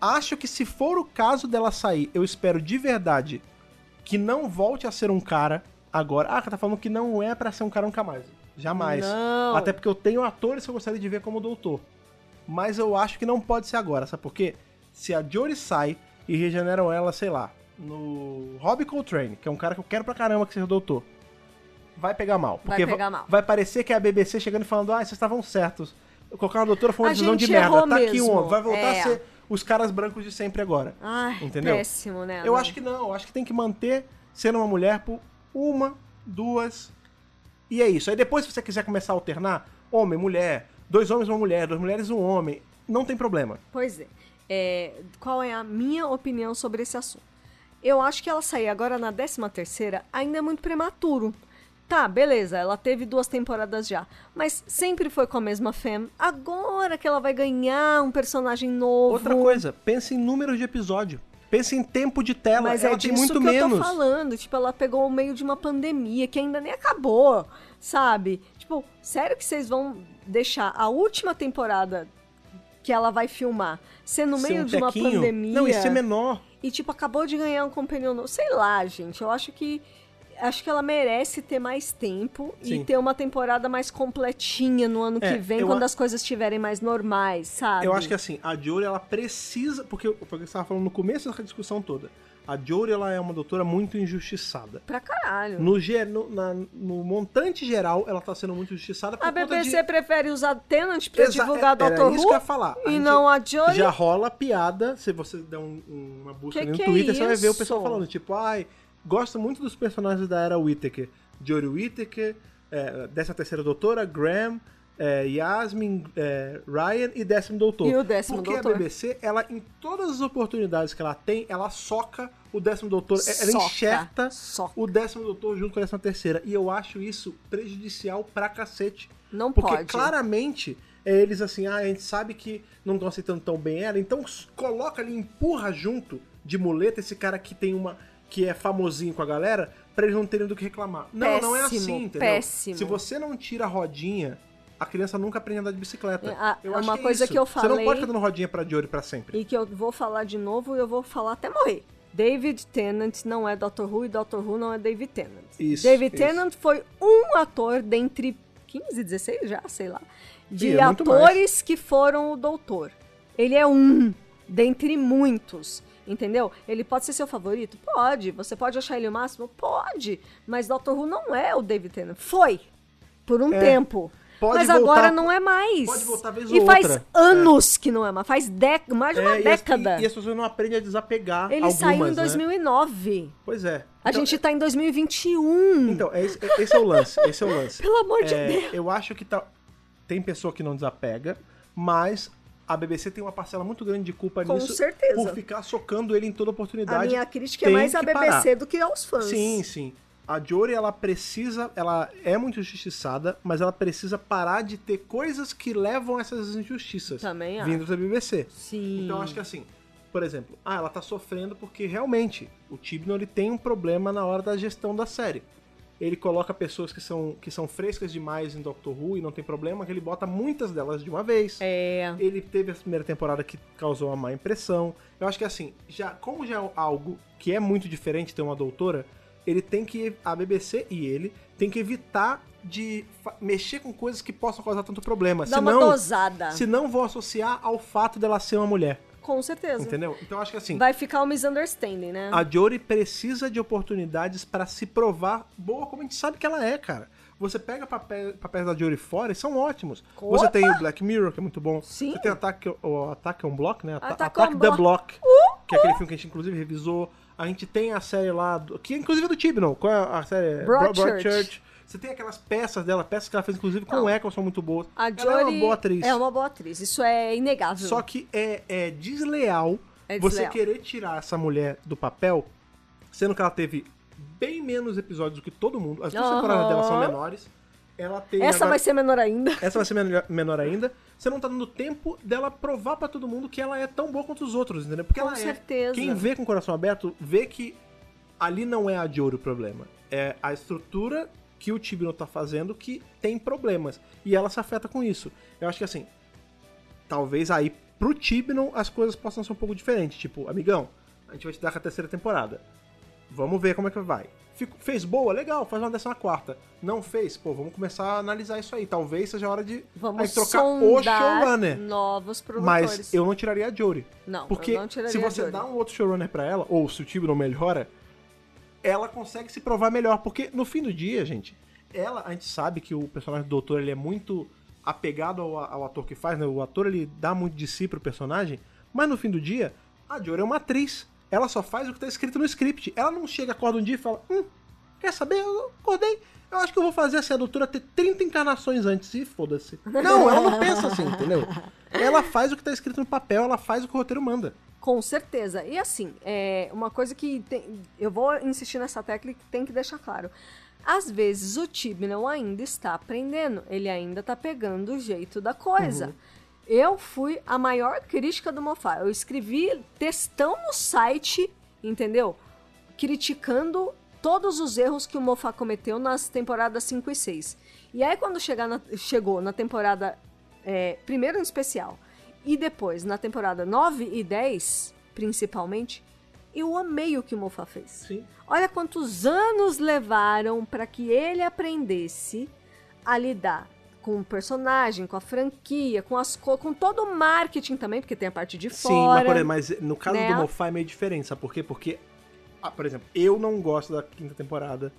Speaker 1: Acho que se for o caso dela sair, eu espero de verdade que não volte a ser um cara agora. Ah, tá falando que não é pra ser um cara nunca mais. Jamais.
Speaker 2: Não.
Speaker 1: Até porque eu tenho atores que eu gostaria de ver como doutor. Mas eu acho que não pode ser agora, sabe por quê? Se a Jory sai e regeneram ela, sei lá, no Robbie Coltrane, que é um cara que eu quero pra caramba que seja doutor, vai pegar mal.
Speaker 2: Vai
Speaker 1: Porque va-
Speaker 2: pegar mal.
Speaker 1: vai parecer que é a BBC chegando e falando, ah, vocês estavam certos. Colocar uma doutora foi uma
Speaker 2: A
Speaker 1: decisão de
Speaker 2: gente
Speaker 1: merda.
Speaker 2: errou
Speaker 1: Tá aqui um,
Speaker 2: mesmo.
Speaker 1: homem. vai voltar
Speaker 2: É.
Speaker 1: a ser os caras brancos de sempre agora.
Speaker 2: Ai,
Speaker 1: Entendeu?
Speaker 2: péssimo, né?
Speaker 1: Eu acho que não, eu acho que tem que manter sendo uma mulher por uma, duas. E é isso. Aí depois, se você quiser começar a alternar, homem, mulher, dois homens, uma mulher, duas mulheres, um homem, não tem problema.
Speaker 2: Pois é. É, Qual é a minha opinião sobre esse assunto? Eu acho que ela sair agora na 13 terceira ainda é muito prematuro. Tá, beleza, ela teve duas temporadas já, mas sempre foi com a mesma femme. Agora que ela vai ganhar um personagem novo.
Speaker 1: Outra coisa, pensa em números de episódio. Pensa em tempo de tela.
Speaker 2: Mas
Speaker 1: ela
Speaker 2: é
Speaker 1: tem
Speaker 2: disso
Speaker 1: muito
Speaker 2: que
Speaker 1: menos.
Speaker 2: eu tô falando. Tipo, ela pegou o meio de uma pandemia que ainda nem acabou, sabe? Tipo, sério que vocês vão deixar a última temporada que ela vai filmar ser no
Speaker 1: Ser
Speaker 2: meio
Speaker 1: um
Speaker 2: de uma
Speaker 1: tequinho.
Speaker 2: pandemia?
Speaker 1: Não, isso é menor.
Speaker 2: E, tipo, acabou de ganhar um companion novo. Sei lá, gente. Eu acho que. Acho que ela merece ter mais tempo
Speaker 1: Sim.
Speaker 2: e ter uma temporada mais completinha no ano
Speaker 1: É,
Speaker 2: que vem,
Speaker 1: eu
Speaker 2: quando
Speaker 1: a-
Speaker 2: as coisas estiverem mais normais, sabe?
Speaker 1: Eu acho que assim, a Jory ela precisa, porque porque você estava falando no começo dessa discussão toda. A Jory ela é uma doutora muito injustiçada.
Speaker 2: Pra caralho.
Speaker 1: No, ge- no- na- no montante geral, ela tá sendo muito injustiçada por
Speaker 2: A
Speaker 1: conta
Speaker 2: BBC
Speaker 1: de...
Speaker 2: prefere usar Tenant pra
Speaker 1: Exa- é,
Speaker 2: divulgar
Speaker 1: era
Speaker 2: Doctor
Speaker 1: isso
Speaker 2: Who
Speaker 1: que eu ia falar. A
Speaker 2: e
Speaker 1: gente
Speaker 2: não a Jory.
Speaker 1: Já rola piada, se você der um- um- uma busca
Speaker 2: Que
Speaker 1: ali no
Speaker 2: que é
Speaker 1: Twitter, você vai ver o
Speaker 2: isso?
Speaker 1: pessoal falando, tipo, ai, gosto muito dos personagens da era Whittaker. Jory Whittaker, é, dessa terceira doutora, Graham, é, Yasmin, é, Ryan e décimo doutor.
Speaker 2: E o décimo
Speaker 1: Porque
Speaker 2: doutor.
Speaker 1: a BBC, ela, em todas as oportunidades que ela tem, ela soca o décimo doutor, É, ela
Speaker 2: Soca,
Speaker 1: enxerta
Speaker 2: soca.
Speaker 1: o décimo doutor junto com a décima terceira. E eu acho isso prejudicial pra cacete.
Speaker 2: Não
Speaker 1: Porque
Speaker 2: pode.
Speaker 1: claramente é eles assim, ah, a gente sabe que não estão aceitando tão bem ela, então s- coloca ali, empurra junto de muleta esse cara que tem uma. que é famosinho com a galera, pra eles não terem do que reclamar. Não, não é
Speaker 2: Péssimo,
Speaker 1: assim, entendeu?
Speaker 2: péssimo.
Speaker 1: Se você não tira a rodinha, a criança nunca aprende a andar de bicicleta.
Speaker 2: É, a-
Speaker 1: eu
Speaker 2: é
Speaker 1: acho
Speaker 2: uma
Speaker 1: que é
Speaker 2: coisa
Speaker 1: isso.
Speaker 2: que eu
Speaker 1: Você não
Speaker 2: falei-
Speaker 1: pode ficar dando rodinha pra Jory pra sempre.
Speaker 2: E que eu vou falar de novo e eu vou falar até morrer. David Tennant não é Doctor Who e Doctor Who não é David Tennant.
Speaker 1: Isso,
Speaker 2: David
Speaker 1: isso.
Speaker 2: Tennant foi um ator dentre 15, 16 já, sei lá, de
Speaker 1: Ih, é muito mais.
Speaker 2: atores que foram o doutor. Ele é um dentre muitos, entendeu? Ele pode ser seu favorito? Pode. Você pode achar ele o máximo? Pode. Mas Doctor Who não é o David Tennant. Foi por um
Speaker 1: É.
Speaker 2: tempo.
Speaker 1: Pode
Speaker 2: Mas
Speaker 1: voltar-
Speaker 2: agora não é mais.
Speaker 1: pode voltar vez
Speaker 2: e
Speaker 1: ou
Speaker 2: faz
Speaker 1: outra.
Speaker 2: anos que não é mais. Faz dec- mais de uma
Speaker 1: É, e as-
Speaker 2: década.
Speaker 1: E, e as pessoas não aprendem a desapegar.
Speaker 2: Ele
Speaker 1: algumas,
Speaker 2: saiu em
Speaker 1: né?
Speaker 2: 2009.
Speaker 1: Pois é.
Speaker 2: A
Speaker 1: Então,
Speaker 2: gente tá em 2021.
Speaker 1: Então, é esse, é- esse é o lance. Esse é o lance.
Speaker 2: *laughs* Pelo amor de
Speaker 1: É,
Speaker 2: Deus.
Speaker 1: Eu acho que tá. Tem pessoa que não desapega, mas a BBC tem uma parcela muito grande de culpa
Speaker 2: Com
Speaker 1: nisso.
Speaker 2: certeza.
Speaker 1: Por ficar socando ele em toda oportunidade.
Speaker 2: A minha crítica é
Speaker 1: Tem
Speaker 2: mais
Speaker 1: que
Speaker 2: à BBC
Speaker 1: parar.
Speaker 2: do que aos fãs.
Speaker 1: Sim, sim. A Jory, ela precisa, ela é muito injustiçada, mas ela precisa parar de ter coisas que levam a essas injustiças.
Speaker 2: Também acho.
Speaker 1: Vindo da BBC.
Speaker 2: Sim.
Speaker 1: Então eu acho que assim, por exemplo, ah, ela tá sofrendo porque realmente o Tibno ele tem um problema na hora da gestão da série. Ele coloca pessoas que são, que são frescas demais em Doctor Who e não tem problema, que ele bota muitas delas de uma vez.
Speaker 2: É.
Speaker 1: Ele teve a primeira temporada que causou uma má impressão. Eu acho que assim, já como já é algo que é muito diferente ter uma doutora, ele tem que a BBC e ele tem que evitar de fa- mexer com coisas que possam causar tanto problema,
Speaker 2: Dá uma
Speaker 1: senão
Speaker 2: dosada.
Speaker 1: senão vou associar ao fato dela ser uma mulher,
Speaker 2: Com certeza.
Speaker 1: entendeu? Então acho que assim,
Speaker 2: Vai ficar um misunderstanding, né?
Speaker 1: a Jory precisa de oportunidades pra se provar boa como a gente sabe que ela é, cara. Você pega papel- papéis da Jory fora e são ótimos.
Speaker 2: Opa!
Speaker 1: Você tem o Black Mirror, que é muito bom.
Speaker 2: Sim.
Speaker 1: Você tem Ataque, o Ataque on Block, né? Ata-
Speaker 2: Attack on
Speaker 1: Attack the
Speaker 2: Block. Uh!
Speaker 1: Block, que é aquele filme que a gente inclusive revisou. A gente tem a série lá, do- que é inclusive é do Tibnon, qual é a série?
Speaker 2: Broadchurch. Tá.
Speaker 1: Bro- Você tem aquelas peças dela, peças que ela fez inclusive com o Eccleston, são muito boas.
Speaker 2: A
Speaker 1: Ela é
Speaker 2: Jory
Speaker 1: uma boa atriz.
Speaker 2: É uma boa atriz, isso é inegável.
Speaker 1: Só que é, é desleal
Speaker 2: É
Speaker 1: você
Speaker 2: desleal.
Speaker 1: querer tirar essa mulher do papel, sendo que ela teve bem menos episódios do que todo mundo. As duas
Speaker 2: Aham.
Speaker 1: temporadas dela são menores. Ela tem
Speaker 2: Essa
Speaker 1: agora-
Speaker 2: vai ser menor ainda.
Speaker 1: essa vai ser menor, menor ainda. você não tá dando tempo dela provar pra todo mundo que ela é tão boa quanto os outros, entendeu? Porque
Speaker 2: Com
Speaker 1: ela é.
Speaker 2: certeza.
Speaker 1: Quem vê com o coração aberto vê que ali não é a Jory o problema. É a estrutura que o Tibino tá fazendo que tem problemas. E ela se afeta com isso. Eu acho que assim, talvez aí pro Tibnon as coisas possam ser um pouco diferentes. Tipo, amigão, a gente vai te dar com a terceira temporada. Vamos ver como é que vai. Fico- fez boa? Legal, faz uma décima quarta. Não fez? Pô, vamos começar a analisar isso aí. Talvez seja a hora de
Speaker 2: Vamos
Speaker 1: aí trocar o
Speaker 2: sondar
Speaker 1: showrunner.
Speaker 2: novos produtores.
Speaker 1: Mas eu não tiraria a Jory.
Speaker 2: Não, eu
Speaker 1: Porque
Speaker 2: não tiraria
Speaker 1: se
Speaker 2: a
Speaker 1: você
Speaker 2: Jory.
Speaker 1: dá um outro showrunner pra ela, ou se o time não melhora, ela consegue se provar melhor. Porque no fim do dia, gente, ela, a gente sabe que o personagem do Doutor ele é muito apegado ao, ao ator que faz, né? O ator ele dá muito de si pro personagem, mas no fim do dia, a Jory é uma atriz. Ela só faz o que tá escrito no script. Ela não chega, acorda um dia e fala: Hum, quer saber? Eu acordei. Eu acho que eu vou fazer assim, a doutora ter 30 encarnações antes e foda-se. Não, ela não pensa assim, entendeu? Ela faz o que tá escrito no papel, ela faz o que o roteiro manda.
Speaker 2: Com certeza. E assim, é uma coisa que tem- eu vou insistir nessa tecla que tem que deixar claro. Às vezes o Tibnon ainda está aprendendo, ele ainda está pegando o jeito da coisa. Eu fui a maior crítica do Mofá. Eu escrevi textão no site, entendeu? Criticando todos os erros que o Mofá cometeu nas temporadas 5 e 6. E aí, quando chegar na- chegou na temporada, é, primeiro no especial, e depois, na temporada 9 e 10, principalmente, eu amei o que o Mofa fez.
Speaker 1: Sim.
Speaker 2: Olha quantos anos levaram para que ele aprendesse a lidar com o personagem, com a franquia, com as co com todo o marketing também, porque tem a parte de
Speaker 1: Sim, mas, por
Speaker 2: fora.
Speaker 1: exemplo, mas no caso
Speaker 2: né?
Speaker 1: do Mofá é meio diferente, sabe por quê? Porque, ah, por exemplo, eu não gosto da quinta temporada.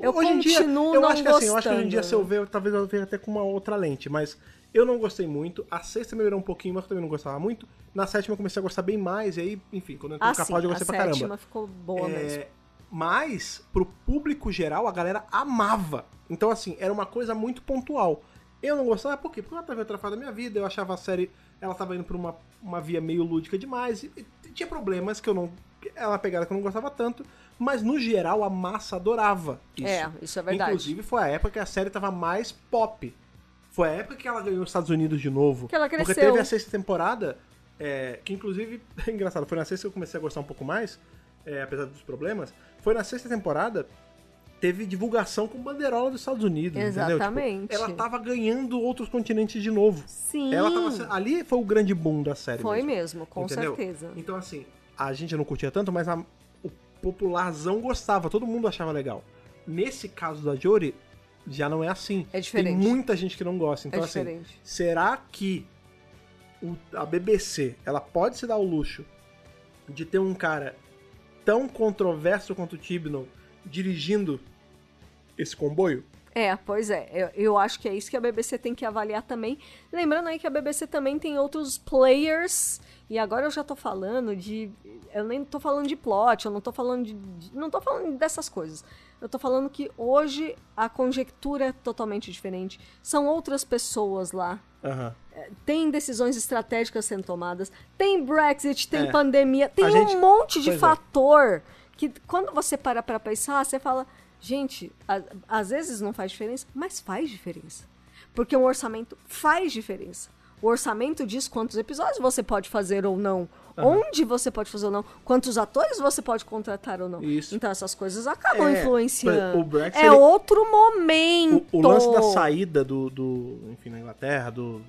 Speaker 2: Eu
Speaker 1: hoje em dia,
Speaker 2: continuo
Speaker 1: eu
Speaker 2: não
Speaker 1: acho que assim, eu acho que hoje em dia
Speaker 2: gostando.
Speaker 1: se eu ver, talvez eu veja até com uma outra lente, mas eu não gostei muito. A sexta melhorou um pouquinho, mas eu também não gostava muito. Na sétima eu comecei a gostar bem mais, e aí, enfim, quando eu entrei
Speaker 2: Ah,
Speaker 1: no
Speaker 2: sim,
Speaker 1: Capaldi eu
Speaker 2: a
Speaker 1: gostei pra caramba.
Speaker 2: sétima ficou boa
Speaker 1: É,
Speaker 2: mesmo.
Speaker 1: Mas, pro público geral, a galera amava. Então, assim, era uma coisa muito pontual. Eu não gostava, por quê? Porque eu tava vendo outra fase da minha vida, eu achava a série. Ela tava indo pra uma, uma via meio lúdica demais. E, e tinha problemas que eu não. Era uma pegada que eu não gostava tanto. Mas, no geral, a massa adorava isso.
Speaker 2: É, isso é verdade.
Speaker 1: Inclusive, foi a época que a série tava mais pop. Foi a época que ela ganhou os Estados Unidos de novo.
Speaker 2: Que ela
Speaker 1: Porque
Speaker 2: cresceu.
Speaker 1: teve a sexta temporada, é, que inclusive, *laughs* é engraçado, foi na sexta que eu comecei a gostar um pouco mais, é, apesar dos problemas. Foi na sexta temporada, teve divulgação com banderola dos Estados Unidos. entendeu? Tipo,
Speaker 2: Exatamente.
Speaker 1: ela tava ganhando outros continentes de novo.
Speaker 2: Sim.
Speaker 1: Ela tava se- ali foi o grande boom da série.
Speaker 2: Foi mesmo, com
Speaker 1: entendeu?
Speaker 2: certeza.
Speaker 1: Então, assim, a gente não curtia tanto, mas a- o popularzão gostava, todo mundo achava legal. Nesse caso da Jory, já não é assim.
Speaker 2: É diferente. É
Speaker 1: Tem muita gente que não gosta. Então, assim,
Speaker 2: diferente.
Speaker 1: será que o- a BBC, ela pode se dar o luxo de ter um cara tão controverso quanto o Tibnon dirigindo esse comboio?
Speaker 2: É, pois é. Eu, eu acho que é isso que a BBC tem que avaliar também. Lembrando aí que a BBC também tem outros players. E agora eu já tô falando de. Eu nem tô falando de plot, eu não tô falando de. de- não tô falando dessas coisas. Eu tô falando que hoje a conjectura é totalmente diferente. São outras pessoas lá.
Speaker 1: Aham.
Speaker 2: Tem decisões estratégicas sendo tomadas. Tem Brexit, tem
Speaker 1: É.
Speaker 2: pandemia, tem
Speaker 1: A
Speaker 2: um
Speaker 1: gente-
Speaker 2: monte de
Speaker 1: Pois é.
Speaker 2: fator que quando você para pra pensar, você fala, gente, a- às vezes não faz diferença, mas faz diferença. Porque um orçamento faz diferença. O orçamento diz quantos episódios você pode fazer ou não. Onde você pode fazer ou não, quantos atores você pode contratar ou não.
Speaker 1: Isso.
Speaker 2: Então essas coisas acabam
Speaker 1: É,
Speaker 2: influenciando.
Speaker 1: o Brexit,
Speaker 2: é
Speaker 1: ele-
Speaker 2: outro momento.
Speaker 1: O, o lance da saída do, do enfim, da Inglaterra, do,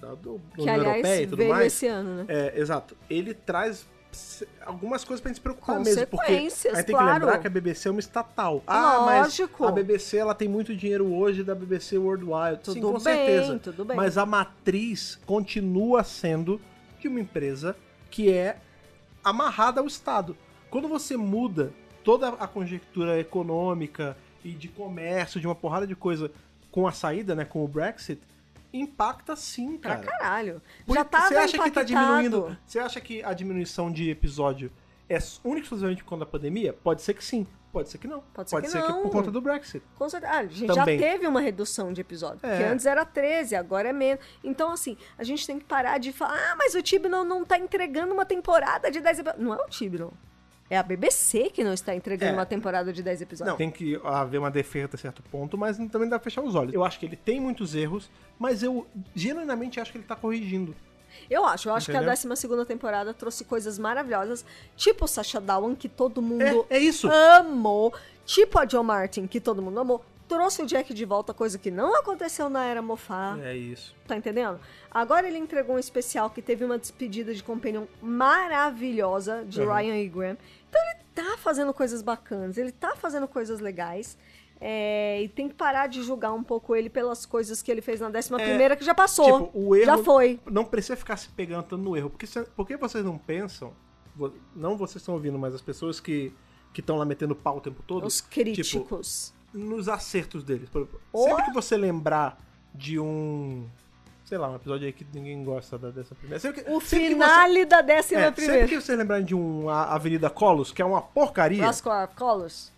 Speaker 1: da, do, da
Speaker 2: que
Speaker 1: União
Speaker 2: aliás
Speaker 1: Europeia e tudo
Speaker 2: veio
Speaker 1: mais.
Speaker 2: esse ano, né?
Speaker 1: É, exato. Ele traz se- algumas coisas pra gente se preocupar mesmo. Porque a gente
Speaker 2: Consequências,
Speaker 1: tem que
Speaker 2: claro.
Speaker 1: lembrar que a BBC é uma estatal. Ah,
Speaker 2: Lógico.
Speaker 1: mas a BBC ela tem muito dinheiro hoje da BBC Worldwide. Sim,
Speaker 2: Tudo
Speaker 1: com
Speaker 2: bem,
Speaker 1: certeza.
Speaker 2: tudo bem.
Speaker 1: Mas a matriz continua sendo de uma empresa que é amarrada ao Estado. Quando você muda toda a conjectura econômica e de comércio, de uma porrada de coisa com a saída, né, com o Brexit, impacta sim,
Speaker 2: Pra
Speaker 1: cara.
Speaker 2: caralho.
Speaker 1: Por-
Speaker 2: Já tava
Speaker 1: Você acha que tá
Speaker 2: impactado.
Speaker 1: diminuindo? Você acha que a diminuição de episódio é única e exclusivamente por conta da pandemia? Pode ser que sim, pode ser que não.
Speaker 2: Pode ser que não.
Speaker 1: por conta do Brexit.
Speaker 2: Com certeza. Ah, a gente
Speaker 1: Também.
Speaker 2: já teve uma redução de episódio.
Speaker 1: É.
Speaker 2: Porque antes era 13, agora é menos. Então, assim, a gente tem que parar de falar, ah, mas o Tibnon não tá entregando uma temporada de 10 episódios. Não é o Tibnon. É a BBC que não está entregando
Speaker 1: É.
Speaker 2: uma temporada de 10 episódios.
Speaker 1: Tá. Tem que haver uma defesa até certo ponto, mas também dá pra fechar os olhos. Eu acho que ele tem muitos erros, mas eu genuinamente acho que ele tá corrigindo.
Speaker 2: Eu acho, eu acho que a
Speaker 1: Entendeu?
Speaker 2: 12 segunda temporada trouxe coisas maravilhosas, tipo o Sacha Down, que todo mundo
Speaker 1: É, é isso.
Speaker 2: amou, tipo a John Martin, que todo mundo amou, trouxe o Jack de volta, coisa que não aconteceu na era Mofá,
Speaker 1: É isso.
Speaker 2: tá entendendo? Agora ele entregou um especial que teve uma despedida de companion maravilhosa de
Speaker 1: Uhum.
Speaker 2: Ryan e Graham. Então ele tá fazendo coisas bacanas, ele tá fazendo coisas legais. é, e tem que parar de julgar um pouco ele pelas coisas que ele fez na 11 primeira que já passou.
Speaker 1: É, Tipo, o erro
Speaker 2: Já foi.
Speaker 1: não precisa ficar se pegando tanto no erro. Porque, se- porque vocês não pensam, vo- não vocês estão ouvindo, mas as pessoas que estão lá metendo pau o tempo todo,
Speaker 2: Os
Speaker 1: tipo,
Speaker 2: críticos.
Speaker 1: nos acertos deles. Por exemplo,
Speaker 2: Porra!
Speaker 1: Sempre que você lembrar de um, sei lá, um episódio aí que ninguém gosta da- dessa primeira. Sempre que,
Speaker 2: O
Speaker 1: sempre que
Speaker 2: finale da
Speaker 1: você,
Speaker 2: décima
Speaker 1: é,
Speaker 2: primeira.
Speaker 1: sempre que vocês lembrarem de um A- Avenida Colos, que é uma porcaria,
Speaker 2: Vasco of Colors.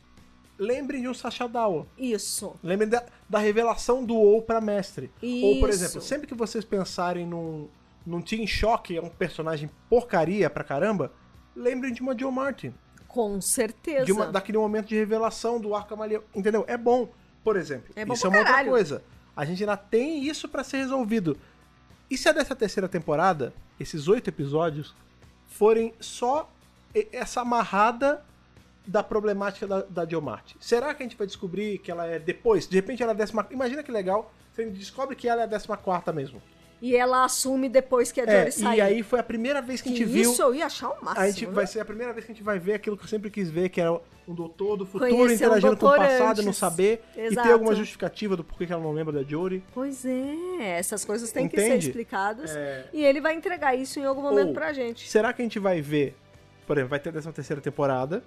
Speaker 1: lembrem de um Sacha Dawa.
Speaker 2: Isso.
Speaker 1: Lembrem da, da revelação do ou pra mestre. Ou, por
Speaker 2: Isso.
Speaker 1: exemplo, sempre que vocês pensarem num, num Team Shock, é um personagem porcaria pra caramba, lembrem de uma John Martin.
Speaker 2: Com certeza.
Speaker 1: De uma, daquele momento de revelação do arco camaleão. Entendeu? É bom, por exemplo.
Speaker 2: É bom
Speaker 1: isso
Speaker 2: pra
Speaker 1: é uma
Speaker 2: caralho.
Speaker 1: outra coisa. A gente ainda tem isso pra ser resolvido. E se a dessa terceira temporada, esses oito episódios, forem só e- essa amarrada da problemática da, da Jill Martin? Será que a gente vai descobrir que ela é depois? De repente ela é a décima... Imagina que legal, você descobre que ela é a décima quarta mesmo.
Speaker 2: E ela assume depois que a Jory
Speaker 1: É,
Speaker 2: saiu.
Speaker 1: e aí foi a primeira vez que,
Speaker 2: Que
Speaker 1: a gente viu...
Speaker 2: isso eu ia achar o máximo.
Speaker 1: A gente
Speaker 2: né?
Speaker 1: vai ser a primeira vez que a gente vai ver aquilo que eu sempre quis ver, que era um doutor do futuro
Speaker 2: Conhecer um
Speaker 1: interagindo com o
Speaker 2: doutor
Speaker 1: passado,
Speaker 2: antes.
Speaker 1: não saber e
Speaker 2: Exato.
Speaker 1: ter alguma justificativa do porquê que ela não lembra da Jory.
Speaker 2: Pois é, essas coisas têm que ser
Speaker 1: Entende?
Speaker 2: explicadas.
Speaker 1: É.
Speaker 2: E ele vai entregar isso em algum Um momento
Speaker 1: Ou,
Speaker 2: pra gente.
Speaker 1: Será que a gente vai ver, por exemplo, vai ter a 13 terceira temporada,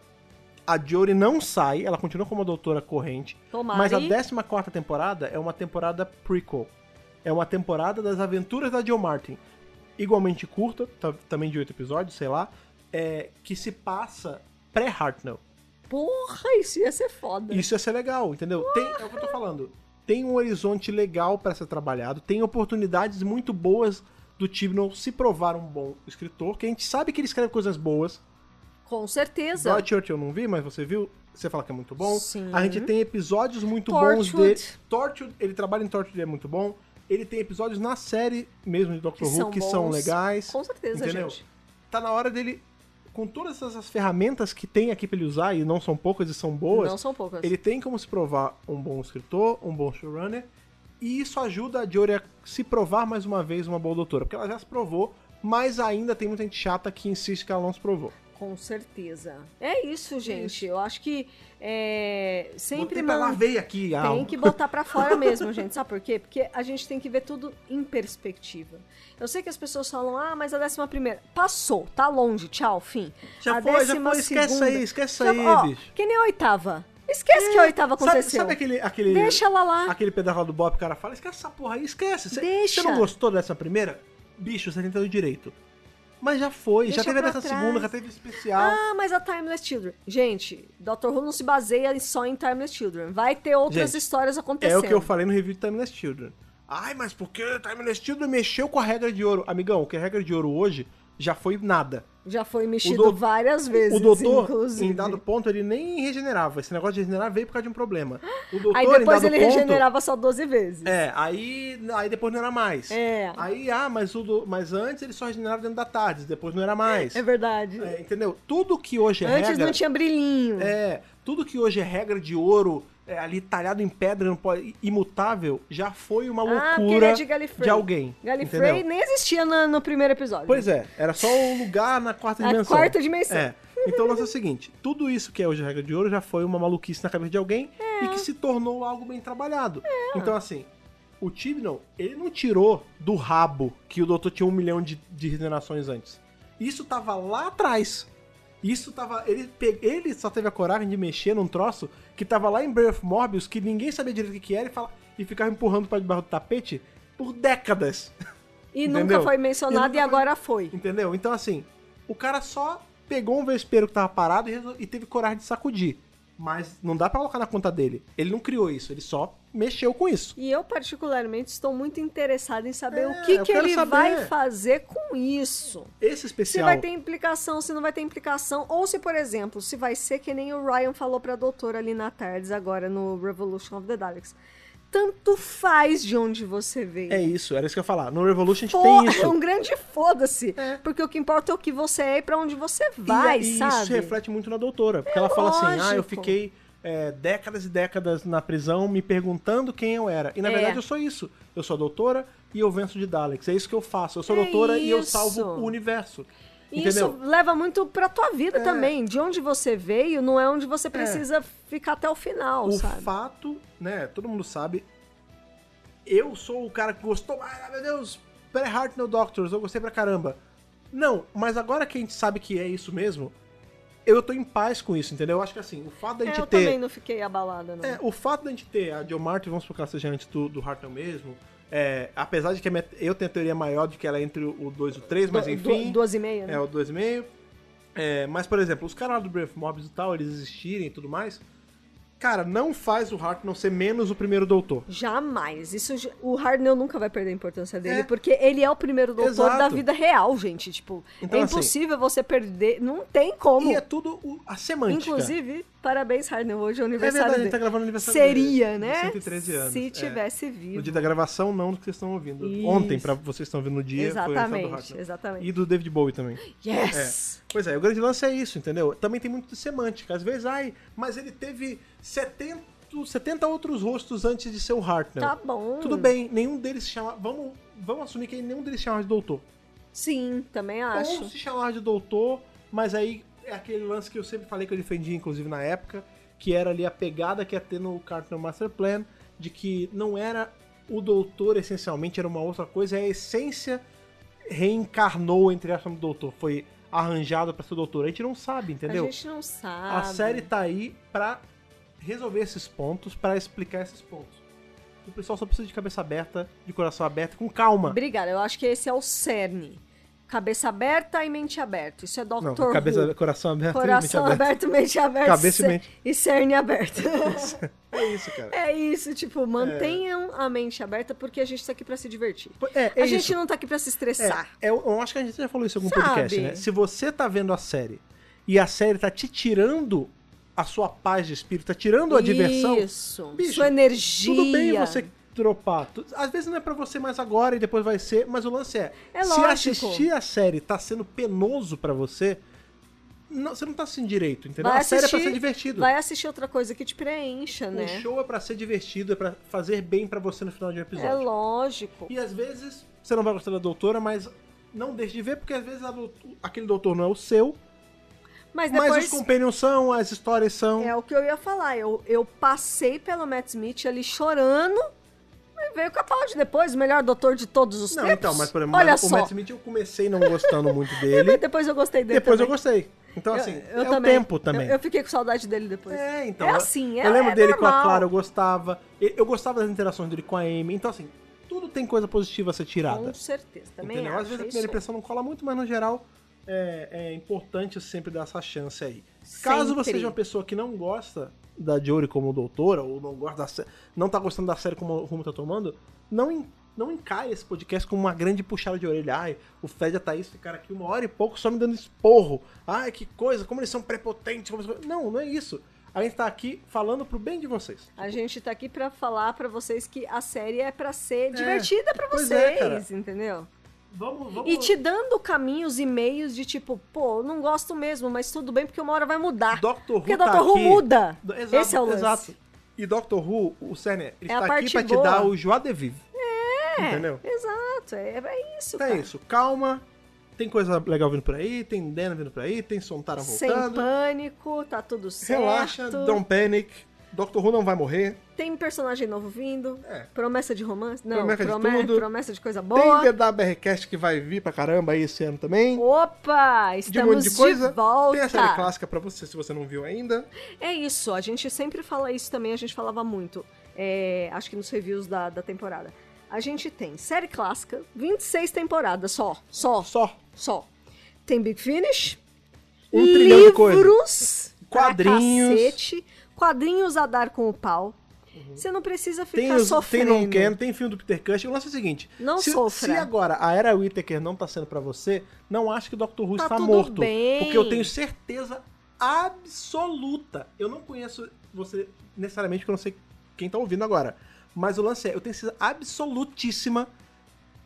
Speaker 1: a Jory não sai, ela continua como a doutora corrente,
Speaker 2: Tomara,
Speaker 1: mas a
Speaker 2: hein?
Speaker 1: 14 quarta temporada é uma temporada prequel. É uma temporada das aventuras da Jill Martin. Igualmente curta, ta- também de oito episódios, sei lá, é, que se passa pré-Hartnell.
Speaker 2: Porra, isso ia ser foda.
Speaker 1: Isso ia ser legal, entendeu? Tem, é o que eu tô falando. Tem um horizonte legal pra ser trabalhado, tem oportunidades muito boas do Tibnall se provar um bom escritor, que a gente sabe que ele escreve coisas boas.
Speaker 2: Com certeza.
Speaker 1: Broadchurch eu não vi, mas você viu? Você fala que é muito bom.
Speaker 2: Sim.
Speaker 1: A gente tem episódios muito bons
Speaker 2: Torchwood.
Speaker 1: dele. Torchwood, ele trabalha em Torchwood, é muito bom. Ele tem episódios na série mesmo de Doctor
Speaker 2: Que
Speaker 1: Who
Speaker 2: são
Speaker 1: que são
Speaker 2: bons.
Speaker 1: legais.
Speaker 2: Com certeza,
Speaker 1: entendeu?
Speaker 2: gente.
Speaker 1: Tá na hora dele, com todas essas ferramentas que tem aqui pra ele usar, e não são poucas e são boas,
Speaker 2: Não são poucas.
Speaker 1: ele tem como se provar um bom escritor, um bom showrunner, e isso ajuda a Jory a se provar mais uma vez uma boa doutora, porque ela já se provou, mas ainda tem muita gente chata que insiste que ela não se provou.
Speaker 2: Com certeza. É isso, gente. Eu acho que é, sempre
Speaker 1: Botei pra lá,
Speaker 2: man-
Speaker 1: veio aqui. a
Speaker 2: Tem que
Speaker 1: *laughs*
Speaker 2: botar pra fora mesmo, gente. Sabe por quê? Porque a gente tem que ver tudo em perspectiva. Eu sei que as pessoas falam, ah, mas a décima primeira. Passou, tá longe, tchau, fim.
Speaker 1: Já
Speaker 2: a
Speaker 1: foi, já foi,
Speaker 2: décima
Speaker 1: esquece
Speaker 2: segunda-
Speaker 1: aí, esquece aí,
Speaker 2: ó,
Speaker 1: bicho. É,
Speaker 2: Que nem a oitava. Esquece que a oitava
Speaker 1: Sabe,
Speaker 2: aconteceu.
Speaker 1: sabe aquele, aquele,
Speaker 2: Deixa ela lá.
Speaker 1: aquele pedaço lá do Bob que o cara fala, esquece essa porra aí, esquece. Cê-
Speaker 2: Deixa.
Speaker 1: Você não gostou dessa primeira? Bicho, você tem todo o direito. Mas já foi,
Speaker 2: Deixa
Speaker 1: já teve
Speaker 2: pra
Speaker 1: dessa
Speaker 2: trás.
Speaker 1: segunda, já teve especial.
Speaker 2: Ah, mas a Timeless Children. Gente, Dr. Who não se baseia só em Timeless Children. Vai ter outras
Speaker 1: Gente,
Speaker 2: histórias
Speaker 1: É
Speaker 2: acontecendo.
Speaker 1: o que eu falei no review de Timeless Children. Ai, mas por que Timeless Children mexeu com a regra de ouro? Amigão, o que é regra de ouro hoje já foi nada.
Speaker 2: Já foi mexido
Speaker 1: doutor-
Speaker 2: várias vezes.
Speaker 1: o doutor,
Speaker 2: inclusive.
Speaker 1: em dado ponto, ele nem regenerava. Esse negócio de regenerar veio por causa de um problema. O doutor,
Speaker 2: Aí
Speaker 1: em
Speaker 2: depois
Speaker 1: dado
Speaker 2: ele
Speaker 1: ponto,
Speaker 2: regenerava só 12 vezes.
Speaker 1: É, aí, aí depois não era mais.
Speaker 2: É.
Speaker 1: Aí, ah, mas, o do- mas antes ele só regenerava dentro da tarde, depois não era mais.
Speaker 2: É verdade.
Speaker 1: É, entendeu? Tudo que hoje é
Speaker 2: Antes
Speaker 1: regra...
Speaker 2: não tinha brilhinho.
Speaker 1: É, tudo que hoje é regra de ouro, é, ali talhado em pedra, não pode- imutável, já foi uma
Speaker 2: ah, porque ele
Speaker 1: loucura
Speaker 2: é de Gallifrey.
Speaker 1: alguém.
Speaker 2: Gallifrey
Speaker 1: entendeu?
Speaker 2: nem existia na- no, primeiro episódio.
Speaker 1: Pois é, era só o lugar na quarta
Speaker 2: Na
Speaker 1: dimensão.
Speaker 2: quarta dimensão.
Speaker 1: É. Então o lance é o seguinte: tudo isso que é hoje regra de ouro já foi uma maluquice na cabeça de alguém
Speaker 2: É.
Speaker 1: e que se tornou algo bem trabalhado. Então, assim, o Tibnall, ele não tirou do rabo que o doutor tinha um milhão de, de regenerações antes. Isso tava lá atrás. Isso tava. Ele, pe- ele só teve a coragem de mexer num troço que tava lá em Birth Morbius, que ninguém sabia direito o que, que era, e, fala, e ficava empurrando pra debaixo do tapete por décadas.
Speaker 2: e
Speaker 1: entendeu?
Speaker 2: nunca foi mencionado e,
Speaker 1: E nunca foi-
Speaker 2: agora foi.
Speaker 1: Entendeu? Então, assim, o cara só pegou um vespeiro que tava parado e, resol- e teve coragem de sacudir. Mas não dá pra colocar na conta dele. Ele não criou isso, ele só mexeu com isso.
Speaker 2: E eu, particularmente, estou muito interessada em saber
Speaker 1: É,
Speaker 2: o que,
Speaker 1: eu
Speaker 2: que
Speaker 1: quero
Speaker 2: ele
Speaker 1: saber.
Speaker 2: vai fazer com isso.
Speaker 1: Esse
Speaker 2: Se
Speaker 1: especial.
Speaker 2: vai ter implicação, se não vai ter implicação. Ou se, por exemplo, se vai ser que nem o Ryan falou pra doutora ali na tardes agora no Revolution of the Daleks. Tanto faz de onde você veio.
Speaker 1: É isso, era isso que eu ia falar. No Revolution a gente
Speaker 2: Fo-
Speaker 1: tem
Speaker 2: É
Speaker 1: isso.
Speaker 2: um grande foda-se. Porque o que importa é o que você é e pra onde você vai,
Speaker 1: e,
Speaker 2: sabe? É
Speaker 1: isso reflete muito na doutora. Porque ela fala assim: ah, eu
Speaker 2: lógico.
Speaker 1: fiquei é, décadas e décadas na prisão me perguntando quem eu era. E na
Speaker 2: É.
Speaker 1: verdade eu sou isso. Eu sou a doutora e eu venço de Daleks. É isso que eu faço. Eu sou
Speaker 2: É
Speaker 1: doutora e eu
Speaker 2: isso.
Speaker 1: salvo o universo.
Speaker 2: E
Speaker 1: entendeu? É.
Speaker 2: isso leva muito pra tua vida também. De onde você veio, não é onde você precisa ficar até o final,
Speaker 1: o
Speaker 2: sabe?
Speaker 1: fato, né? Todo mundo sabe. Eu sou o cara que gostou. Ah, meu Deus, Bret Hart no Doctors, eu gostei pra caramba. Não, mas agora que a gente sabe que é isso mesmo, eu tô em paz com isso, entendeu? Eu acho que assim, o fato da
Speaker 2: É,
Speaker 1: gente
Speaker 2: eu
Speaker 1: ter.
Speaker 2: também não fiquei abalada, não.
Speaker 1: É, o fato da gente ter a Joe Martin, vamos supor que ela seja antes do, do Hartnell mesmo, é, apesar de que a minha- eu tenho a teoria maior de que ela é entre o 2 e o 3, mas
Speaker 2: Du-
Speaker 1: enfim.
Speaker 2: du- duas e meia, né?
Speaker 1: É, o 2,5. É, mas, por exemplo, os caras lá do Brave Mobs e tal, eles existirem e tudo mais. Cara, não faz o Hartnell ser menos o primeiro doutor.
Speaker 2: Jamais. Isso, j- o Harnell nunca vai perder a importância dele,
Speaker 1: É.
Speaker 2: porque ele é o primeiro doutor
Speaker 1: Exato.
Speaker 2: da vida real, gente. Tipo,
Speaker 1: Então,
Speaker 2: é
Speaker 1: assim-
Speaker 2: impossível você perder. Não tem como.
Speaker 1: E é tudo o- a semântica.
Speaker 2: Inclusive, parabéns, Harnell. Hoje é o
Speaker 1: é verdade,
Speaker 2: aniversário
Speaker 1: ele tá
Speaker 2: dele.
Speaker 1: gravando o aniversário
Speaker 2: Seria,
Speaker 1: dele, de
Speaker 2: né?
Speaker 1: 113 anos.
Speaker 2: Se
Speaker 1: é.
Speaker 2: tivesse
Speaker 1: No
Speaker 2: vivo.
Speaker 1: dia da gravação, não do que vocês estão ouvindo.
Speaker 2: Isso.
Speaker 1: Ontem, pra vocês que estão ouvindo no dia, foi o aniversário do
Speaker 2: Exatamente,
Speaker 1: Hartnell.
Speaker 2: exatamente.
Speaker 1: E do David Bowie também.
Speaker 2: Yes!
Speaker 1: Pois é, o grande lance é isso, entendeu? Também tem muito de semântica. Às vezes, ai, mas ele teve 70, 70 outros rostos antes de ser o Hartnell.
Speaker 2: Tá bom.
Speaker 1: Então, Tudo bem, nenhum deles se chama. Vamos, vamos assumir que nenhum deles se chama de doutor.
Speaker 2: Sim, também acho.
Speaker 1: Ou se chamar de doutor, mas aí é aquele lance que eu sempre falei que eu defendi, inclusive na época, que era ali a pegada que ia ter no Cartoon Master Plan, de que não era o doutor essencialmente, era uma outra coisa, é a essência reencarnou entre aspas no doutor, foi arranjado pra ser doutor. A gente não sabe, entendeu?
Speaker 2: A gente não sabe.
Speaker 1: A série tá aí pra resolver esses pontos, pra explicar esses pontos. O pessoal só precisa de cabeça aberta, de coração aberto, com calma.
Speaker 2: Obrigada, eu acho que esse é o cerne. Cabeça aberta e mente aberta. Isso é Dr.
Speaker 1: Não,
Speaker 2: Who.
Speaker 1: cabeça, coração aberto,
Speaker 2: Coração
Speaker 1: mente aberta.
Speaker 2: aberto, mente aberta
Speaker 1: Cabeça e
Speaker 2: cer-
Speaker 1: mente.
Speaker 2: e cerne aberto.
Speaker 1: É isso, cara.
Speaker 2: é isso, tipo, mantenham a mente aberta porque a gente tá aqui pra se divertir.
Speaker 1: É, é
Speaker 2: a gente
Speaker 1: isso.
Speaker 2: não tá aqui pra
Speaker 1: É,
Speaker 2: se estressar.
Speaker 1: eu, eu acho que a gente já falou isso em algum
Speaker 2: Sabe?
Speaker 1: podcast, né? Se você tá vendo a série e a série tá te tirando a sua paz de espírito, tá tirando a diversão,
Speaker 2: Isso.
Speaker 1: Bicho,
Speaker 2: sua energia.
Speaker 1: tudo bem você dropar. Tu- Às vezes não é pra você mais agora e depois vai ser, mas o lance é,
Speaker 2: É
Speaker 1: se
Speaker 2: lógico.
Speaker 1: assistir a série tá sendo penoso pra você, não- você não tá assistindo direito, entendeu?
Speaker 2: Vai
Speaker 1: a série é pra
Speaker 2: assistir-
Speaker 1: ser divertido.
Speaker 2: Vai assistir outra coisa que te preencha,
Speaker 1: O
Speaker 2: né?
Speaker 1: show é pra ser divertido, é pra fazer bem pra você no final de um episódio.
Speaker 2: É lógico.
Speaker 1: E às vezes você não vai gostar da doutora, mas não deixe de ver, porque às vezes a doutor- aquele doutor não é o seu,
Speaker 2: Mas
Speaker 1: mas os
Speaker 2: depois
Speaker 1: companions são, as histórias são.
Speaker 2: é o que eu ia falar. Eu, eu passei pelo Matt Smith ali chorando. Mas veio o Capaldi depois, o melhor doutor de todos os
Speaker 1: não,
Speaker 2: tempos.
Speaker 1: então, mas por exemplo,
Speaker 2: Olha
Speaker 1: o
Speaker 2: só.
Speaker 1: Matt Smith eu comecei não gostando muito dele,
Speaker 2: Depois *laughs* eu gostei dele.
Speaker 1: depois eu
Speaker 2: também.
Speaker 1: gostei. Então, assim, é o tempo também.
Speaker 2: Eu, eu fiquei com saudade dele depois.
Speaker 1: É, então.
Speaker 2: É
Speaker 1: eu-
Speaker 2: assim, é
Speaker 1: Eu lembro
Speaker 2: é
Speaker 1: dele com a
Speaker 2: normal.
Speaker 1: Clara, eu gostava. Eu, eu gostava das interações dele com a Amy. Então, assim, tudo tem coisa positiva a ser tirada.
Speaker 2: Com certeza, também
Speaker 1: Entendeu?
Speaker 2: acho.
Speaker 1: Às vezes a
Speaker 2: é
Speaker 1: primeira
Speaker 2: isso.
Speaker 1: impressão não cola muito, mas no geral é, é importante sempre dar essa chance aí. Caso você
Speaker 2: Sempre.
Speaker 1: seja uma pessoa que não gosta da Jory como doutora, ou não gosta da sé- não tá gostando da série como o rumo tá tomando, não, en- não encare esse podcast como uma grande puxada de orelha. Ai, o Fred tá e a Thaís ficaram aqui uma hora e pouco só me dando esporro. Ai, que coisa, como eles são prepotentes. como eles- Não, não é isso. A gente tá aqui falando pro bem de vocês.
Speaker 2: A gente tá aqui pra falar pra vocês que a série é pra ser divertida pra
Speaker 1: Pois
Speaker 2: vocês,
Speaker 1: é, cara.
Speaker 2: entendeu?
Speaker 1: Vamos, vamos.
Speaker 2: E te dando caminhos e meios de tipo, pô, eu não gosto mesmo, mas tudo bem porque uma hora vai mudar.
Speaker 1: Doctor Who
Speaker 2: porque
Speaker 1: tá
Speaker 2: Doctor Who
Speaker 1: aqui.
Speaker 2: muda.
Speaker 1: Do- Exato,
Speaker 2: Esse é o lance.
Speaker 1: Exato. E Doctor Who, o Cerne, ele
Speaker 2: É
Speaker 1: está
Speaker 2: a
Speaker 1: aqui
Speaker 2: parte
Speaker 1: pra te
Speaker 2: boa.
Speaker 1: dar o joie de vivre.
Speaker 2: É,
Speaker 1: Entendeu?
Speaker 2: Exato, é, é isso,
Speaker 1: Então é
Speaker 2: cara.
Speaker 1: isso, calma. Tem coisa legal vindo por aí, tem Dena vindo por aí, tem Sontara
Speaker 2: Sem
Speaker 1: tá voltando.
Speaker 2: pânico, tá tudo certo.
Speaker 1: Relaxa, um don't panic. Doctor Who não vai morrer.
Speaker 2: Tem personagem novo vindo.
Speaker 1: É.
Speaker 2: Promessa de romance. Não,
Speaker 1: Promessa
Speaker 2: promessa
Speaker 1: de
Speaker 2: de,
Speaker 1: tudo.
Speaker 2: promessa de coisa
Speaker 1: Tem
Speaker 2: boa.
Speaker 1: DWRcast que vai vir pra caramba aí esse ano também.
Speaker 2: Opa!
Speaker 1: de um
Speaker 2: Estamos
Speaker 1: monte
Speaker 2: de,
Speaker 1: de coisa.
Speaker 2: volta.
Speaker 1: Tem a série clássica pra você, se você não viu ainda.
Speaker 2: É isso, a gente sempre fala isso também, a gente falava muito, é, acho que nos reviews da, da temporada. A gente tem série clássica, 26 temporadas só, só,
Speaker 1: Só.
Speaker 2: só. Tem Big Finish,
Speaker 1: Um trilhão de
Speaker 2: livros, pra
Speaker 1: Quadrinhos.
Speaker 2: cacete, quadrinhos a dar com o pau. Você não precisa ficar
Speaker 1: Uhum. Tem, os, tem
Speaker 2: sofrendo.
Speaker 1: Não Can, tem filme do Peter Cushing. O lance é o seguinte:
Speaker 2: Não
Speaker 1: se,
Speaker 2: sofra.
Speaker 1: se agora a era Whittaker não tá sendo pra você, não acho que o Dr. Who
Speaker 2: Tá
Speaker 1: está
Speaker 2: tudo
Speaker 1: morto.
Speaker 2: bem.
Speaker 1: Porque eu tenho certeza absoluta. Eu não conheço você necessariamente, porque eu não sei quem tá ouvindo agora. Mas o lance é: eu tenho certeza absolutíssima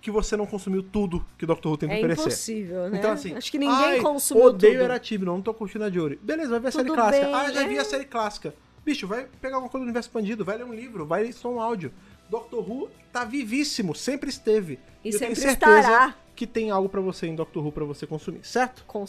Speaker 1: que você não consumiu tudo que o Dr. Who tem pra
Speaker 2: é
Speaker 1: oferecer.
Speaker 2: impossível, né?
Speaker 1: Então, assim,
Speaker 2: Acho que ninguém
Speaker 1: ai,
Speaker 2: consumiu
Speaker 1: odeio
Speaker 2: tudo.
Speaker 1: era Tibno, não tô curtindo a Jory. Beleza, vai ver a série
Speaker 2: Tudo
Speaker 1: clássica.
Speaker 2: bem,
Speaker 1: ah, já vi
Speaker 2: é.
Speaker 1: a série clássica. Bicho, vai pegar alguma coisa do universo expandido, vai ler um livro, vai ler só um áudio. Doctor Who tá vivíssimo, sempre esteve.
Speaker 2: E
Speaker 1: Eu
Speaker 2: sempre
Speaker 1: tenho certeza
Speaker 2: estará.
Speaker 1: que tem algo pra você em Doctor Who pra você consumir, certo?
Speaker 2: Com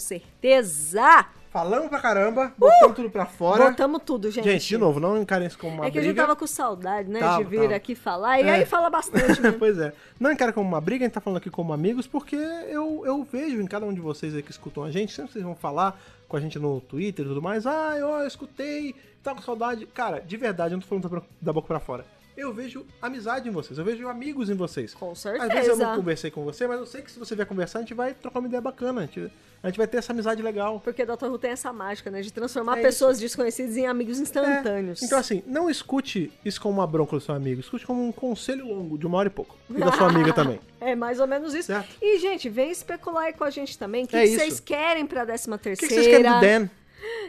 Speaker 2: certeza!
Speaker 1: Falamos pra caramba, botamos tudo pra fora.
Speaker 2: Uh! Botamos tudo, gente.
Speaker 1: Gente, de novo, não encarem isso como uma
Speaker 2: é que a
Speaker 1: briga.
Speaker 2: gente tava com saudade, né?
Speaker 1: Tava,
Speaker 2: de vir
Speaker 1: tava.
Speaker 2: aqui falar. E
Speaker 1: É.
Speaker 2: aí fala bastante, *laughs* né?
Speaker 1: *laughs* pois é. Não encara como uma briga, a gente tá falando aqui como amigos, porque eu, eu vejo em cada um de vocês aí que escutam a gente, sempre vocês vão falar com a gente no Twitter e tudo mais, ah, ó, eu escutei, tá com saudade. Cara, de verdade, eu não tô falando da- da boca pra fora. Eu vejo amizade em vocês, eu vejo amigos em vocês.
Speaker 2: Com
Speaker 1: Às vezes eu
Speaker 2: certeza.
Speaker 1: não conversei com você, mas eu sei que se você vier conversar, a gente vai trocar uma ideia bacana, a gente, a gente vai ter essa amizade legal.
Speaker 2: Porque o Dr. Who tem essa mágica, né? De transformar
Speaker 1: É
Speaker 2: pessoas desconhecidas em amigos
Speaker 1: É.
Speaker 2: instantâneos.
Speaker 1: Então, assim, não escute isso como uma bronca do seu amigo, escute como um conselho longo, de uma hora e pouco. E
Speaker 2: Ah.
Speaker 1: da sua
Speaker 2: *laughs*
Speaker 1: amiga também.
Speaker 2: É mais ou menos isso.
Speaker 1: Certo.
Speaker 2: E, gente, vem especular aí com a gente também. O que,
Speaker 1: É
Speaker 2: que
Speaker 1: isso.
Speaker 2: vocês querem pra 13
Speaker 1: O que,
Speaker 2: terceira?
Speaker 1: que vocês querem do Dan?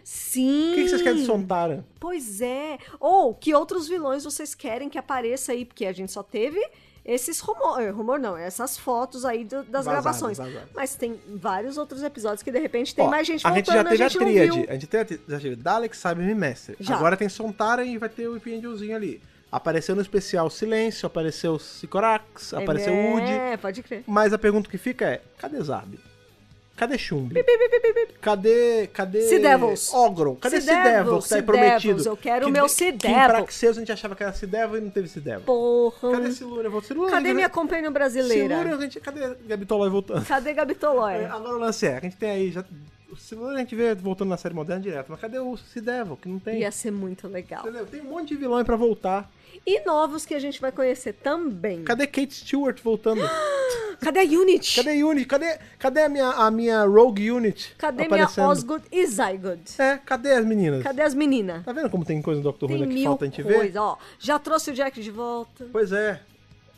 Speaker 2: Sim.
Speaker 1: O que, que vocês
Speaker 2: Hum.
Speaker 1: querem de Sontara?
Speaker 2: Pois é. Ou que outros vilões vocês querem que apareça aí? Porque a gente só teve esses rumor, eh, rumor não, essas fotos aí do-
Speaker 1: Vazadas,
Speaker 2: das gravações.
Speaker 1: vazadas.
Speaker 2: Mas tem vários outros episódios que de repente tem
Speaker 1: Ó,
Speaker 2: mais gente
Speaker 1: a
Speaker 2: voltando,
Speaker 1: gente já teve a,
Speaker 2: não
Speaker 1: tríade.
Speaker 2: viu.
Speaker 1: A gente teve, já teve Dalek, Cyber e Mestre.
Speaker 2: Já.
Speaker 1: Agora tem Sontara e vai ter o Whip Angelzinho ali. Apareceu no especial Silêncio, apareceu Sicorax, apareceu
Speaker 2: é,
Speaker 1: Woody.
Speaker 2: É, pode crer.
Speaker 1: Mas a pergunta que fica é, cadê Zarb? Cadê Chumbi? Cadê, cadê...
Speaker 2: Sea Devils.
Speaker 1: Ogron. Cadê
Speaker 2: Sea
Speaker 1: Sea Devils, que
Speaker 2: Devils,
Speaker 1: tá aí
Speaker 2: Sea
Speaker 1: prometido?
Speaker 2: Devils, eu quero
Speaker 1: que
Speaker 2: o meu
Speaker 1: de-
Speaker 2: Sea
Speaker 1: Que
Speaker 2: Devil.
Speaker 1: em Praxeus a gente achava que era Sea Devil e não teve Sea Devil.
Speaker 2: Porra.
Speaker 1: Cadê Silurian? Voltou Silurian?
Speaker 2: Cadê minha companhia brasileira?
Speaker 1: Silurian, gente, cadê Gabitolói voltando?
Speaker 2: Cadê Gabi
Speaker 1: É,
Speaker 2: Tolói?
Speaker 1: agora o lance é, a gente tem aí já. O celular a gente vê voltando na série moderna direto, mas cadê o Sea Devil? Que não tem.
Speaker 2: Ia ser muito legal.
Speaker 1: Entendeu? Tem um monte de vilão aí pra voltar.
Speaker 2: E novos que a gente vai conhecer também.
Speaker 1: Cadê Kate Stewart voltando?
Speaker 2: Cadê a Unity?
Speaker 1: cadê Unity? Cadê, cadê a, minha, a minha Rogue Unit?
Speaker 2: Cadê minha
Speaker 1: aparecendo?
Speaker 2: Osgood e Zygood?
Speaker 1: É, cadê as meninas?
Speaker 2: Cadê as meninas?
Speaker 1: Tá vendo como tem coisa no Doctor Who
Speaker 2: Tem
Speaker 1: ainda que
Speaker 2: mil
Speaker 1: falta a gente ver?
Speaker 2: coisas, ó. Já trouxe o Jack de volta.
Speaker 1: Pois é.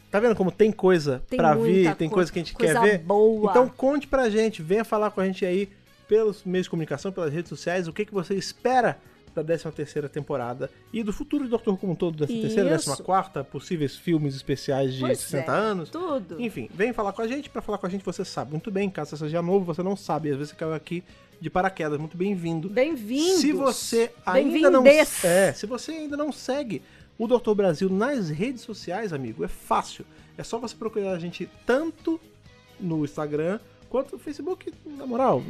Speaker 1: Tá vendo como tem coisa
Speaker 2: Tem
Speaker 1: pra
Speaker 2: muita
Speaker 1: vir, tem
Speaker 2: co-
Speaker 1: coisa que a gente
Speaker 2: coisa
Speaker 1: quer ver?
Speaker 2: boa.
Speaker 1: Então conte pra gente, venha falar com a gente aí pelos meios de comunicação, pelas redes sociais, o que, que você espera da 13 terceira temporada e do futuro do Doctor Who como um todo, 13 terceira,
Speaker 2: Isso.
Speaker 1: 14 quarta, possíveis filmes especiais de
Speaker 2: Pois
Speaker 1: 60
Speaker 2: é,
Speaker 1: anos.
Speaker 2: Tudo.
Speaker 1: Enfim, vem falar com a gente. Pra falar com a gente, você sabe muito bem. Caso você seja novo, você não sabe. Às vezes você caiu aqui de paraquedas. Muito bem-vindo.
Speaker 2: Bem-vindos.
Speaker 1: Se você ainda não
Speaker 2: Bem-vindes.
Speaker 1: é, se você ainda não segue o Dr. Brasil nas redes sociais, amigo, é fácil. É só você procurar a gente tanto no Instagram quanto no Facebook, na moral.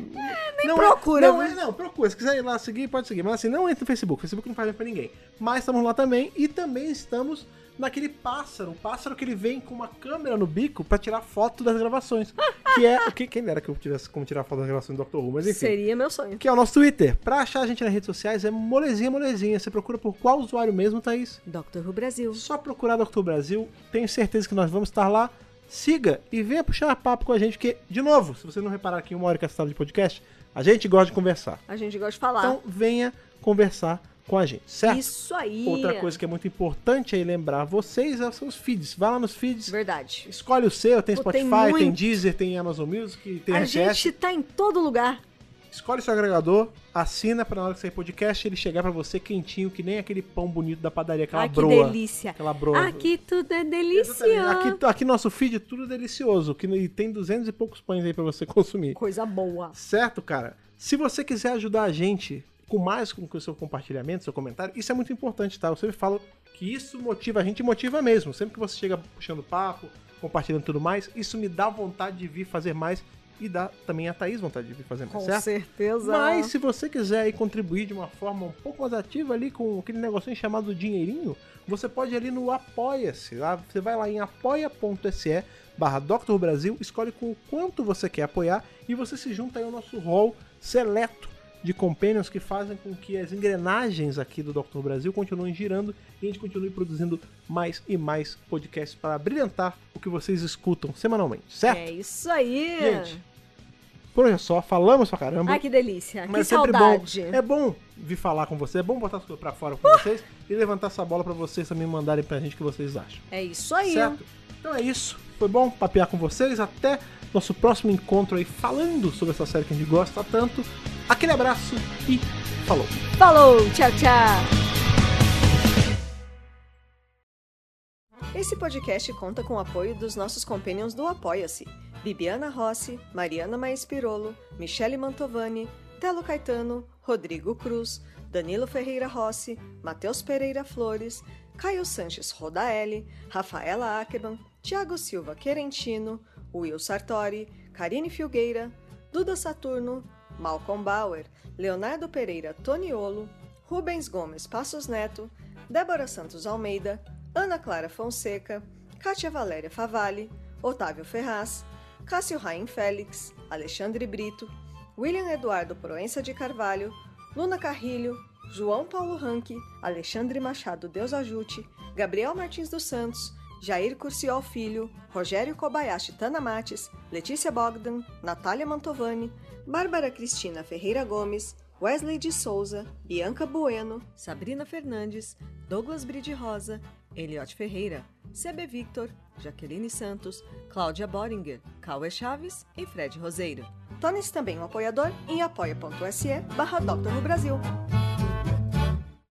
Speaker 1: nem não
Speaker 2: procura,
Speaker 1: É, não,
Speaker 2: né?
Speaker 1: é, não, procura. Se quiser ir lá seguir, pode seguir. Mas assim, não entra no Facebook. Facebook não faz bem pra ninguém. Mas estamos lá também e também estamos naquele pássaro, o pássaro que ele vem com uma câmera no bico pra tirar foto das
Speaker 2: *laughs*
Speaker 1: gravações. que é o que quem dera que eu tivesse como tirar foto das gravações do Dr. Who, mas enfim
Speaker 2: Seria meu sonho.
Speaker 1: que é o nosso Twitter. Pra achar a gente nas redes sociais é molezinha, molezinha. Você procura por qual usuário mesmo, Thaís?
Speaker 2: Doctor Who Brasil.
Speaker 1: Só procurar Dr. Brasil. Tenho certeza que nós vamos estar lá. Siga e venha puxar papo com a gente, porque, de novo, se você não reparar aqui em uma hora que é de podcast, a gente gosta de conversar.
Speaker 2: A gente gosta de falar.
Speaker 1: Então venha conversar com a gente, certo?
Speaker 2: Isso aí.
Speaker 1: Outra coisa que é muito importante aí lembrar vocês é os seus feeds. Vai lá nos feeds,
Speaker 2: Verdade.
Speaker 1: escolhe o seu, tem
Speaker 2: Pô, tem
Speaker 1: Spotify, tem,
Speaker 2: muito.
Speaker 1: Deezer, tem Amazon Music, tem
Speaker 2: A
Speaker 1: RSS.
Speaker 2: gente tá em todo lugar.
Speaker 1: Escolhe seu agregador, assina pra na hora que sair podcast ele chegar pra você quentinho, que nem aquele pão bonito da padaria, aquela
Speaker 2: Ai, Ah, que
Speaker 1: broa.
Speaker 2: delícia.
Speaker 1: Aquela broa.
Speaker 2: Aqui tudo é delícia.
Speaker 1: Exatamente. Aqui, aqui nosso feed é tudo delicioso, que e tem duzentos e poucos pães aí pra você *laughs* consumir.
Speaker 2: Coisa boa.
Speaker 1: Certo, cara? Se você quiser ajudar a gente com mais com o seu compartilhamento, seu comentário, isso é muito importante, tá? Eu sempre falo que isso motiva a gente, e motiva mesmo. Sempre que você chega puxando papo, compartilhando tudo mais, isso me dá vontade de vir fazer mais e dá também a Thaís vontade de vir fazer mais,
Speaker 2: Com
Speaker 1: Tá certo?
Speaker 2: certeza.
Speaker 1: Mas se você quiser aí contribuir de uma forma um pouco mais ativa ali com aquele negocinho chamado dinheirinho, você pode ir ali no Apoia-se. Lá, você vai lá em apoia.se barra Dr. Brasil, escolhe com o quanto você quer apoiar e você se junta aí ao nosso rol seleto de companions que fazem com que as engrenagens aqui do Dr. Brasil continuem girando e a gente continue produzindo mais e mais podcasts é. para brilhantar o que vocês escutam semanalmente, certo?
Speaker 2: É isso É aí.
Speaker 1: Gente, por hoje é só. Falamos pra caramba.
Speaker 2: Ai, que delícia.
Speaker 1: Mas é
Speaker 2: que
Speaker 1: sempre
Speaker 2: saudade. Uh!
Speaker 1: bom. É bom vir falar com você, é bom botar tudo pra fora com vocês e levantar essa bola pra vocês também mandarem pra gente o que vocês acham.
Speaker 2: É isso aí.
Speaker 1: Certo? Então é isso. Foi bom papear com vocês. Até nosso próximo encontro aí falando sobre essa série que a gente gosta tanto. Aquele abraço e falou!
Speaker 2: Falou, tchau, tchau. Esse podcast conta com o apoio dos nossos companions do Apoia-se: Bibiana Rossi, Mariana Maes Pirolo, Michele Mantovani, Telo Caetano, Rodrigo Cruz, Danilo Ferreira Rossi, Matheus Pereira Flores, Caio Sanches Rodaelli, Rafaela Ackerman, Tiago Silva Querentino, Will Sartori, Karine Filgueira, Duda Saturno, Malcolm Bauer, Leonardo Pereira Toniolo, Rubens Gomes Passos Neto, Débora Santos Almeida, Ana Clara Fonseca, Kátia Valéria Favalli, Otávio Ferraz, Cássio Raim Félix, Alexandre Brito, William Eduardo Proença de Carvalho, Luna Carrilho, João Paulo Ranque, Alexandre Machado Deus Ajute, Gabriel Martins dos Santos, Jair Curciol Filho, Rogério Kobayashi Tana Mates, Letícia Bogdan, Natália Mantovani, Bárbara Cristina Ferreira Gomes, Wesley de Souza, Bianca Bueno, Sabrina Fernandes, Douglas Bride Rosa, Eliote Ferreira, CB Victor, Jaqueline Santos, Cláudia Boringer, Cauê Chaves e Fred Roseiro. Torne-se também um apoiador em apoia.se barra Dr. No Brasil.